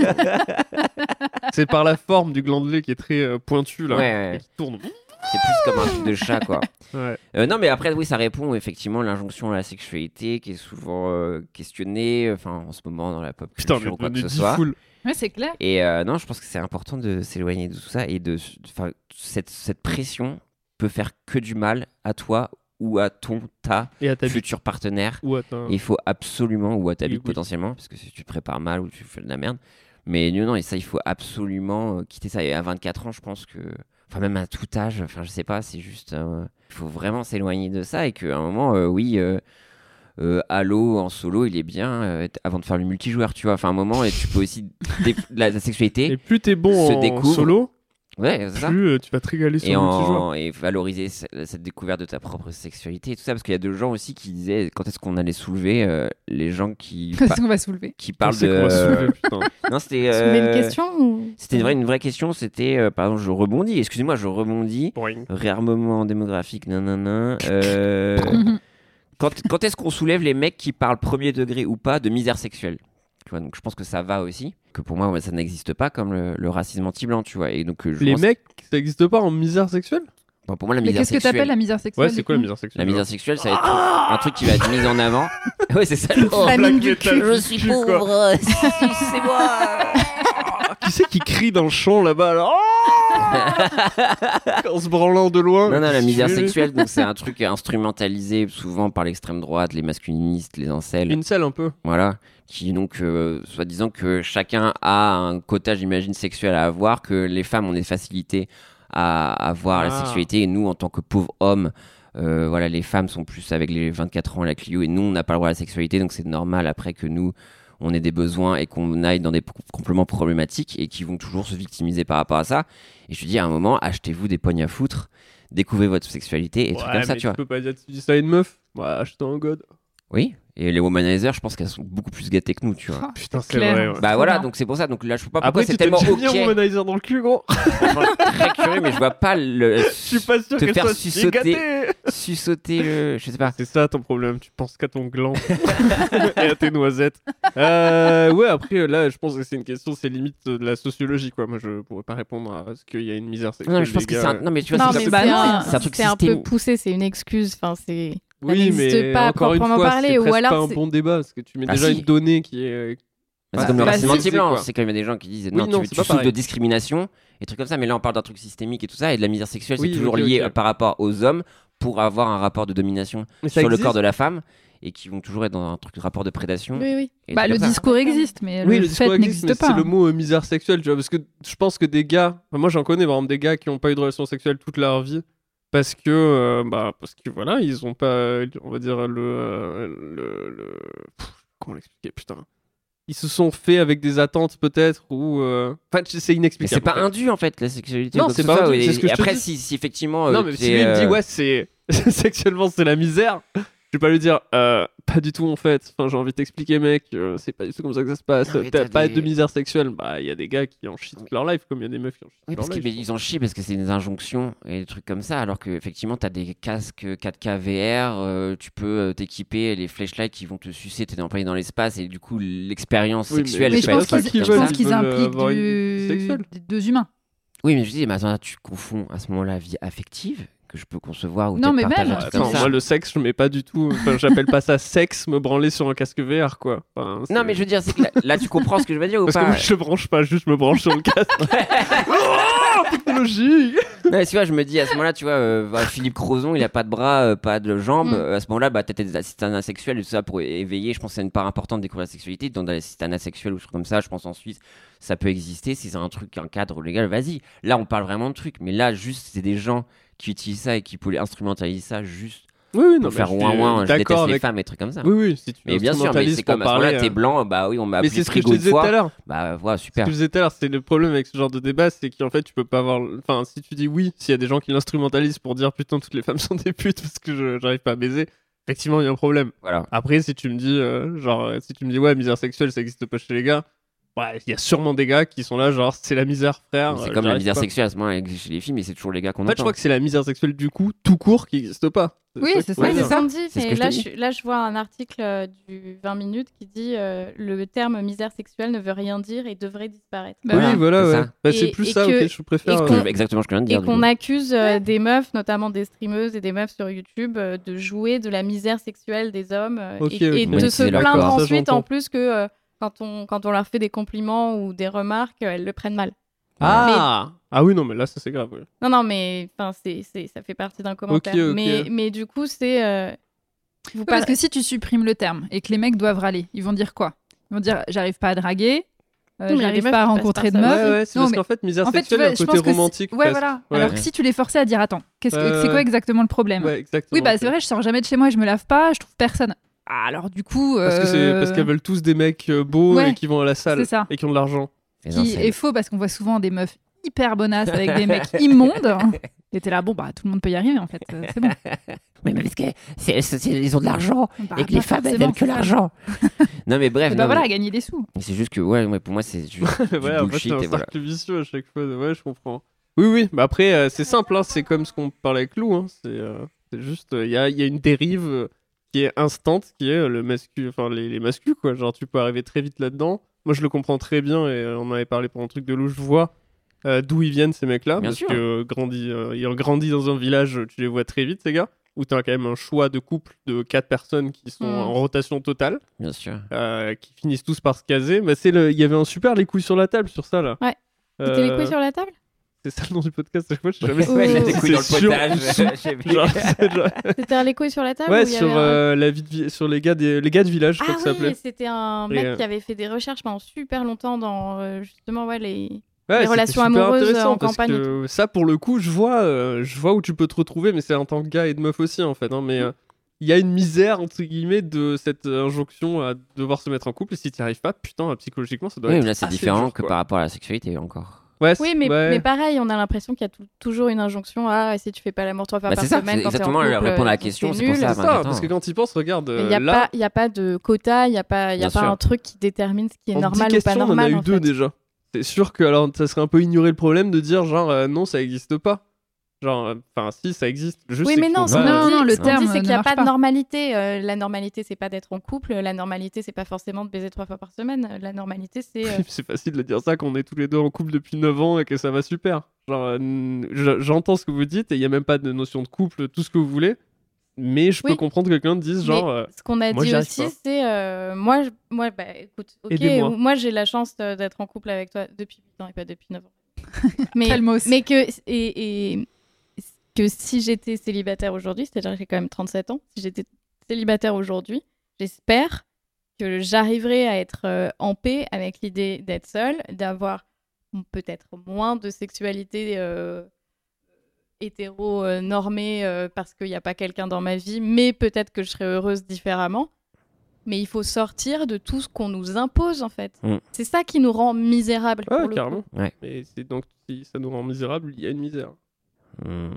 c'est par la forme du glandelet qui est très euh, pointu là,
Ouais, ouais.
et qui tourne.
C'est plus comme un truc de chat, quoi.
Ouais.
Euh, non, mais après, oui, ça répond effectivement à l'injonction à la sexualité qui est souvent euh, questionnée, enfin, en ce moment dans la pop culture
Putain, mais
ou quoi
on
que
est
ce
dix
soit.
foules.
Ouais, c'est
<laughs>
clair.
Et euh, non, je pense que c'est important de s'éloigner de tout ça et de. Enfin, cette, cette pression peut faire que du mal à toi ou à ton, ta
Et à ta bite.
futur partenaire.
Ou à ta-
Et Il faut absolument, ou à ta
Oui,
bite
oui.
potentiellement, parce que si tu te prépares mal ou tu fais de la merde. Mais non, non, et ça, il faut absolument euh, quitter ça. Et à 24 ans, je pense que. Enfin, même à tout âge, enfin, je sais pas, c'est juste. euh, Il faut vraiment s'éloigner de ça et qu'à un moment, euh, oui. euh, euh, Halo en solo, il est bien euh, t- avant de faire le multijoueur, tu vois. Enfin, à un moment, et tu peux aussi dé- <laughs> la, la
Et
sexualité,
plus t'es bon
se
en
découvre.
solo,
ouais, c'est ça.
plus euh, tu vas te régaler sur
Et,
le multijoueur.
en- et valoriser ce- cette découverte de ta propre sexualité et tout ça, parce qu'il y a deux gens aussi qui disaient quand est-ce qu'on allait soulever euh, les gens
<laughs>
qui
Qu'est-ce qu'on va soulever
qui parle
On sait
de.
qu'on va
<laughs>
soulever, putain.
non, c'était. euh,
Soulever une question ou-
C'était une vraie, une vraie question. C'était, euh, pardon, je rebondis. Excusez-moi, je rebondis.
Boing.
Réarmement démographique, nanana.
<laughs>
Euh,
Mhm.
quand quand est-ce qu'on soulève les mecs qui parlent premier degré ou pas de misère sexuelle tu vois, donc je pense que ça va aussi. Que pour moi, ouais, ça n'existe pas comme le, le racisme anti-blanc, tu vois. Et donc, euh, je
Les
pense-
mecs, ça n'existe pas en misère sexuelle
Bon, pour moi, la
Mais
misère
qu'est-ce que
sexuelle.
t'appelles la misère Ah sexuelle
Ouais, c'est
du
quoi la
coup
misère sexuelle
la misère sexuelle, ça va être un truc qui va être mis en
<laughs>
avant. ouais, c'est
Ah
ça.
Oh,
La
blague
mine du
de ta-
je suis
du cul, quoi.
pauvre. <laughs> c'est moi.
<laughs> Qui c'est qui crie dans le champ là-bas alors
<laughs>
Oh En se branlant de loin.
Non, non, la misère
Je-
sexuelle, donc c'est un truc instrumentalisé souvent par l'extrême droite, les masculinistes, les incels,
Une selle un peu.
voilà, qui donc, euh, soi-disant que chacun a un quota, j'imagine, sexuel à avoir, que les femmes, on est facilité à avoir la
Ah.
sexualité, et nous, en tant que pauvres hommes, euh, voilà, les femmes sont plus avec les 24 ans, la Clio, et nous, on n'a pas le droit à la sexualité, donc c'est normal après que nous, on ait des besoins et qu'on aille dans des p- compléments problématiques et qui vont toujours se victimiser par rapport à ça. Et je te dis, à un moment, achetez-vous des pognes à foutre, découvrez votre sexualité et trucs
Ouais,
comme ça,
mais
tu vois.
peux pas dire tu dis ça à une meuf Bah, je t'en god.
Oui, et les womanizers, je pense qu'elles sont beaucoup plus gâtées que nous, tu vois.
Oh,
Putain, c'est
clair.
vrai. ouais.
Bah
trop
voilà,
bien.
donc c'est pour ça, donc là je sais pas pourquoi
Après,
c'est
tu t'es
tellement
déjà mis un
ok.
womanizer dans le cul, gros.
Franchement, très curieux, mais je vois pas le.
<laughs> Je suis pas sûr
te
qu'elle
faire
soit si
sucer.
gâtée.
Susauter le. Je sais pas.
C'est ça ton problème, tu penses qu'à ton gland <laughs> et à tes noisettes. Euh, ouais, après euh, là, je pense que c'est une question, c'est limite euh, de la sociologie quoi. Moi, je pourrais pas répondre à ce qu'il y a une misère sexuelle.
Non, mais je pense
des
que c'est
gars.
un. Non, mais tu vois,
Non,
c'est
mais
ça-
bah
c'est
non,
un-
c'est un truc
c'est un peu
systémique.
poussé, c'est une excuse. Enfin, c'est.
Oui,
n'existe
mais
pas à
encore une
proprement
fois,
parler,
c'est
ou
presque
alors
pas un
c'est-
bon débat parce que tu mets
Bah
déjà
si.
une donnée qui est.
C'est
Ah,
comme le
bah,
racisme
si,
anti-blanc,
c'est quoi
c'est quand même des gens qui disent
Oui,
non,
non,
tu,
c'est
tu
pas
souffres de
pareil.
discrimination et trucs comme ça, mais là on parle d'un truc systémique et tout ça, et de la misère sexuelle,
Oui,
c'est toujours
ok,
lié
ok.
euh, par rapport aux hommes pour avoir un rapport de domination
Mais ça
sur le
existe.
corps de la femme et qui vont toujours être dans un truc de rapport de prédation.
Oui, oui.
et
Bah,
tout
le
comme ça.
discours existe, mais euh,
Oui,
le,
le discours
fait
existe, mais
n'existe
c'est
pas.
le mot euh, misère sexuelle, tu vois, parce que je pense que des gars, enfin, moi j'en connais par exemple des gars qui n'ont pas eu de relation sexuelle toute leur vie parce que, euh, bah, parce que voilà, ils ont pas, euh, on va dire le, euh, le, le- pff, comment l'expliquer, putain, ils se sont faits avec des attentes peut-être ou, euh, enfin, tu- c'est
Mais
inexplicable.
c'est pas
en fait.
indu en fait la sexualité.
Non,
ou quoi
c'est
que
pas
soit,
indu,
et-
c'est ce que
et
je te
Après,
dis.
si, si effectivement. euh,
Non, mais si
t'es,
lui il me dit
euh,
ouais, c'est <laughs> sexuellement c'est la misère, je vais pas lui dire euh, pas du tout en fait. Enfin, j'ai envie de t'expliquer mec, euh, c'est pas du tout comme ça que ça se passe.
Non, mais
T'as
t'as
pas
des-
de misère sexuelle. Bah, il y a des gars qui en chient toute leur life comme il y a des meufs qui en chient
Oui,
toute leur
parce qu'ils
life.
mais ils en chient parce que c'est des injonctions et des trucs comme ça, alors qu'effectivement, tu as des casques 4K VR, euh, tu peux euh, t'équiper, les flashlights qui vont te sucer, t'es employé dans l'espace, et du coup, l'expérience
Oui, mais-
sexuelle,
Mais
tu
je
vas
pense
être un
qu'ils-
truc
qu'ils
comme
je pense
ça.
Ils
qu'ils
veulent
impliquent
avoir une vie
du...
sexuelle.
des deux humains.
Oui, mais je dis, mais attends, là, tu confonds à ce moment-là vie affective, que je peux concevoir, ou peut-être
Non, mais
partager
même,
un truc
Bah, Attends,
comme ça.
moi le sexe, je mets pas du tout. Enfin, j'appelle pas ça sexe, me branler sur un casque VR quoi. Enfin, c'est-
Non, mais je veux dire, c'est que là, là, tu comprends ce que je veux dire ou
Parce que
pas
moi je le branche pas, juste je me branche sur le casque.
<laughs>
Oh, technologie
Non, mais tu vois, je me dis à ce moment-là, tu vois, euh, bah, Philippe Crozon, il a pas de bras, euh, pas de jambes.
Mm.
Euh, À ce moment-là, bah, t'étais des assistants asexuels et tout ça pour é- éveiller. Je pense que c'est une part importante de découvrir la sexualité. Dans des assistants asexuels ou trucs comme ça, je pense en Suisse, ça peut exister. Si c'est un truc, un cadre légal, vas-y. Là, on parle vraiment de trucs. Mais là, juste, c'est des gens qui utilisent ça et qui pouvaient instrumentaliser ça juste
Oui, oui, non,
pour
mais
faire
je suis
ouin ouin. Je déteste
D'accord
les
avec.
femmes et trucs comme ça.
Oui, oui, si tu
Mais bien sûr, mais
instrumentalises
c'est
pour
comme à ce moment-là,
parler,
t'es
euh,
blanc, bah oui, on m'a
Mais
appelé
c'est ce que je
frigo
te
une
disais tout à
fois.
l'heure.
Bah voilà,
Ce
super.
que je disais tout à l'heure, c'est le problème avec ce genre de débat, c'est qu'en fait, tu peux pas avoir. Enfin, si tu dis oui, s'il y a des gens qui l'instrumentalisent pour dire putain, toutes les femmes sont des putes parce que je- j'arrive pas à baiser, effectivement, il y a un problème.
Voilà.
Après, si tu me dis, euh, genre, euh, si tu me dis ouais, misère sexuelle, ça existe pas chez les gars, Ouais, il y a sûrement des gars qui sont là, genre, c'est la misère, frère.
C'est
euh,
comme la
j'arrive
misère
pas.
sexuelle à ce moment chez les filles, mais c'est toujours les gars qu'on
En fait, je
entend.
crois que c'est la misère sexuelle du coup, tout court, qui n'existe pas.
Oui,
ça
c'est ça,
qu'il faut
Ouais,
c'est
dire.
c'est
C'est ce
et
que je
là
te dis.
je, là, je vois un article euh, du 20 minutes qui dit euh, le terme misère sexuelle ne veut rien dire et devrait disparaître.
Bah
oui,
Voilà,
voilà,
c'est
ouais.
ça.
Bah, c'est
Et-
plus
et
ça
que-
auquel je préfère.
et
Ce
euh,
que-
qu'on-
Exactement ce que je viens de
Et
dire. du
qu'on
coup.
accuse euh, des meufs, notamment des streameuses et des meufs sur YouTube, euh, de jouer de la misère sexuelle des hommes euh,
Ok,
et, et
ok.
Oui,
de se
c'est leur
plaindre
corps.
Ça,
ensuite
j'entends.
en plus que euh, quand, on, quand on leur fait des compliments ou des remarques, euh, elles le prennent mal.
Ah Ah oui, non, mais là, ça c'est grave. ouais.
Non, non, mais enfin, c'est, c'est, ça fait partie d'un commentaire.
ok.
Mais, mais du coup, c'est. euh, vous
Parce
parlez-
que si tu supprimes le terme et que les mecs doivent râler, ils vont dire quoi Ils vont dire j'arrive pas à draguer, euh,
Non, mais les
j'arrive
meufs,
pas à
ils passent
rencontrer de
par ça.
meufs.
Ouais, ouais, c'est
Bah, Non,
parce
mais-
qu'en fait, misère
en fait, tu
sexuelle,
vois,
il y a un
je
côté
pense que c'est-
romantique.
ouais,
presque.
voilà.
Ouais.
Alors que si tu les forçais à dire attends, qu'est-ce que-
Ouais,
c'est quoi
ouais.
exactement le problème
Ouais, exactement.
Oui, bah c'est vrai, je sors jamais de chez moi et je me lave pas, je trouve personne. Ah, alors du coup,
Parce que c'est-
euh,
parce qu'elles veulent tous des mecs euh, beaux
Ouais,
et qui vont à la salle
c'est ça.
et qui ont de l'argent.
Les
qui
enseignes.
est faux parce qu'on voit souvent des meufs hyper bonasses avec des mecs immondes. Et t'es là, bon bah tout le monde peut y arriver en fait, euh, c'est bon.
Oui, mais parce que c'est- c'est- c'est- ils ont de l'argent
Bah,
et que les
pas
femmes elles
forcément.
veulent que l'argent. <laughs> non mais bref,
Et bah
non,
voilà,
mais-
gagner des sous.
mais c'est juste que ouais, ouais, pour moi c'est juste
<laughs>
du
ouais, en fait,
bullshit
c'est un
et voilà.
cercle vicieux à chaque fois. Ouais, je comprends. Oui, oui, mais après, euh, c'est simple, hein, c'est comme ce qu'on parlait avec Lou. hein, C'est euh, c'est juste, il y, a, y a une dérive euh, qui est instante, qui est euh, le mascu, enfin, les, les mascus, quoi. Genre, tu peux arriver très vite là-dedans. Moi, je le comprends très bien et euh, on en avait parlé pour un truc de Lou. Je vois euh, d'où ils viennent, ces mecs-là.
Bien
Parce
sûr.
que euh, grandi, euh, ayant grandi dans un village, tu les vois très vite, ces gars. Où tu as quand même un choix de couple de quatre personnes qui sont
Mm.
Hmm.
en rotation totale,
Bien
<laughs>
sûr.
euh, qui finissent tous par se caser. Bah, c'est le- Il y avait un super les couilles sur la table sur ça, là. Euh,
Ouais. Mettez les couilles sur la table
C'est ça le nom du podcast, à chaque fois, je sais jamais
Ouais, il a des
C'est
couilles dans
sûr.
le <laughs> potage.
Genre,
<laughs>
c'est genre-
<laughs> C'était les couilles sur la table
Ouais,
ou Ah il y
sur,
avait un-
euh, la vie de vi- sur les, gars des... les gars de village, je crois
Ah
que ça
oui,
s'appelait.
c'était un
Et,
mec
euh,
qui avait fait des recherches pendant super longtemps dans euh, justement ouais, les.
Ouais, c'était
relations
super
amoureuses,
intéressant
euh, en
parce
campagne et
Que ça, pour le coup, je vois, euh, je vois où tu peux te retrouver, mais c'est en tant que gars et de meuf aussi, en fait. hein, mais euh, il y a une misère, entre guillemets, de cette injonction à devoir se mettre en couple. Et si t'y arrives pas, putain, psychologiquement, ça doit
Oui,
être.
mais là c'est
assez
différent
Ah, dur,
que
quoi.
par rapport à la sexualité encore.
Ouais,
Oui, mais,
ouais.
mais pareil, on a l'impression qu'il y a tou- toujours une injonction à si tu fais pas l'amour trois fois
Bah,
par
c'est ça,
semaine.
c'est
quand t'es en
exactement
couple,
répondre à la
euh,
question,
c'est
c'est pour
nul.
ça.
C'est
bah,
ça,
attends.
parce que quand tu penses, regarde,
Il
euh,
n'y a,
là,
pas- y a pas de quota, il n'y a pas, y a
Bien
pas
sûr.
un truc qui détermine ce qui est
En
normal
10
ou pas
questions,
normal.
on en a eu
en
deux
fait.
déjà. C'est sûr que alors ça serait un peu ignorer le problème de dire genre euh, non ça existe pas. Genre euh, enfin si ça existe. Juste
Oui,
c'est
mais
qu'ils
non,
font
ce
pas,
qu'on
Non,
dit,
non, le
ce qu'on dit,
terme
c'est qu'il
ne
n'y a
marche
pas
pas.
de normalité. Euh, la normalité, c'est pas d'être en couple. La normalité, c'est pas forcément de baiser trois fois par semaine. La normalité, c'est.
<laughs>
euh,
C'est facile de dire ça qu'on est tous les deux en couple depuis 9 ans et que ça va super. Genre euh, n- je- j'entends ce que vous dites et il y a même pas de notion de couple, tout ce que vous voulez. Mais je peux
Oui.
comprendre que quelqu'un dise genre
Mais
euh,
ce qu'on a
moi, j'y
dit
arrive
aussi,
pas.
c'est euh, moi, je- moi, bah, écoute, ok,
Aidez-moi.
moi j'ai la chance euh, d'être en couple avec toi depuis 8 ans et pas depuis 9
<laughs>
ans. mais,
Calmos.
mais que et, et- que si j'étais célibataire aujourd'hui, c'est-à-dire que j'ai quand même 37 ans, si j'étais célibataire aujourd'hui, j'espère que j'arriverai à être euh, en paix avec l'idée d'être seule, d'avoir peut-être moins de sexualité euh, hétéro euh, normée euh, parce qu'il n'y a pas quelqu'un dans ma vie, mais peut-être que je serais heureuse différemment. Mais il faut sortir de tout ce qu'on nous impose en fait.
Mm.
C'est ça qui nous rend misérables.
ouais,
pour le
carrément.
Ouais.
Mais c'est donc si ça nous rend misérable, il y a une misère.
Hmm.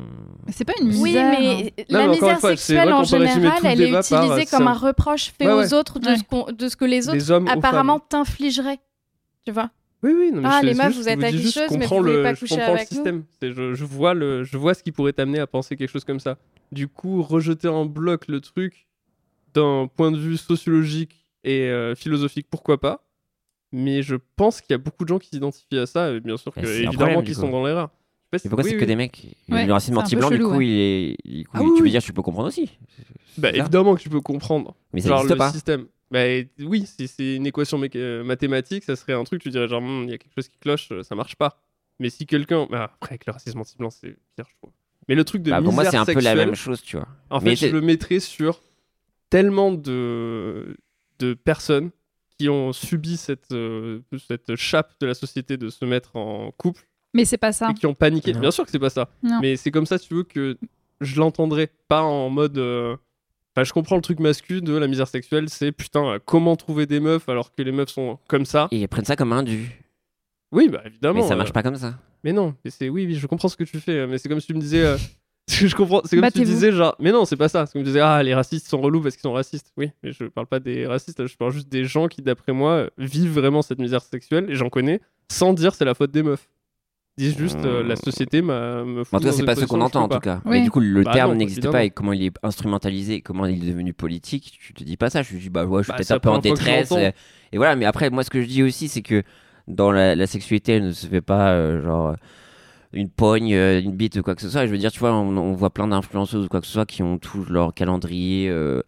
Mais C'est pas une
coup.
misère. hein.
Oui, mais
Non, mais
la
encore une
misère
fois, c'est
sexuelle
vrai
en
qu'on peut résumer
général,
tout le
elle est
débat par, euh,
utilisée
c'est
comme
un-
un reproche fait
Ouais,
aux
ouais.
autres de,
Ouais.
ce qu'on- de ce que les autres
Les hommes aux femmes.
apparemment t'infligeraient. Tu vois
Oui, oui, non, mais
Ah,
je-
les
c'est
meufs,
juste
vous
que
êtes
dis juste,
aguicheuses,
je
mais vous
comprends
voulez
le-
pas
je
coucher
comprends le
avec nous.
système. C'est- Je, je vois le, je vois ce qui pourrait t'amener à penser quelque chose comme ça. Du coup, rejeter en bloc le truc d'un point de vue sociologique et euh, philosophique, pourquoi pas. Mais je pense qu'il y a beaucoup de gens qui s'identifient à ça, et bien sûr que,
Mais c'est un
évidemment,
problème,
qu'ils
du
sont
coup.
dans l'erreur. Je sais pas si-
Mais pourquoi
oui,
c'est que
oui.
des mecs
Ouais,
Le racisme
c'est un
anti-blanc,
peu
du
chelou,
coup, il est. il- du coup,
Ah
tu
oui.
veux dire, tu peux comprendre aussi.
Bah,
C'est ça.
évidemment que tu peux comprendre.
Mais ça
genre
n'existe
le
pas.
système. Bah, oui, si c'est une équation mé- euh, mathématique, ça serait un truc, tu dirais genre, Hmm, il y a quelque chose qui cloche, euh, ça marche pas. Mais si quelqu'un. Bah, après, avec le racisme anti-blanc, c'est pire, je trouve. Mais le truc de
Bah,
misère
pour moi, c'est un peu la
sexuelle,
même chose, tu vois.
en fait,
Mais
je
c'est-
le mettrais sur tellement de, de personnes qui ont subi cette, euh, cette chape de la société de se mettre en couple
Mais c'est pas ça.
et qui ont paniqué.
Non.
Bien sûr que c'est pas ça.
Non.
Mais c'est comme ça, si tu veux, que je l'entendrai. Pas en mode. euh, Enfin, je comprends le truc masculin de la misère sexuelle, c'est putain, euh, comment trouver des meufs alors que les meufs sont comme ça
Et ils prennent ça comme un dû.
Oui, bah évidemment.
Mais ça
euh,
marche pas comme ça.
Mais non, mais c'est oui, oui, je comprends ce que tu fais. euh, <laughs> Mais c'est comme si tu me disais. euh, Parce que je comprends. C'est comme si tu
Battez-vous.
disais genre, mais non, c'est pas ça. C'est comme tu disais, ah, les racistes sont relous parce qu'ils sont racistes. Oui, mais je parle pas des racistes, je parle juste des gens qui, d'après moi, vivent vraiment cette misère sexuelle, et j'en connais, sans dire c'est la faute des meufs. Ils disent juste, euh, la société m'a, me fout
Hmm. En tout cas,
dans
c'est
une
pas ce
position
qu'on
où je
entend en
peux
tout
pas.
cas.
Oui.
Mais du coup, le
Bah
terme
non,
n'existe
évidemment.
pas et comment il est instrumentalisé, comment il est devenu politique, tu te dis pas ça. Je te dis, bah ouais, je suis
Bah,
peut-être
c'est
un
la
peu en
première fois que je
détresse.
l'entends.
Et, et voilà, mais après, moi, ce que je dis aussi, c'est que dans la, la sexualité, elle ne se fait pas euh, genre euh, une pogne, euh, une bite ou quoi que ce soit. Et je veux dire, tu vois, on, on voit plein d'influenceuses ou quoi que ce soit qui ont tout leur calendrier euh,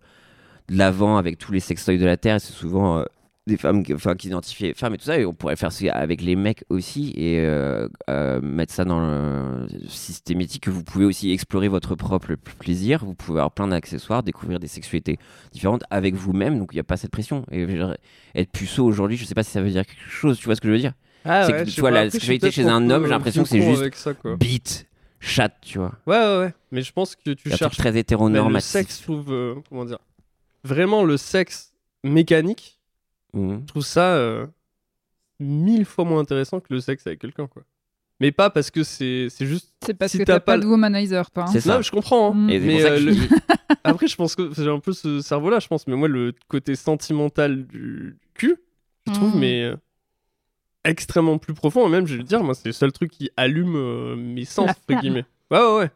de l'avant avec tous les sextoys de la Terre. Et C'est souvent. euh, des femmes qui- enfin, qui identifiaient femmes et tout ça, et on pourrait faire ça avec les mecs aussi et euh, euh, mettre ça dans le systématique que vous pouvez aussi explorer votre propre plaisir. Vous pouvez avoir plein d'accessoires, découvrir des sexualités différentes avec vous-même, donc il n'y a pas cette pression. Et je veux dire, être puceau aujourd'hui, je sais pas si ça veut dire quelque chose, tu vois ce que je veux dire
Ah
C'est
ouais,
que,
je
tu
sais
vois, la
pas, après, je suis
sexualité
peut-être
chez
trop
un
peu
homme, j'ai l'impression que c'est
vieux con
juste-
avec ça, quoi.
Bite, chatte, tu vois.
Ouais, ouais, ouais. Mais je pense que tu
Un truc
cherches
très
Mais
hétéronormatif.
le sexe, je trouve, euh, comment dire, vraiment le sexe mécanique,
Mhm.
je trouve ça euh, mille fois moins intéressant que le sexe avec quelqu'un, quoi. Mais pas parce que c'est c'est juste.
C'est parce
Si
que
t'as
t'as
pas
pas,
le-
de womanizer, toi. hein.
C'est ça.
Non, je comprends. hein.
Mm.
Et c'est
Mais,
pour ça que
euh,
je
le-
dis-
<laughs> Après, je pense que j'ai un peu ce cerveau-là, je pense. Mais moi, le côté sentimental du cul, je trouve,
Mm.
mais euh, extrêmement plus profond. Et même, je vais le dire, moi, c'est le seul truc qui allume euh, mes sens,
La
entre guillemets. Ouais, ouais, ouais.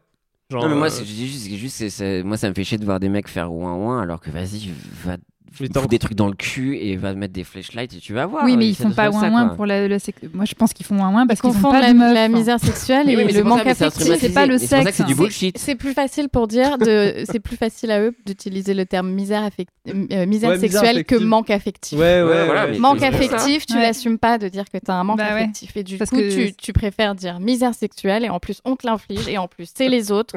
Genre,
Non, mais
euh,
moi, c'est je dis juste, c'est juste c'est- c'est- moi, ça me fait chier de voir des mecs faire ouin ouin alors que vas-y, va
Mais
fous
t'en-
des trucs dans le cul et va mettre des flashlights et tu vas voir.
Oui, mais ils
essaie de
font pas
faire ça,
ouin ouin
quoi.
pour la, le sexe. Moi, je pense qu'ils font ouin ouin
Parce
parce qu'ils
qu'on
font
confond
pas
la,
de hein. meuf.
la misère sexuelle
Mais
et,
oui, mais c'est
le
pour ça
manque
que c'est
affectif.
instrumentalisé.
c'est pas le
Mais C'est pour ça que c'est
sexe.
du bullshit.
C'est plus facile pour dire de. c'est plus facile à eux d'utiliser le terme misère, affect- euh, misère
misère
sexuelle que
affective.
manque affectif.
Ouais, ouais,
Ouais, voilà,
ouais.
mais-
Manque
c'est pour ça.
affectif, tu
Ouais.
l'assumes pas de dire que t'as un manque
Bah ouais.
affectif et du
Parce
coup
que-
tu, tu préfères dire misère sexuelle et en plus on te l'inflige et en plus c'est les autres,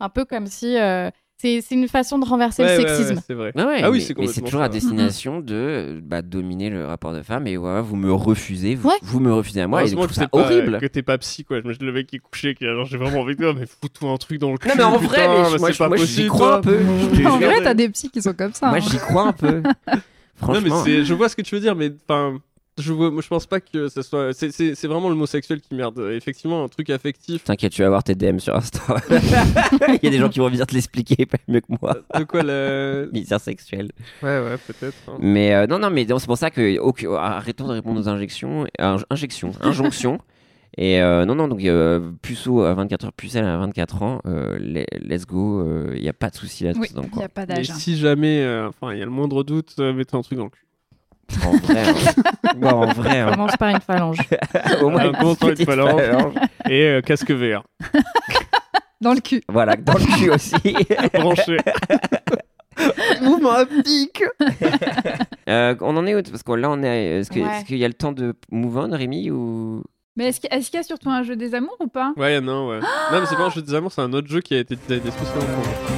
un peu comme si euh, c'est c'est une façon de renverser
Ouais, ouais,
le
ouais,
sexisme.
c'est vrai.
Ah, ouais,
Ah oui,
mais-
c'est
mais c'est
complètement
toujours
ça.
à destination de euh, bah, dominer le rapport de femme et voilà, vous me refusez, vous,
Ouais.
vous me refusez à moi et je
Heureusement
trouve
que
ça
c'est pas-
horrible.
Que t'es pas psy, quoi. Je me dis, le mec qui est couché, qui est genre, j'ai vraiment envie de toi, mais fous-toi un truc dans le cul.
Non, mais en vrai,
putain,
mais
mais
moi,
c'est
je-
pas
moi, j'y
possible.
crois
toi.
un peu. <laughs> Je te
En
jure.
vrai, t'as des psys qui sont comme ça.
Moi,
hein.
j'y crois un peu.
Non, mais
Franchement. hein.
c'est- je vois ce que tu veux dire, mais enfin. Je, vois, moi, je pense pas que ça soit. C'est, c'est- c'est vraiment le mot sexuel qui merde. Euh, Effectivement, un truc affectif.
T'inquiète, tu vas avoir tes DM sur Insta. <laughs> Il y a des gens qui vont venir te l'expliquer <laughs> pas mieux que moi.
De quoi
<laughs>
la.
Misère sexuelle.
Ouais, ouais, peut-être. hein.
Mais euh, non, non, mais donc, c'est pour ça que ok, arrêtons de répondre aux injections, euh,
<laughs>
injections, injonctions. Et euh, non, non, donc euh, puceau à 24 heures, pucelle à 24 ans, euh, le- let's go, il n'y a pas de souci là-dedans.
Oui, il n'y
quoi.
a pas
Mais
d'âge. hein.
si jamais. euh, Enfin, il y a le moindre doute, euh, mettez un truc dans le cul.
En vrai, hein. Bon, en vrai,
<laughs>
hein.
Commence par une
<laughs>
phalange.
au moins
Un
une
gros
petite
truc phalange.
phalange.
Et euh, casque VR.
Dans le cul.
<laughs> Voilà, dans le cul
<laughs>
aussi.
Branché.
Mouvement <laughs> optique Euh, On en est où Parce que là, on est. à- Est-ce que-
Ouais.
est-ce qu'il y a le temps de move on, Rémi ou...
Mais est-ce qu'il est-ce qu'il y a surtout un jeu des amours ou pas
Ouais, non, ouais. non, mais c'est pas un jeu des amours, c'est un autre jeu qui a été designé spécialement pour.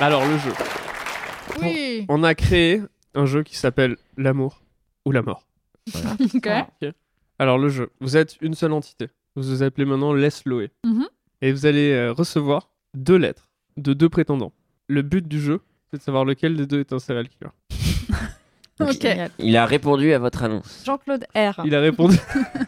Alors, le jeu.
Oui.
On a créé un jeu qui s'appelle L'amour ou la mort.
Ok.
Alors, le jeu, vous êtes une seule entité. Vous vous appelez maintenant Lesloé.
Mhm.
Et vous allez euh, recevoir deux lettres de deux prétendants. Le but du jeu, c'est de savoir lequel des deux est un serial killer.
Ok.
Génial.
Il a répondu à votre annonce.
Jean-Claude
Ah.
R.
Il a répondu.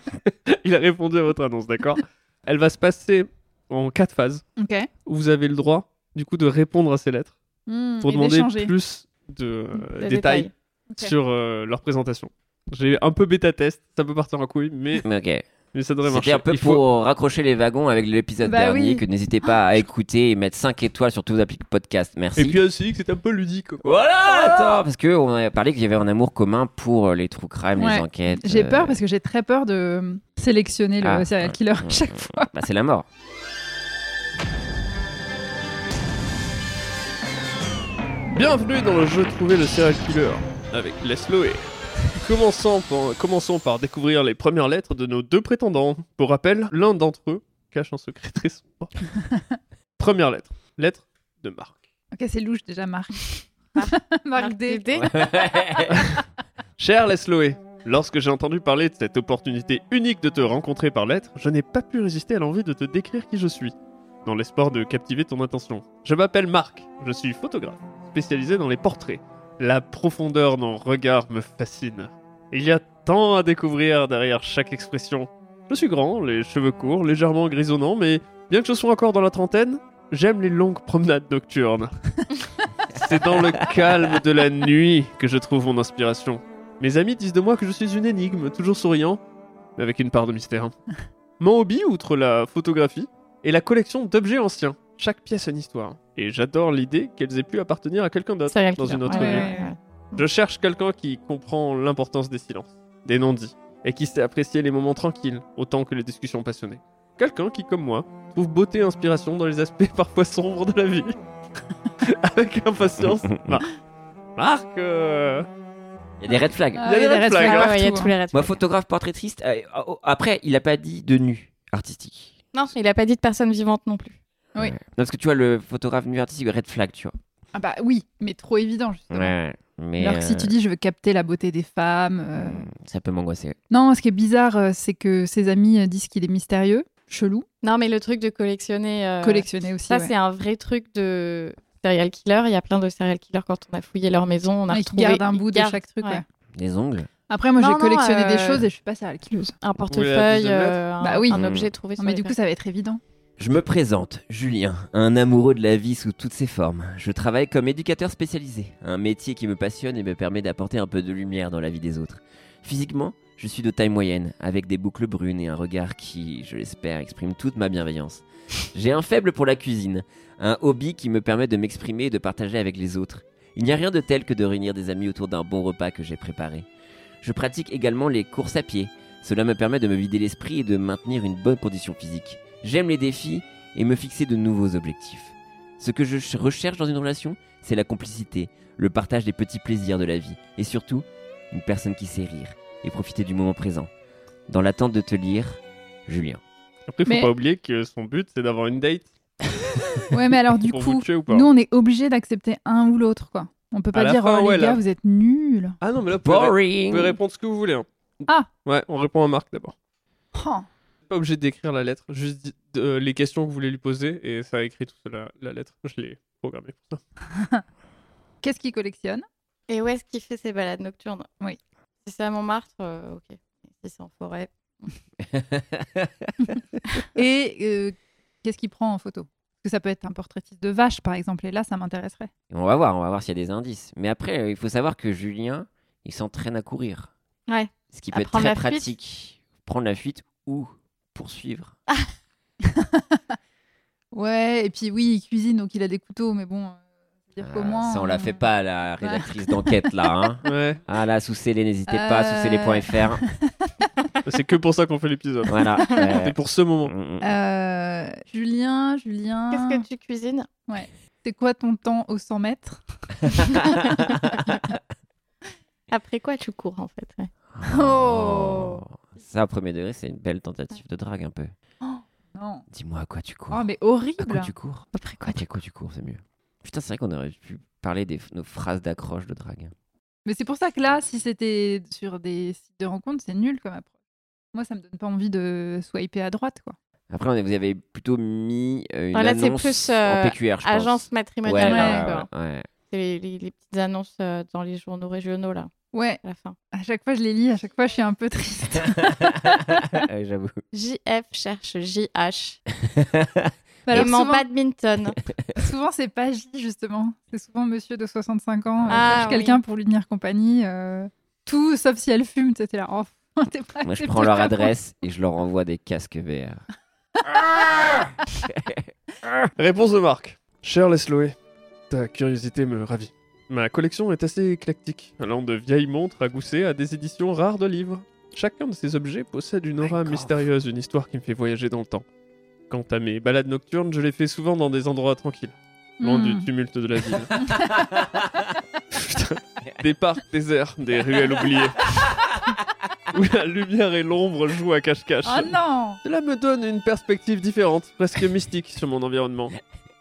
<laughs> Il a répondu à votre annonce, d'accord Elle va se passer en quatre phases
Ok.
où vous avez le droit, du coup, de répondre à ces lettres
Hmm,
pour
et
demander
d'échanger.
plus de
Le
euh, détails
détail.
Ok.
sur euh, leur présentation. J'ai un peu bêta test, ça peut partir en couille, mais,
Mais Ok.
mais ça devrait marcher.
C'était un peu
Il faut-
pour raccrocher les wagons avec l'épisode
Bah
dernier
oui.
que n'hésitez pas à écouter et mettre 5 étoiles sur tous vos applis de podcast. Merci.
Et puis aussi que c'est un peu ludique. quoi.
Oh
voilà, attends, parce que on a parlé qu'il y avait un amour commun pour euh, les true crime, les
Ouais.
enquêtes.
J'ai
euh,
peur parce que j'ai très peur de sélectionner le
Ah,
serial
ouais,
killer
ouais,
à chaque
ouais.
fois.
Bah, c'est la
<laughs>
mort.
Bienvenue dans le jeu Trouver le serial killer avec Leslo et. <laughs> Commençons par, commençons par découvrir les premières lettres de nos deux prétendants. Pour rappel, l'un d'entre eux cache un secret très sombre. Première lettre, lettre de Marc.
Ok, c'est louche déjà, Marc.
<laughs> Marc
<laughs> Marc D.
Dédé.
Cher Lesloé, lorsque j'ai entendu parler de cette opportunité unique de te rencontrer par lettre, je n'ai pas pu résister à l'envie de te décrire qui je suis, dans l'espoir de captiver ton attention. Je m'appelle Marc, je suis photographe, spécialisé dans les portraits. La profondeur d'un regard me fascine. Il y a tant à découvrir derrière chaque expression. Je suis grand, les cheveux courts, légèrement grisonnants, mais bien que je sois encore dans la trentaine, j'aime les longues promenades nocturnes. C'est dans le calme de la nuit que je trouve mon inspiration. Mes amis disent de moi que je suis une énigme, toujours souriant, mais avec une part de mystère. Mon hobby, outre la photographie, est la collection d'objets anciens. Chaque pièce a une histoire. Et j'adore l'idée qu'elles aient pu appartenir à quelqu'un d'autre
Serial
dans
killer.
une autre
Ouais,
vie.
ouais.
Je cherche quelqu'un qui comprend l'importance des silences, des non-dits, et qui sait apprécier les moments tranquilles autant que les discussions passionnées. Quelqu'un qui, comme moi, trouve beauté et inspiration dans les aspects <laughs> parfois sombres de la vie. <laughs>
<laughs>
Avec impatience. Mar- Marc euh,
Il y a des red flags.
Ah, il y a des red
Ah
flags.
ouais, il y a
partout,
tous les red
Moi,
flags.
photographe, portraitiste, euh, oh, après, il a pas dit de nu artistique.
Non, il a pas dit de personne vivante non plus.
Oui.
Ouais. Non, parce que tu vois, le photographe nu artistique, red flag, tu vois.
Ah bah oui, mais trop évident justement.
Mais
Alors que si tu dis je veux capter la beauté des femmes.
euh,
euh,
Ça peut m'angoisser.
Non, ce qui est bizarre, euh, c'est que ses amis euh, disent qu'il est mystérieux, chelou,
Non, mais le truc de collectionner. euh,
collectionné aussi.
Ça,
ouais.
c'est un vrai truc de serial killer. Il y a plein de serial killers quand on a fouillé leur maison, on a
Ouais, qui
retrouvé
Ah, garde un
ils
bout de
gardent
chaque truc.
ouais.
ouais.
Les ongles
Après, moi,
Non,
j'ai
non,
collectionné des
euh,
choses et je suis pas serial killeuse.
un
la
portefeuille,
deuxième lettre
euh, un,
Bah oui.
un
Mm.
objet trouvé
Non,
sur
mais
les
du coup, ça va être évident.
Je me présente, Julien, un amoureux de la vie sous toutes ses formes. Je travaille comme éducateur spécialisé, un métier qui me passionne et me permet d'apporter un peu de lumière dans la vie des autres. Physiquement, je suis de taille moyenne, avec des boucles brunes et un regard qui, je l'espère, exprime toute ma bienveillance. J'ai un faible pour la cuisine, un hobby qui me permet de m'exprimer et de partager avec les autres. Il n'y a rien de tel que de réunir des amis autour d'un bon repas que j'ai préparé. Je pratique également les courses à pied. Cela me permet de me vider l'esprit et de maintenir une bonne condition physique. J'aime les défis et me fixer de nouveaux objectifs. Ce que je ch- recherche dans une relation, c'est la complicité, le partage des petits plaisirs de la vie, et surtout, une personne qui sait rire et profiter du moment présent. Dans l'attente de te lire, Julien.
Après, faut
Mais-
pas oublier que son but, c'est d'avoir une date
Ouais, mais alors du
pour
coup,
vous tuer ou pas.
nous, on est obligé d'accepter un ou l'autre, quoi. On peut
À
pas
la
dire,
fin,
oh
ouais,
les gars,
là.
vous êtes nuls.
Ah non, mais là, vous pouvez, vous
Boring
pouvez répondre ce que vous voulez. hein.
Ah.
Ouais, on répond à Marc d'abord.
Oh.
Pas obligé d'écrire la lettre, juste dites, euh, les questions que vous voulez lui poser, et ça a écrit toute la, la lettre. Je l'ai programmé pour ça.
<laughs> Qu'est-ce qu'il collectionne
Et où est-ce qu'il fait ses balades nocturnes
Oui.
Si c'est à Montmartre, euh, ok. Si c'est en forêt.
Et euh, qu'est-ce qu'il prend en photo Parce que ça peut être un portraitiste de vache, par exemple, et là, ça m'intéresserait.
Et On va voir, on va voir s'il y a des indices. Mais après, euh, il faut savoir que Julien, il s'entraîne à courir.
Ouais.
Ce qui
À
peut être
prendre
très
la fuite.
pratique. Prendre la fuite ou poursuivre.
Ouais, et puis oui, il cuisine, donc il a des couteaux, mais bon, euh, dire qu'au
Ah,
moins.
ça, on la
euh,
fait pas à
Ah.
la rédactrice d'enquête, là. hein.
Ouais,
Ah là, sous scellé, n'hésitez pas,
Euh.
sous scellé.fr.
c'est que pour ça qu'on fait l'épisode.
<laughs>
Voilà. euh,
C'est pour ce moment.
mm, mm.
euh, Julien, Julien.
Qu'est-ce que tu cuisines
C'est quoi ton temps aux 100 mètres
Après quoi tu cours en fait ouais.
Oh.
Ça, au premier degré, c'est une belle tentative de drague un peu.
Non.
Dis-moi à quoi tu cours.
Oh, mais
À quoi
horrible
tu cours
Après quoi
À quoi tu cours, c'est mieux. Putain, c'est vrai qu'on aurait pu parler des nos phrases d'accroche de drague.
Mais c'est pour ça que là, si c'était sur des sites de rencontres, c'est nul comme approche. Moi, ça me donne pas envie de swiper à droite, quoi.
Après, on- vous avez plutôt mis euh, une
Ah, là, c'est
annonce
plus,
en
euh,
PQR, je pense.
Agence
ouais,
matrimoniale.
ouais,
un
ouais,
peu, hein.
ouais, ouais.
C'est les, les- les petites annonces euh, dans les journaux régionaux là,
Ouais,
à la fin.
à chaque fois, je les lis, à chaque fois, je suis un peu <laughs> triste.
<laughs>
Ouais, J'avoue.
JF cherche JH.
Bah alors,
Aimant
souvent,
badminton.
souvent, c'est pas J, justement. C'est souvent monsieur de 65 ans. euh,
Ah,
cherche
oui.
quelqu'un pour lui tenir compagnie. euh, tout, sauf si elle fume, tu sais, t'es là. Oh, <laughs> t'es pas
Moi, je
t'es
prends
pas
leur
bon.
adresse et je leur envoie des casques VR.
Réponse de Marc. Cher Lesloé, ta curiosité me ravit. Ma collection est assez éclectique, allant de vieilles montres à gousset à des éditions rares de livres. Chacun de ces objets possède une aura
D'accord.
mystérieuse, une histoire qui me fait voyager dans le temps. Quant à mes balades nocturnes, je les fais souvent dans des endroits tranquilles, loin
Hmm.
du tumulte de la
<laughs>
ville. Putain. des parcs déserts, des
<laughs>
ruelles oubliées, où la lumière et l'ombre jouent à cache-cache.
Oh non
Cela me donne une perspective différente, presque mystique, sur mon environnement.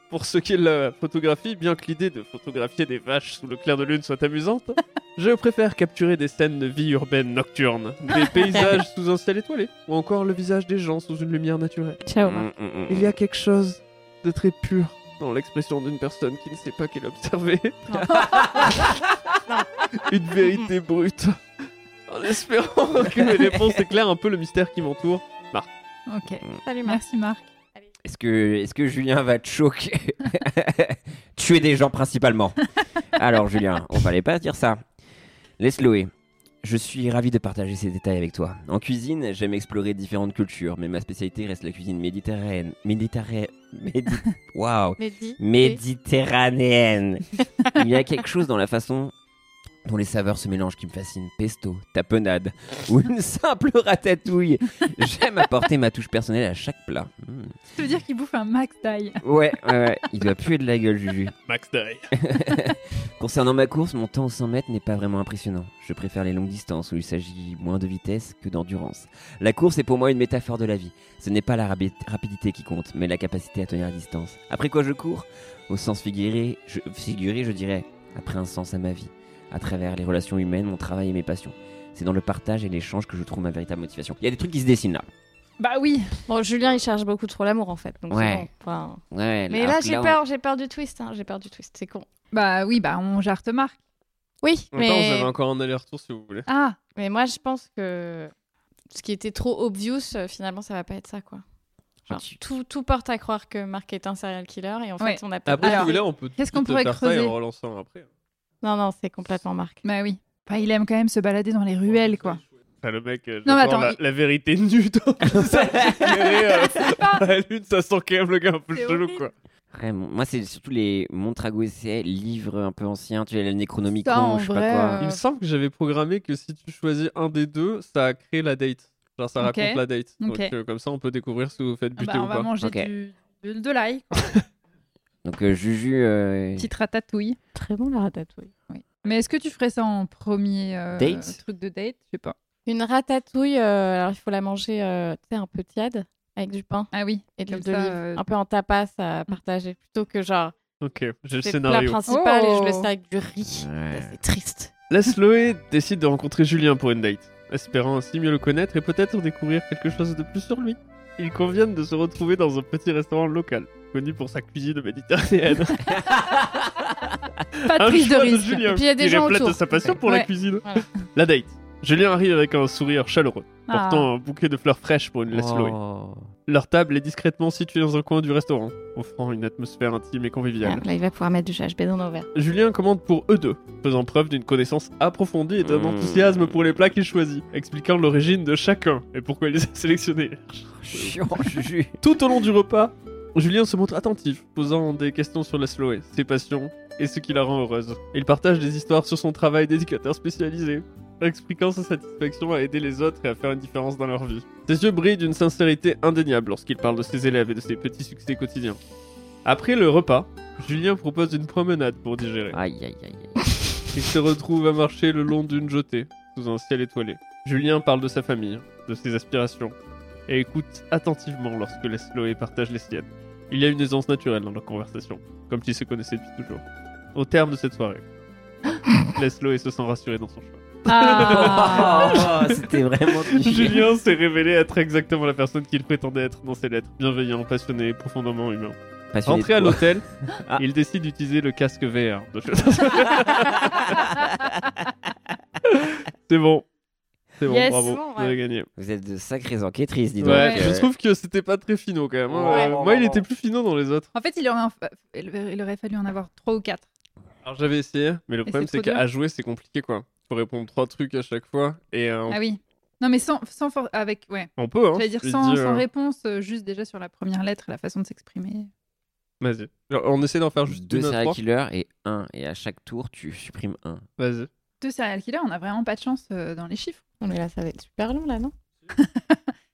Pour ce qui est de la photographie, bien que l'idée de photographier des vaches sous le clair de lune soit amusante, je préfère capturer des scènes de vie urbaine nocturne, des paysages sous un ciel étoilé, ou encore le visage des gens sous une lumière naturelle.
Ciao.
Mm, mm, mm.
Il y a quelque chose de très pur dans l'expression d'une personne qui ne sait pas qu'elle observait. une vérité brute. En espérant que mes réponses éclairent un peu le mystère qui m'entoure.
Ok.
Salut, Marc.
Merci Marc.
Est-ce que, est que Julien va te choquer <laughs> Tuer des gens principalement. Alors Julien, on fallait pas dire ça. Lesloé, je suis ravi de partager ces détails avec toi. En cuisine, j'aime explorer différentes cultures, mais ma spécialité reste la cuisine méditerranéenne. Méditerranéenne. Waouh
Mais dis-
méditerranéenne. Il y a quelque chose dans la façon dont les saveurs se mélangent qui me fascine. Pesto, tapenade ou une simple ratatouille. J'aime apporter ma touche personnelle à chaque plat. Mm.
Ça veut dire qu'il bouffe un Max Die.
Ouais, ouais, ouais, il doit puer de la gueule, Juju.
Max Die.
Concernant ma course, mon temps aux 100 mètres n'est pas vraiment impressionnant. Je préfère les longues distances où il s'agit moins de vitesse que d'endurance. La course est pour moi une métaphore de la vie. Ce n'est pas la rabi- rapidité qui compte, mais la capacité à tenir la distance. Après quoi je cours Au sens figuré, je, figuré, je dirais, après un sens à ma vie, à travers les relations humaines, mon travail et mes passions. C'est dans le partage et l'échange que je trouve ma véritable motivation. Il y a des trucs qui se dessinent là.
Bah oui.
Bon, Julien, il cherche beaucoup trop l'amour en fait. donc c'est
Ouais.
bon. Enfin,
Ouais,
Mais là, j'ai peur, j'ai peur du twist. hein, J'ai peur du twist, c'est con.
Bah oui, bah on jarte Marc.
Oui,
En même temps, vous
mais,
avez encore un aller-retour si vous voulez.
Ah,
mais moi, je pense que ce qui était trop obvious, euh, finalement, ça va pas être ça, quoi. Genre,
Tu-
tout, tout porte à croire que Marc est un serial killer et en fait,
Ouais.
on a pas.
Ah, Après, si
Alors,
vous voulez, on peut
Ah, qu'est-ce qu'on
tout
pourrait
faire ça et
creuser
en relançant après.
Non, non, c'est complètement Marc.
bah oui. Bah il aime quand même se balader dans les
bah,
ruelles, quoi.
Enfin, le mec, euh,
Non, mais
j'adore
attends,
la,
il-
la vérité nue
<laughs>
dans dans <laughs> la lune, ça sent quand même le gars un peu
C'est
chelou,
horrible.
quoi.
Ouais, mon- moi, c'est surtout les Montrago essais, livres un peu anciens, tu as la Necronomicon,
Ça, en
je sais
vrai,
pas quoi.
euh,
Il me semble que j'avais programmé que si tu choisis un des deux, ça crée la date. Genre, ça
Ok.
raconte la date.
Ok.
Donc, euh, comme ça, on peut découvrir si vous faites
Ah
buter
bah,
ou
on
pas.
va manger
Ok.
du, de, de l'ail, quoi.
Donc, euh, Juju. euh,
petite ratatouille.
Très bon la ratatouille.
Mais est-ce que tu ferais ça en premier euh,
Date
truc de date Je sais pas.
Une ratatouille, euh, alors il faut la manger, euh, tu sais, un peu tiède, avec du pain
Ah oui.
et de
Comme
l'huile
ça,
d'olive,
euh,
un peu en tapas à partager, plutôt que genre
Ok, j'ai le
c'est le plat
scénario.
principal et je le
Oh.
sers avec du riz.
ouais.
Ça, C'est triste.
Laszloé décide de rencontrer Julien pour une date, espérant ainsi mieux le connaître et peut-être découvrir quelque chose de plus sur lui. Ils conviennent de se retrouver dans un petit restaurant local, connu pour sa cuisine
<laughs>
méditerranéenne.
Pas
un
de prise de
choix de
risque.
Julien,
Et puis, il y a des gens
reflète
autour.
sa passion pour la
Ouais.
cuisine.
Voilà.
La date. Julien arrive avec un sourire chaleureux,
Ah.
portant un bouquet de fleurs fraîches pour une Laszloé.
Oh.
Leur table est discrètement située dans un coin du restaurant, offrant une atmosphère intime et conviviale.
Ah, Là, il va pouvoir mettre du GHB dans nos verres.
Julien commande pour eux deux, faisant preuve d'une connaissance approfondie et d'un
Mmh.
enthousiasme pour les plats qu'il choisit, expliquant l'origine de chacun et pourquoi il les a <laughs> sélectionnés. <laughs>
Chiant, Juju.
Tout au long du repas, Julien se montre attentif, posant des questions sur la Sloé, ses passions et ce qui la rend heureuse. Il partage des histoires sur son travail d'éducateur spécialisé, expliquant sa satisfaction à aider les autres et à faire une différence dans leur vie. Ses yeux brillent d'une sincérité indéniable lorsqu'il parle de ses élèves et de ses petits succès quotidiens. Après le repas, Julien propose une promenade pour digérer.
Aïe, aïe, aïe. aïe.
Il se retrouve à marcher le long d'une jetée, sous un ciel étoilé. Julien parle de sa famille, de ses aspirations, et écoute attentivement lorsque Lesloé partage les siennes. Il y a une aisance naturelle dans leur conversation, comme s'ils se connaissaient depuis toujours. Au terme de cette soirée, Lesloé se sent rassuré dans son choix. <laughs>
Ah.
Oh, <laughs> C'était vraiment nul.
Julien s'est révélé être exactement la personne qu'il prétendait être dans ses lettres, bienveillant, passionné, profondément humain.
Passionné de
Entré à
toi.
l'hôtel,
Ah.
il décide d'utiliser le
<laughs>
casque VR. de- c'est bon. C'est bon,
Yes.
bravo.
Bon, ouais.
Vous avez gagné.
Vous êtes de sacrées enquêtrices, dis donc.
Ouais,
Euh,
je trouve que c'était pas très finaux quand même. hein.
Ouais.
Euh, Moi, il était plus finaux dans les autres.
En fait, il aurait, en- il il aurait fallu en avoir trois ou quatre.
Alors j'avais essayé, mais le problème
c'est
c'est
trop
qu'à jouer c'est compliqué quoi. Faut répondre trois trucs à chaque fois et euh, on-
Ah oui. Non, mais sans, sans for- avec ouais.
on peut. Hein,
J'allais Ah dire
je
sans,
dis, euh,
sans réponse, euh, juste déjà sur la première lettre et la façon de s'exprimer.
Vas-y. Genre, on essaie d'en faire juste
Deux
une à
serial
trois.
killers et un. Et à chaque tour, tu supprimes
<laughs>
un.
Vas-y.
Deux serial killers, on a vraiment pas de chance euh, dans les chiffres.
Non, mais là, ça va être super long, là, non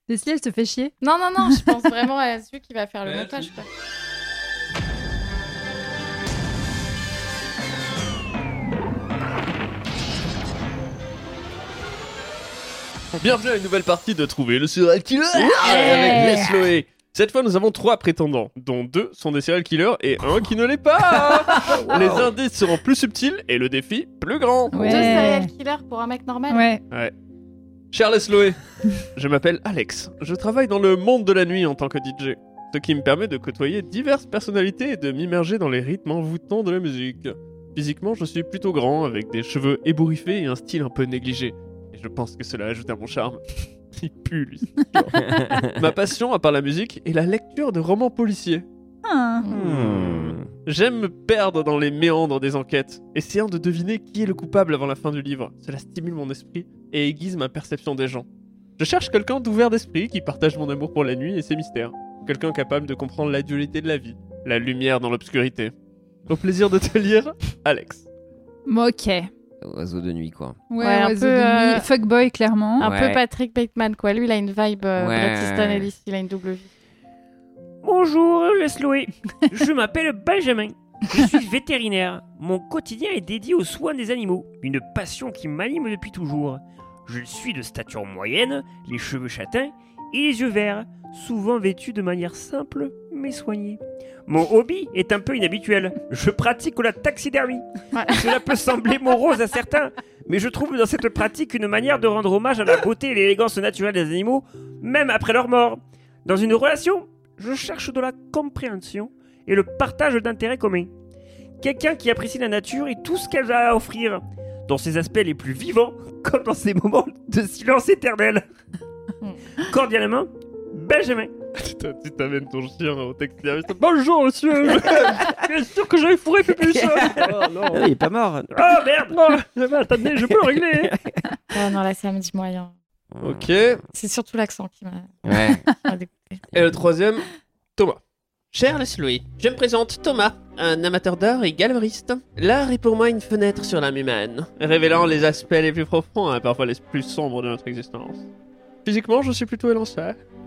Leslie, elle se fait chier.
Non, non, non, je pense vraiment à celui qui va faire le
Ouais,
montage. quoi.
Bienvenue à une nouvelle partie de Trouver le serial killer avec
Ouais.
Lesloé. Cette fois, nous avons trois prétendants, dont deux sont des serial killers et un qui ne l'est pas. Les indices seront plus subtils et le défi plus grand.
Deux
Ouais.
serial killers pour un mec normal.
Ouais.
Cher Lesloé, je m'appelle Alex. Je travaille dans le monde de la nuit en tant que DJ, ce qui me permet de côtoyer diverses personnalités et de m'immerger dans les rythmes envoûtants de la musique. Physiquement, je suis plutôt grand, avec des cheveux ébouriffés et un style un peu négligé. Et je pense que cela ajoute à mon charme. <laughs> Il pue, lui. c'est sûr. Ma passion, à part la musique, est la lecture de romans policiers.
Ah.
Hmm.
J'aime me perdre dans les méandres des enquêtes, essayant de deviner qui est le coupable avant la fin du livre. Cela stimule mon esprit et aiguise ma perception des gens. Je cherche quelqu'un d'ouvert d'esprit qui partage mon amour pour la nuit et ses mystères. Quelqu'un capable de comprendre la dualité de la vie, la lumière dans l'obscurité. Au plaisir de te lire, Alex. <laughs>
Bon, ok. Ouais,
Oiseau de nuit, quoi.
un
oiseau
peu,
de nuit.
euh,
Fuckboy, clairement.
Un
Ouais.
peu Patrick Bateman, quoi. Lui, il a une vibe euh,
Ouais.
Bret Easton Ellis, il a une double vie.
Bonjour, Lesloé. Je m'appelle Benjamin. Je suis vétérinaire. Mon quotidien est dédié aux soins des animaux, une passion qui m'anime depuis toujours. Je suis de stature moyenne, les cheveux châtains et les yeux verts, souvent vêtu de manière simple mais soignée. Mon hobby est un peu inhabituel. Je pratique la taxidermie.
Ouais.
Cela peut sembler morose à certains, mais je trouve dans cette pratique une manière de rendre hommage à la beauté et l'élégance naturelle des animaux, même après leur mort. Dans une relation, je cherche de la compréhension et le partage d'intérêts communs. Quelqu'un qui apprécie la nature et tout ce qu'elle a à offrir, dans ses aspects les plus vivants, <laughs> comme dans ces moments de silence éternel.
Mm.
Cordialement, Benjamin.
Putain, tu t'amènes ton chien au Ah, taxidermiste. Bonjour, monsieur Bien sûr que j'avais fourré Pupus Oh
Ah,
non
il est pas mort.
<laughs> Oh merde
Non, attendez, je peux le régler
Ah non, là, ça me dit moyen.
Ok, et
C'est surtout l'accent qui m'a
Ouais.
m'a dégoûté.
le troisième,
Cher Leslie, je me présente Thomas, un amateur d'art et galeriste. L'art est pour moi une fenêtre sur l'âme humaine,
révélant les aspects les plus profonds et parfois les plus sombres de notre existence. Physiquement, je suis plutôt élancé,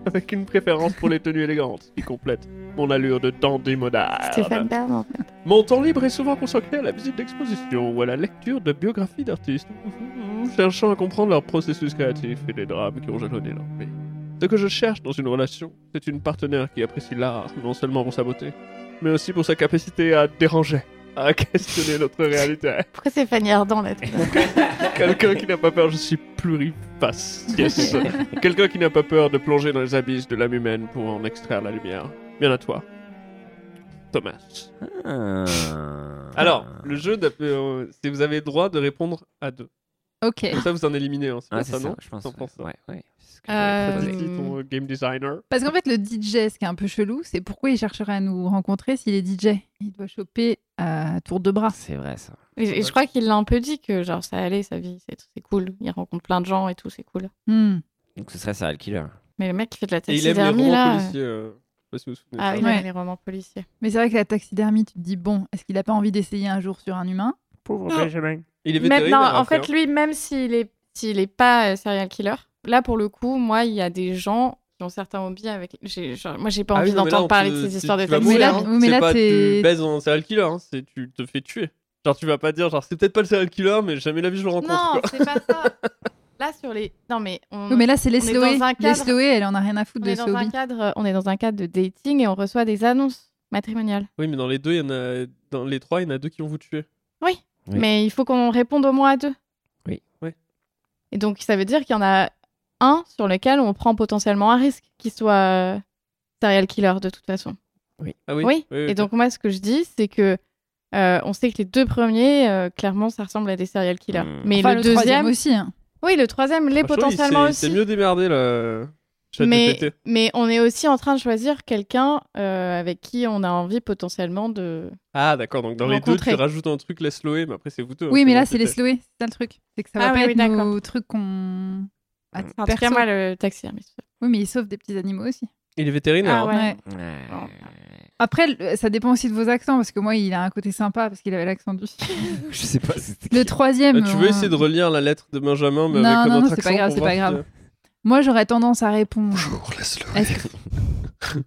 avec une préférence pour les tenues élégantes, qui complètent mon allure de dandy
Stéphane
moderne.
Bern, en fait.
Mon temps libre est souvent consacré à la visite d'expositions ou à la lecture de biographies d'artistes, cherchant à comprendre leur processus créatif et les drames qui ont jalonné leur vie. Ce que je cherche dans une relation, c'est une partenaire qui apprécie l'art non seulement pour sa beauté, mais aussi pour sa capacité à déranger, à questionner notre réalité.
Pourquoi c'est Fanny Ardant, là tout à l'heure
Quelqu'un qui n'a pas peur, je suis pluriface. Yes. Quelqu'un qui n'a pas peur de plonger dans les abysses de l'âme humaine pour en extraire la lumière. Bien à toi. Thomas.
Ah.
Alors, le jeu, d'app- euh, c'est vous avez droit de répondre à deux.
ah.
Ok.
Comme ça, vous en éliminez un. C'est
Ah,
pas
c'est
ça, non
je pense.
T'en penses ça
Ouais, ouais. C'est ce que
Euh,
j'avais
Vas-y,
proposé.
dis ton euh, game designer.
Parce qu'en fait, le DJ, ce qui est un peu chelou, c'est pourquoi il chercherait à nous rencontrer s'il est DJ. Il doit choper à tour de bras.
C'est vrai, ça.
Et, et je crois qu'il l'a un peu dit que genre ça allait sa vie, c'est c'est cool. Il rencontre plein de gens et tout, c'est cool.
Hmm.
Donc, ce serait ça, le killer.
Mais le mec qui fait de la
Et il aime les
taxidermie
romans
là. euh,
policiers. euh, Je sais pas si vous vous souvenez. de
Ah,
ça.
il aime
Ouais.
les romans policiers.
Mais c'est vrai que la taxidermie, tu te dis, bon, est-ce qu'il a pas envie d'essayer un jour sur un humain
<laughs> Pauvre
Non.
Benjamin.
Il est
Même, non,
vétérinaire.
en
après,
fait,
hein.
lui, même s'il est, s'il est pas euh, serial killer, là pour le coup, moi, il y a des gens qui ont certains hobbies avec. j'ai- genre, moi, j'ai pas
Ah
envie
oui, non, mais là, on
d'entendre parler
te-
de
tu-
ces histoires de
tu vas
taxi. Mais
mourir,
taxidermie.
là-
hein.
oui, mais
C'est
là,
pas
t'es-
tu baises un serial killer, hein, c'est tu te fais tuer. Genre tu vas pas dire genre c'est peut-être pas le serial killer mais jamais la vie je le rencontre.
Non,
quoi.
c'est pas ça. Là, sur les. Non, mais on.
Oui, mais là, c'est les
Hmm. on est
Sloé.
dans un
Les
cadre-
Sloé, elle en a rien à foutre
on
de
est,
ce
dans un
hobby.
cadre, on est dans un cadre de dating et on reçoit des annonces matrimoniales.
Oui mais dans les deux il y en a dans les trois il y en a deux qui vont vous tuer.
Oui.
Mais il faut qu'on réponde au moins à deux.
Oui.
Ouais.
Et donc, ça veut dire qu'il y en a un sur lequel on prend potentiellement un risque, qui soit euh, serial killer de toute façon.
Ah oui.
Oui. Et donc, moi, ce que je dis, c'est que euh, on sait que les deux premiers, euh, clairement, ça ressemble à des serial killers.
Mm.
Hmm.
Mais
Enfin,
le,
troisième
deuxième,
aussi. hein.
oui, le troisième l'est
Franchement, il
potentiellement
s'est- il
aussi.
s'est mieux démerdé le chat
mais,
GPT.
mais on est aussi en train de choisir quelqu'un euh, avec qui on a envie potentiellement de.
Ah d'accord donc dans les deux tu
Rencontrer.
rajoutes un truc les Sloé mais après c'est vous deux. hein,
Oui, mais là,
bon,
c'est les Sloé. C'est ça le truc. C'est que ça va
Ah
pas
oui, oui,
être
d'accord.
nos trucs qu'on. à titre
En tout cas,
perso.
moi, le taxi. mais-
Oui, mais ils sauvent des petits animaux aussi.
Il est vétérinaire.
Ah
hein.
ouais.
Ouais.
Ouais.
Bon.
Après, le- ça dépend aussi de vos accents, parce que moi, il a un côté sympa, parce qu'il avait l'accent du <laughs> sud.
<laughs> Je sais pas. c'était
Le
qui.
troisième.
Euh, tu veux
on-
essayer de relire la lettre de Benjamin mais
Non,
avec
non,
un
non,
autre
c'est pas
accent
grave,
pour
c'est
voir
pas
si-
grave. Moi, j'aurais tendance à répondre. Est-ce que- <laughs>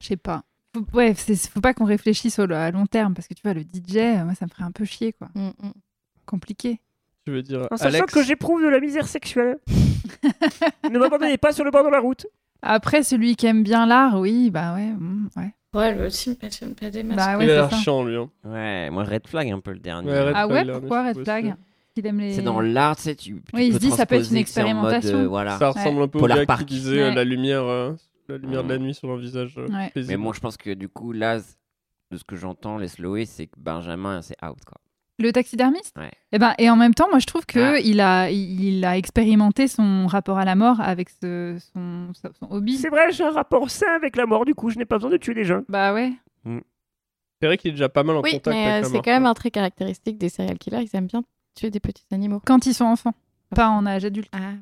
Je sais pas. Faut- Ouais, c'est- faut pas qu'on réfléchisse au- à long terme parce que tu vois, le DJ, moi, ça me ferait un peu chier, quoi.
Mm, mm.
Compliqué.
Tu veux dire
En sachant
Alex
que j'éprouve de la misère sexuelle. ne m'abandonnez pas sur le bord de la route.
Après, celui qui aime bien l'art, oui, bah ouais. mm, ouais.
Ouais, elle me aussi, pas, pas des masses.
Bah
Il a
ouais,
l'air
c'est ça.
chiant lui. hein.
Ouais, moi, red flag un peu le dernier.
Ouais, euh, red
Ah ouais,
flag, là,
pourquoi
on est
Red
supposé.
Flag Il aime les.
C'est dans l'art, tu sais, tu. tu
Oui, il
peux
se dit, ça peut être
transposer,
une
c'est en mode,
expérimentation.
euh, voilà.
Ça ressemble un peu au
Polar
gars
Park.
qui disait euh,
Ouais.
la lumière, euh, la lumière de la
Mm.
nuit sur un visage. euh,
Ouais.
paisible.
Mais bon, je pense que du coup, là, c- de ce que j'entends, les Sloé, c'est que Benjamin, c'est out, quoi.
Le taxidermiste
Ouais.
et, ben, et en même temps, moi, je trouve que
Ah.
il, a, il il a expérimenté son rapport à la mort avec ce- son, son hobby.
C'est vrai, j'ai un rapport sain avec la mort, du coup, je n'ai pas besoin de tuer des gens.
Bah ouais.
C'est vrai qu'il est déjà pas mal en
Oui,
contact
mais
avec
euh,
la
c'est
mort.
quand même un trait caractéristique des serial killers. Ils aiment bien tuer des petits animaux.
Quand ils sont enfants, pas en âge adulte.
Ah.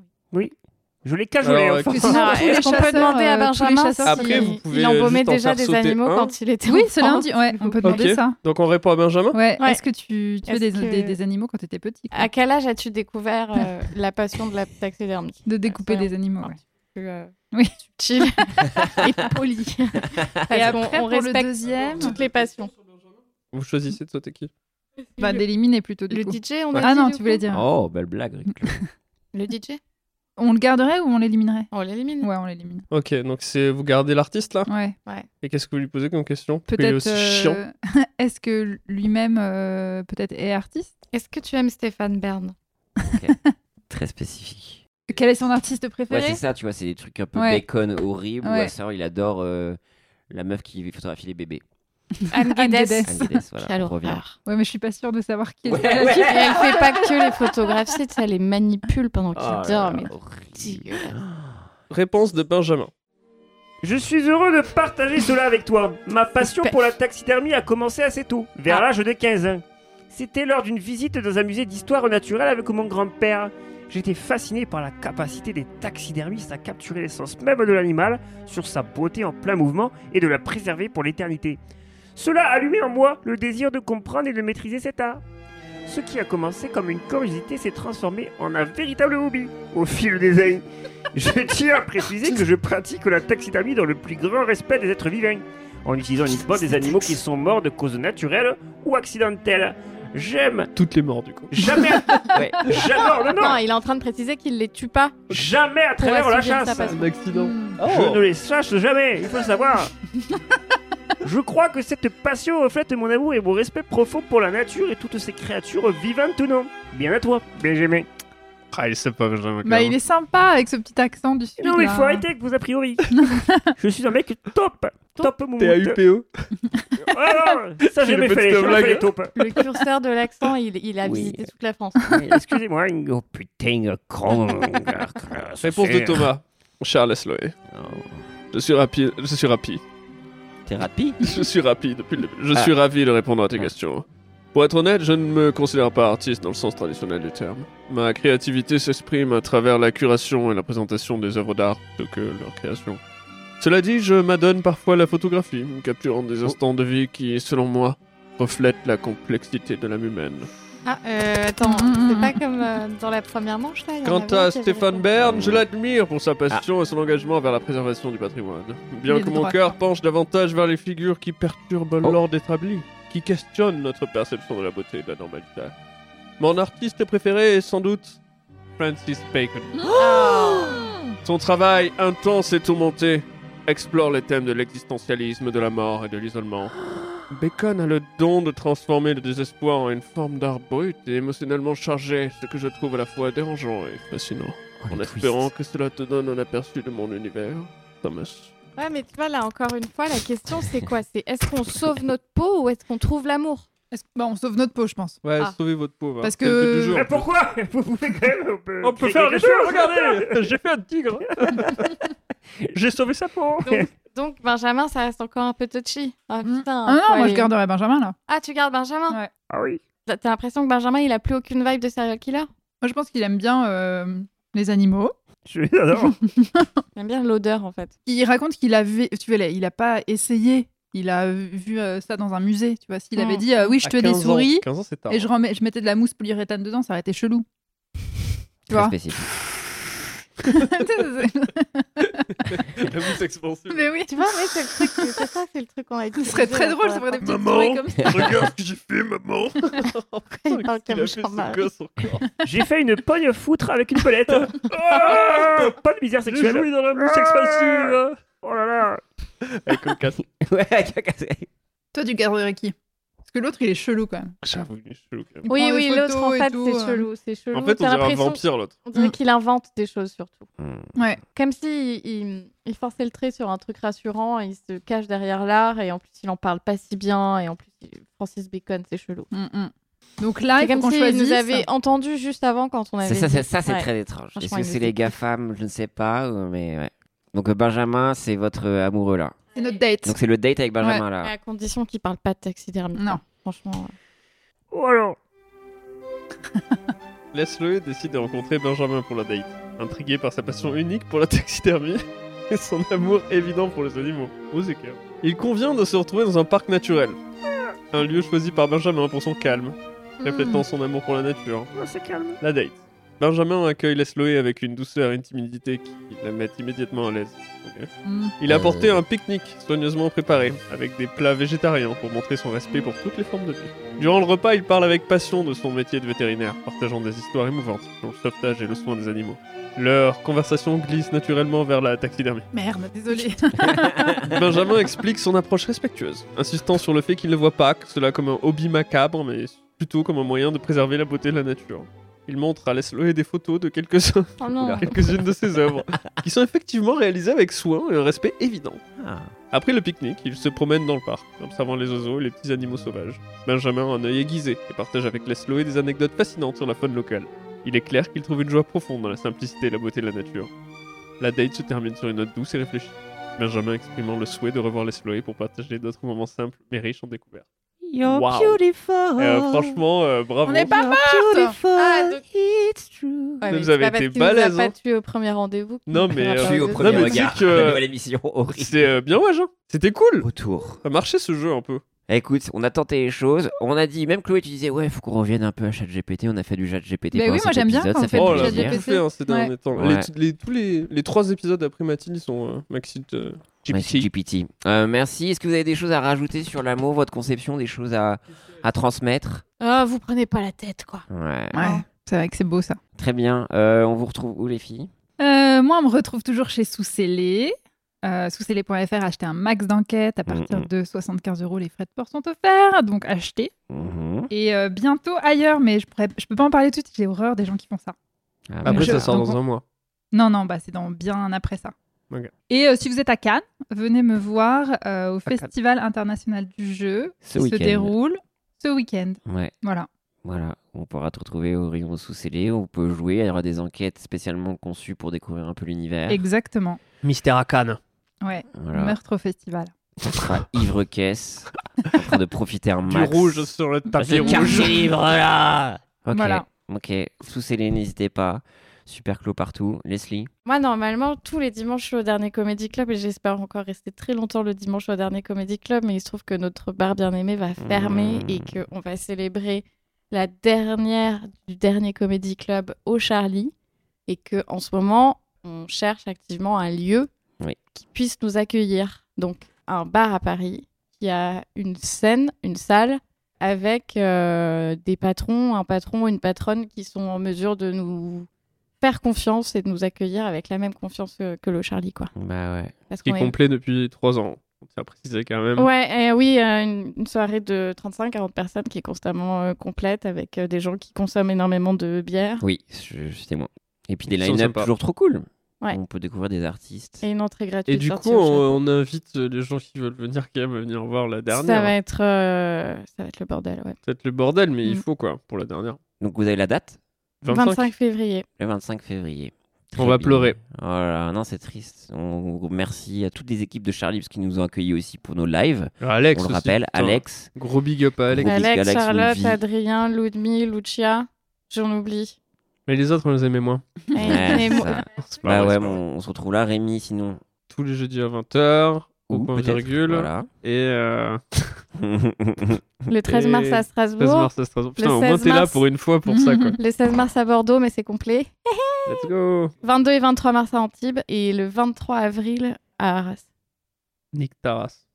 Je l'ai cajolé,
Alors,
enfin.
que sinon- tous les
Est-ce qu'on peut
chasseurs,
demander à
euh, tous les
Benjamin
chasseurs,
Après, vous
s'il
pouvez euh,
il embaumait
juste en
déjà
faire
des
sauter
animaux
un.
quand il était
Oui,
enfant.
c'est lundi. Ouais, on peut demander
Ok.
ça.
Donc on répond à Benjamin
Ouais.
Ouais.
Est-ce que Ah, tu tuais
Est-ce
des,
que-
des, des animaux quand t'étais petit quoi
À quel âge as-tu découvert euh,
<laughs>
la passion de la taxidermie
De découper
ça,
des animaux.
un
ouais.
Plus, euh,
Oui. <laughs>
Subtil et poli.
Et
Parce qu'on-
après,
on
pour le
respecte
deuxième-
toutes les passions.
Vous choisissez de sauter qui
Bah, d'éliminer plutôt du
Le
coup.
DJ, on a
Ah Mm.
dit,
non,
du
tu voulais
coup
dire.
Oh, belle blague, Rick.
Le DJ
On le garderait ou on l'éliminerait
On l'élimine.
Ouais, on l'élimine.
Ok, donc c'est vous gardez l'artiste là
Ouais.
Et qu'est-ce que vous lui posez comme question Parce qu'il est
Peut-être.
aussi chiant.
euh, <laughs> Est-ce que lui-même euh, peut-être est artiste
Est-ce que tu aimes Stéphane Bern
Très spécifique.
Quel est son artiste
Ouais,
préféré
c'est ça, tu vois, c'est des trucs un peu
Ouais.
bacon horribles.
Ouais.
Ou ça, il adore euh, la meuf qui photographie les
<laughs>
bébés.
Anne
Anne
Guedes.
Guedes.
Anne Guedes, voilà,
Quelle
on revient.
horreur.
Ouais, mais je suis pas sûre de savoir qui est.
Ouais,
celle-là. <laughs>
ouais.
Ah. Et elle fait pas que les photographies, tu sais, elle les manipule pendant qu'il
Oh là
dort.
là,
mais
horrible.
dégueulasse.
Réponse de Benjamin.
Je suis heureux de partager cela avec toi. Ma passion pour la taxidermie a commencé assez tôt, vers l'âge de 15 ans. C'était lors d'une visite dans un musée d'histoire naturelle avec mon grand-père. J'étais fasciné par la capacité des taxidermistes à capturer l'essence même de l'animal sur sa beauté en plein mouvement et de la préserver pour l'éternité. Cela allumait en moi le désir de comprendre et de maîtriser cet art. Ce qui a commencé comme une curiosité s'est transformé en un véritable hobby au fil des années. Je tiens à préciser que je pratique la taxidermie dans le plus grand respect des êtres vivants, en utilisant uniquement des animaux qui sont morts de causes naturelles ou accidentelles. J'aime
Toutes les morts du coup.
jamais,
Ouais.
j'adore
Ah
le
Non,
nom,
il est en train de préciser qu'il les tue pas.
jamais à travers la
assumer sa
chasse.
passion.
Un accident.
Hmm.
Je ne les chasse jamais, il faut le <laughs> savoir. Je crois que cette passion reflète mon amour et mon respect profond pour la nature et toutes ces créatures vivantes ou non. Bien à toi, Benjamin.
Ah, il sait pas Benjamin quand
Bah,
même.
il est sympa avec ce petit accent du sud.
Non, mais il
là.
Ah.
faut arrêter avec vos a priori. <laughs> Je suis un mec top, top, mon
T'es à UPO
Ah non, ça j'ai
J'ai
jamais
le petit
fait, j'ai jamais
blague.
fait les taupes.
Le curseur de l'accent, il, il a
Oui.
visité toute la France.
Excusez-moi.
Oh putain, con.
Réponse de Thomas. Charles Sloé. eh.
Euh,
Je suis rapide. Je suis rapide.
Thérapie
<laughs> Je suis rapide depuis le début. Je
Ah.
suis ravi de répondre à tes
Ah.
questions. Pour être honnête, je ne me considère pas artiste dans le sens traditionnel du terme. Ma créativité s'exprime à travers la curation et la présentation des œuvres d'art plutôt que leur création. Cela dit, je m'adonne parfois à la photographie, capturant des instants de vie qui, selon moi, reflètent la complexité de l'âme humaine.
Ah, euh, attends,
Mm,
c'est
mm,
pas
mm.
comme euh, dans la première manche là il y en
Quant
avait un
à
qui avait
Stéphane
répondu.
Bern, je l'admire pour sa passion et son engagement vers la préservation du patrimoine. Bien
Il est
que
de
mon
droite,
cœur
quoi.
penche davantage vers les figures qui perturbent l'ordre établi, qui questionnent notre perception de la beauté et de la normalité. Mon artiste préféré est sans doute Francis Bacon. Son travail intense et tourmenté explore les thèmes de l'existentialisme, de la mort et de l'isolement. Bacon a le don de transformer le désespoir en une forme d'art brut et émotionnellement chargé, ce que je trouve à la fois dérangeant et fascinant.
Oh,
En espérant que cela te donne un aperçu de mon univers, Thomas.
Ouais, mais tu vois, là encore une fois, la question c'est quoi C'est est-ce qu'on sauve notre peau ou est-ce qu'on trouve l'amour
Est-ce- Bah, on sauve notre peau, je pense.
Ouais,
Ah.
sauvez votre pauvre. hein.
Parce C'est le que- but du jeu,
Mais pourquoi Vous pouvez quand même. On peut,
On peut
créer
faire des
quelque
choses,
chose,
regardez J'ai fait un tigre J'ai sauvé sa peau
donc, donc, Benjamin, ça reste encore un peu touchy. Ah
Mm.
putain.
Ah non,
faut
moi
aller-
je garderais Benjamin là.
Ah, tu gardes Benjamin
Ouais.
Ah oui.
T'as t'as l'impression que Benjamin, il a plus aucune vibe de serial killer
Moi je pense qu'il aime bien euh, les animaux.
Je les adore.
J'aime bien l'odeur en fait.
Il raconte qu'il a vu- tu vois, là, il a pas essayé, il a vu euh, ça dans un musée, tu vois. S'il
Mm.
avait dit euh, oui, je te des souris
15 ans, c'est tard.
et je, remets, je mettais de la mousse polyuréthane dedans, ça aurait été chelou. Tu
Très
<laughs> vois
spécifique.
La
<laughs>
mousse expansive.
Mais oui,
Tu vois, mais c'est le truc, c'est ça, c'est le truc qu'on a
<laughs> ce serait très drôle, ça ferait des petites
Maman.
souris comme ça.
Regarde ce que j'ai
<laughs>
fait, maman
Il parle
Qu'est-ce
comme
qu'il a fait,
Jean-Marie.
ce gosse, encore
J'ai fait une pogne foutre avec une
<laughs>
pelette. Ah pas de misère
J'ai
sexuelle.
joué dans la mousse
Ah.
expansive
Oh là là.
Avec le casque.
Ouais, cacassé.
Toi tu garderais qui Parce que l'autre il est chelou quand même.
J'avoue, il est chelou, quand même.
Il
Oui,
prend des
oui, l'autre en
photos et
fait,
tout,
c'est
euh.
chelou. C'est chelou.
En fait, on
T'as
dirait un
l'impression-
vampire, l'autre.
On dirait
Mm.
qu'il invente des choses surtout.
Hmm.
Ouais.
Comme si il, il- il forçait le trait sur un truc rassurant et il se cache derrière l'art et en plus Ah, il en parle pas si bien et en plus il- Francis Bacon c'est chelou.
Mm, mm. Donc là,
C'est
il faut
comme
qu'on
si ils
choisisse.
nous avaient entendu juste avant quand on avait.
C'est ça, c'est-
dit.
ça, c'est
Ouais.
très étrange. Est-ce
Franchement,
que
il
c'est
nous
les
écoute.
GAFAM Je ne sais pas, ou- mais ouais. Donc euh, Benjamin, c'est votre euh, amoureux là.
C'est notre date.
Donc c'est le date avec Benjamin là.
À condition qu'ils parlent pas de taxidermie.
Non.
Franchement.
Oh alors
Leslie décide de rencontrer Benjamin pour la date. Intrigué par sa passion unique pour la taxidermie <laughs> et son amour évident pour les animaux. Aux équerres. Il convient de se retrouver dans un parc naturel. Un lieu choisi par Benjamin pour son calme, reflétant son amour pour la nature.
Oh, c'est calme.
La date. Benjamin accueille Leslie avec une douceur et une timidité qui la mettent immédiatement à l'aise. Ok.
Mm.
Il a apporté
Euh.
un pique-nique soigneusement préparé, avec des plats végétariens pour montrer son respect pour toutes les formes de vie. Durant le repas, il parle avec passion de son métier de vétérinaire, partageant des histoires émouvantes sur le sauvetage et le soin des animaux. Leur conversation glisse naturellement vers la taxidermie.
Merde, désolé.
Benjamin explique son approche respectueuse, insistant sur le fait qu'il ne voit pas que cela comme un hobby macabre, mais plutôt comme un moyen de préserver la beauté de la nature. Il montre à Leslie des photos de quelques-uns
Oh non.
quelques-unes de ses œuvres, qui sont effectivement réalisées avec soin et un respect évident.
Ah.
Après le pique-nique, ils se promènent dans le parc, observant les oiseaux et les petits animaux sauvages. Benjamin a un œil aiguisé et partage avec Lesloé des anecdotes fascinantes sur la faune locale. Il est clair qu'il trouve une joie profonde dans la simplicité et la beauté de la nature. La date se termine sur une note douce et réfléchie, Benjamin exprimant le souhait de revoir Lesloé pour partager d'autres moments simples mais riches en découvertes.
You're
Wow.
beautiful.
Euh,
Oh.
franchement, euh, bravo.
On n'est pas
You're
morte.
beautiful.
Ah, donc-
It's true.
Ouais,
Vous
mais c'est
avez
pas parce
été
qu'il nous a
balèze, hein.
pas tué au premier rendez-vous. qu'il
Non,
nous
mais,
tuera
euh,
pas
Tué au
deuxième.
premier
mais tu
regard.
sais que-
La nouvelle émission horrible.
C'est euh, bien ouais, hein. C'était cool.
Retour.
Ça marchait ce jeu un peu.
Écoute, on a tenté les choses. On a dit, même Chloé, tu disais, ouais, faut qu'on revienne un peu à ChatGPT. On a fait du ChatGPT.
Bah
pendant
oui,
cet
moi, j'aime bien
épisode,
quand
ça
on
fait
fait du
Oh là,
plaisir.
j'ai
ChatGPT.
fait hein, ces derniers temps. Les-
Ouais.
les- tous les, les trois épisodes d'après Mathilde sont euh, Maxi euh,
Merci,
GPT.
GPT. Euh, merci. Est-ce que vous avez des choses à rajouter sur l'amour, votre conception, des choses à, à transmettre
Ah, vous prenez pas la tête, quoi.
Ouais.
Ouais, c'est vrai que c'est beau ça.
Très bien. Euh, on vous retrouve où, les filles
Euh, moi, on me retrouve toujours chez Soucellé. Euh, Soucellé.fr, acheter un max d'enquêtes à partir
Mhm.
de 75 euros. Les frais de port sont offerts, donc achetez.
Mhm.
Et euh, bientôt ailleurs, mais je, pourrais, je peux pas en parler tout de suite. J'ai horreur des gens qui font ça.
Ah,
Après,
merde.
ça sort
Donc,
dans
on-
un mois.
Non, non, bah c'est dans bien après ça.
Ok.
Et euh, si vous êtes à Cannes, venez me voir euh, au
Cannes.
Festival international du jeu
Ce
qui se
week-end.
déroule ce week-end.
Ouais.
Voilà.
Voilà, on pourra te retrouver au rayon sous-scellé, on peut jouer, il y aura des enquêtes spécialement conçues pour découvrir un peu l'univers.
Exactement.
Mystère à Cannes.
Ouais.
Voilà,
Meurtre au festival.
on sera ivre-caisse, en train de profiter un
<laughs> Du
max.
rouge sur Bah, le tapis
C'est
rouge.
livre là
Ok,
Voilà.
ok, sous-scellé, n'hésitez pas. Super clos partout. Leslie
Moi, normalement, tous les dimanches, je suis au dernier Comedy Club et j'espère encore rester très longtemps le dimanche au dernier Comedy Club. Mais il se trouve que notre bar bien-aimé va fermer
Mmh.
et qu'on va célébrer la dernière du dernier Comedy Club au Charlie. Et que en ce moment, on cherche activement un lieu
Oui.
qui puisse nous accueillir. Donc, un bar à Paris qui a une scène, une salle avec euh, des patrons, un patron, une patronne qui sont en mesure de nous faire confiance et de nous accueillir avec la même confiance euh, que le Charlie, quoi.
Bah ouais.
Parce
Qui
qu'on
est
est-
complet depuis trois ans. On tient à préciser quand même.
Ouais, euh, oui, euh, une, une soirée de 35-40 personnes qui est constamment euh, complète avec euh, des gens qui consomment énormément de bière
Oui, je, je suis témoin. Et puis des
Ils sont
line-up
sympas.
toujours trop cool.
Ouais.
On peut découvrir des artistes.
et une entrée gratuite.
Et du
sortie
coup,
au chat.
on, on invite euh, les gens qui veulent venir quand même à venir voir la
ça va
dernière.
être, euh, ça va être le bordel, ouais.
Peut-être le bordel, mais il
Mm.
faut quoi pour la dernière.
Donc vous avez la date
25.
25 février.
Le 25 février.
On va pleurer.
Oh là, non, c'est triste. On merci à toutes les équipes de Charlie parce qu'ils nous ont accueillis aussi pour nos lives.
Ah, Alex,
on le
aussi,
rappelle,
putain.
Alex.
Gros big up à Alex.
Gros-
Alex,
Alex,
Charlotte,
Sylvie.
Adrien, Ludmi, Lucia, j'en oublie.
Mais les autres, on les aimait moins.
Et-
<laughs>
Eh,
Ouais,
et
c'est
moi-
ça.
C'est pas
Bah
vrai,
ouais,
c'est pas
bon,
vrai.
on se retrouve là, Rémi, sinon.
Tous les jeudis à 20h, au
Ou
point
peut-être,
virgule.
Voilà. <laughs>
Et euh,
le 13 mars à
13
Strasbourg,
mars à Strasbourg. Putain, au
16
moins t'es là
mars.
pour une fois pour
<laughs>
ça, quoi.
le 16 mars à Bordeaux, mais c'est complet.
Let's go
22 et 23 mars à Antibes et le 23 avril à Arras.
Nick Taras.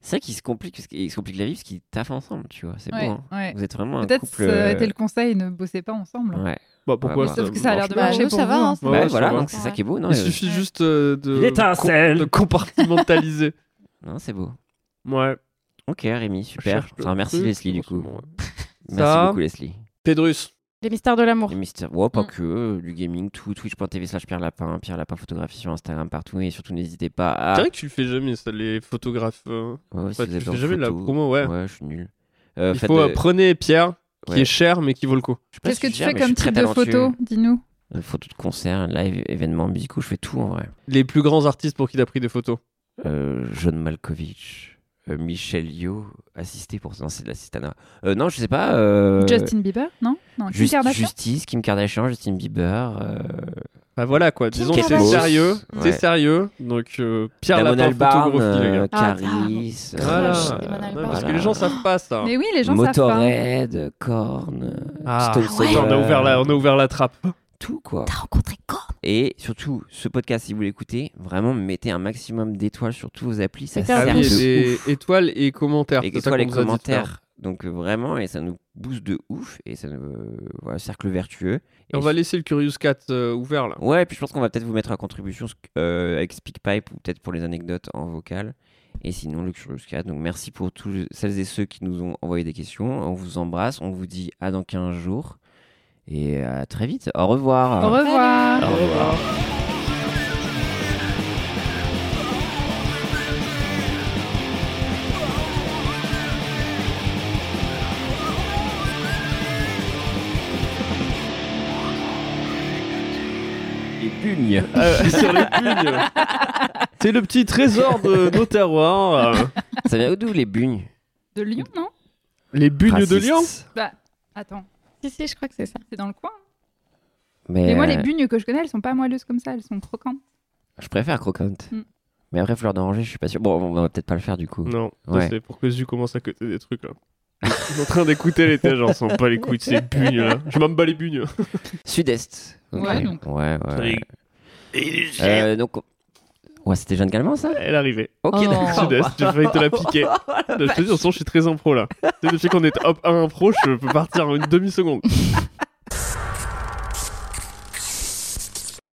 C'est vrai qu'ils se compliquent, parce qu'ils se compliquent la vie parce qu'ils taffent ensemble, tu vois. C'est
Ouais,
bon. hein.
ouais.
Vous êtes vraiment un
Peut-être
couple.
ça a
euh,
été le conseil, ne bossez pas ensemble. hein.
Ouais.
Bah pourquoi
bah,
ça
Sauf que ça a l'air de
Bah,
marcher
nous,
pour
ça va,
vous,
hein,
hein.
ça
Bah,
Ouais,
voilà,
ça va.
donc c'est ça qui est beau, non
Il
euh,
suffit juste euh, de,
L'étincelle.
<laughs>
de compartimentaliser.
Non, c'est beau.
ouais.
Ok, Rémi, super.
Cherche le
Enfin, merci
truc,
Leslie, du
c'est
coup.
bon, ouais.
<laughs> Merci
Ça.
beaucoup, Leslie.
Pédrus.
Les mystères de l'amour.
Et Mister... Ouais, pas
Mm.
que, euh, du gaming, tout, twitch.tv slash Pierre Lapin, Pierre Lapin photographie sur Instagram partout, et surtout n'hésitez pas à...
C'est vrai que tu le fais jamais, ça, les photographes. euh,
Ouais, ouais, si
ouais,
vous
tu
êtes
fais
en
jamais de la
photo.
promo, ouais.
Ouais, je suis nul. Euh,
Il
faites
faut
de-
euh, prenez Pierre, qui
Ouais.
est cher mais qui vaut le coup.
Je sais pas
Qu'est-ce
si
que
je
tu
gère,
fais
mais je suis
comme
très
type de photo
talentueux.
Dis-nous.
Euh, Photos de concert, live, événements musicaux, je fais tout en vrai.
Les plus grands artistes pour qui t'as pris des photos.
Euh, John Malkovich, euh, Michel Yo, assisté pour. Non, c'est de l'assistana. Euh, non, je sais pas. euh,
Justin Bieber Non Non, Kim
Just-
Kardashian
Justice, Kim Kardashian, Justin Bieber, euh,
Bah voilà quoi,
Kim
disons que c'est
Kardashian.
sérieux,
Ouais.
c'est sérieux. Donc euh, Pierre
Damon
Lapin,
Albarn,
photographie les
euh,
gars.
Ah,
Caris, euh,
Voilà.
Damon
Ouais,
Albarn.
parce que
Voilà.
les gens savent pas ça.
Mais oui, les gens savent hein. pas.
Motorhead, Korn,
Ah,
Stone
ouais.
Sour,
on, a ouvert la, on a ouvert la trappe.
tout quoi.
T'as rencontré quoi
Et surtout, ce podcast, si vous l'écoutez, vraiment mettez un maximum d'étoiles sur tous vos applis, ça
Mais
sert
Ah
Ah
de
oui,
oui,
ouf.
des étoiles et commentaires.
Et
c'est ça
étoiles et
qu'on nous a dit tout à l'heure.
commentaires. Donc euh, vraiment, et ça nous booste de ouf, et ça nous euh, voilà, cercle vertueux.
Et on va laisser le Curious Cat euh, ouvert là.
Ouais, puis je pense qu'on va peut-être vous mettre à contribution ce que- euh, avec SpeakPipe ou peut-être pour les anecdotes en vocal. Et sinon, le Curious Cat. Donc, merci pour tous celles et ceux qui nous ont envoyé des questions. On vous embrasse. On vous dit à dans 15 jours. Et à très vite. Au revoir.
Au revoir.
Au revoir. Les pugnes.
<laughs> Euh, sur les pugnes. C'est le petit trésor de
<laughs>
nos terroirs. euh,
<laughs> Ça vient d'où les bugnes
De Lyon, non
Les bugnes de
Racistes.
Lyon
Bah, attends,
Si, si, je crois que c'est ça.
c'est dans le coin.
Mais,
Mais moi, les
euh,
bugnes que je connais, elles sont pas moelleuses comme ça, elles sont croquantes.
Je préfère croquante.
Mm.
Mais après, fleur d'oranger, je suis pas sûr. Bon, on va peut-être pas le faire du coup.
Non, ça,
Ouais.
c'est pour que Zu commence à côté des trucs là. Ils sont en train d'écouter les têtes, genre, ils sont pas les couilles de ces bugnes là. Je m'en bats les bugnes.
Sud-Est. Ok.
Ouais, donc.
Ouais, ouais, ouais.
Et
Euh, donc. Ouais, c'était Jeanne Calment ça
Elle arrivait.
Ok,
Oh.
d'accord.
Sud-Est, je vais te
<laughs>
la piquer.
Oh,
je te dis, en ce moment, je suis très impro là. Tu sais, Depuis qu'on est hop 1 impro, je peux partir en une demi-seconde.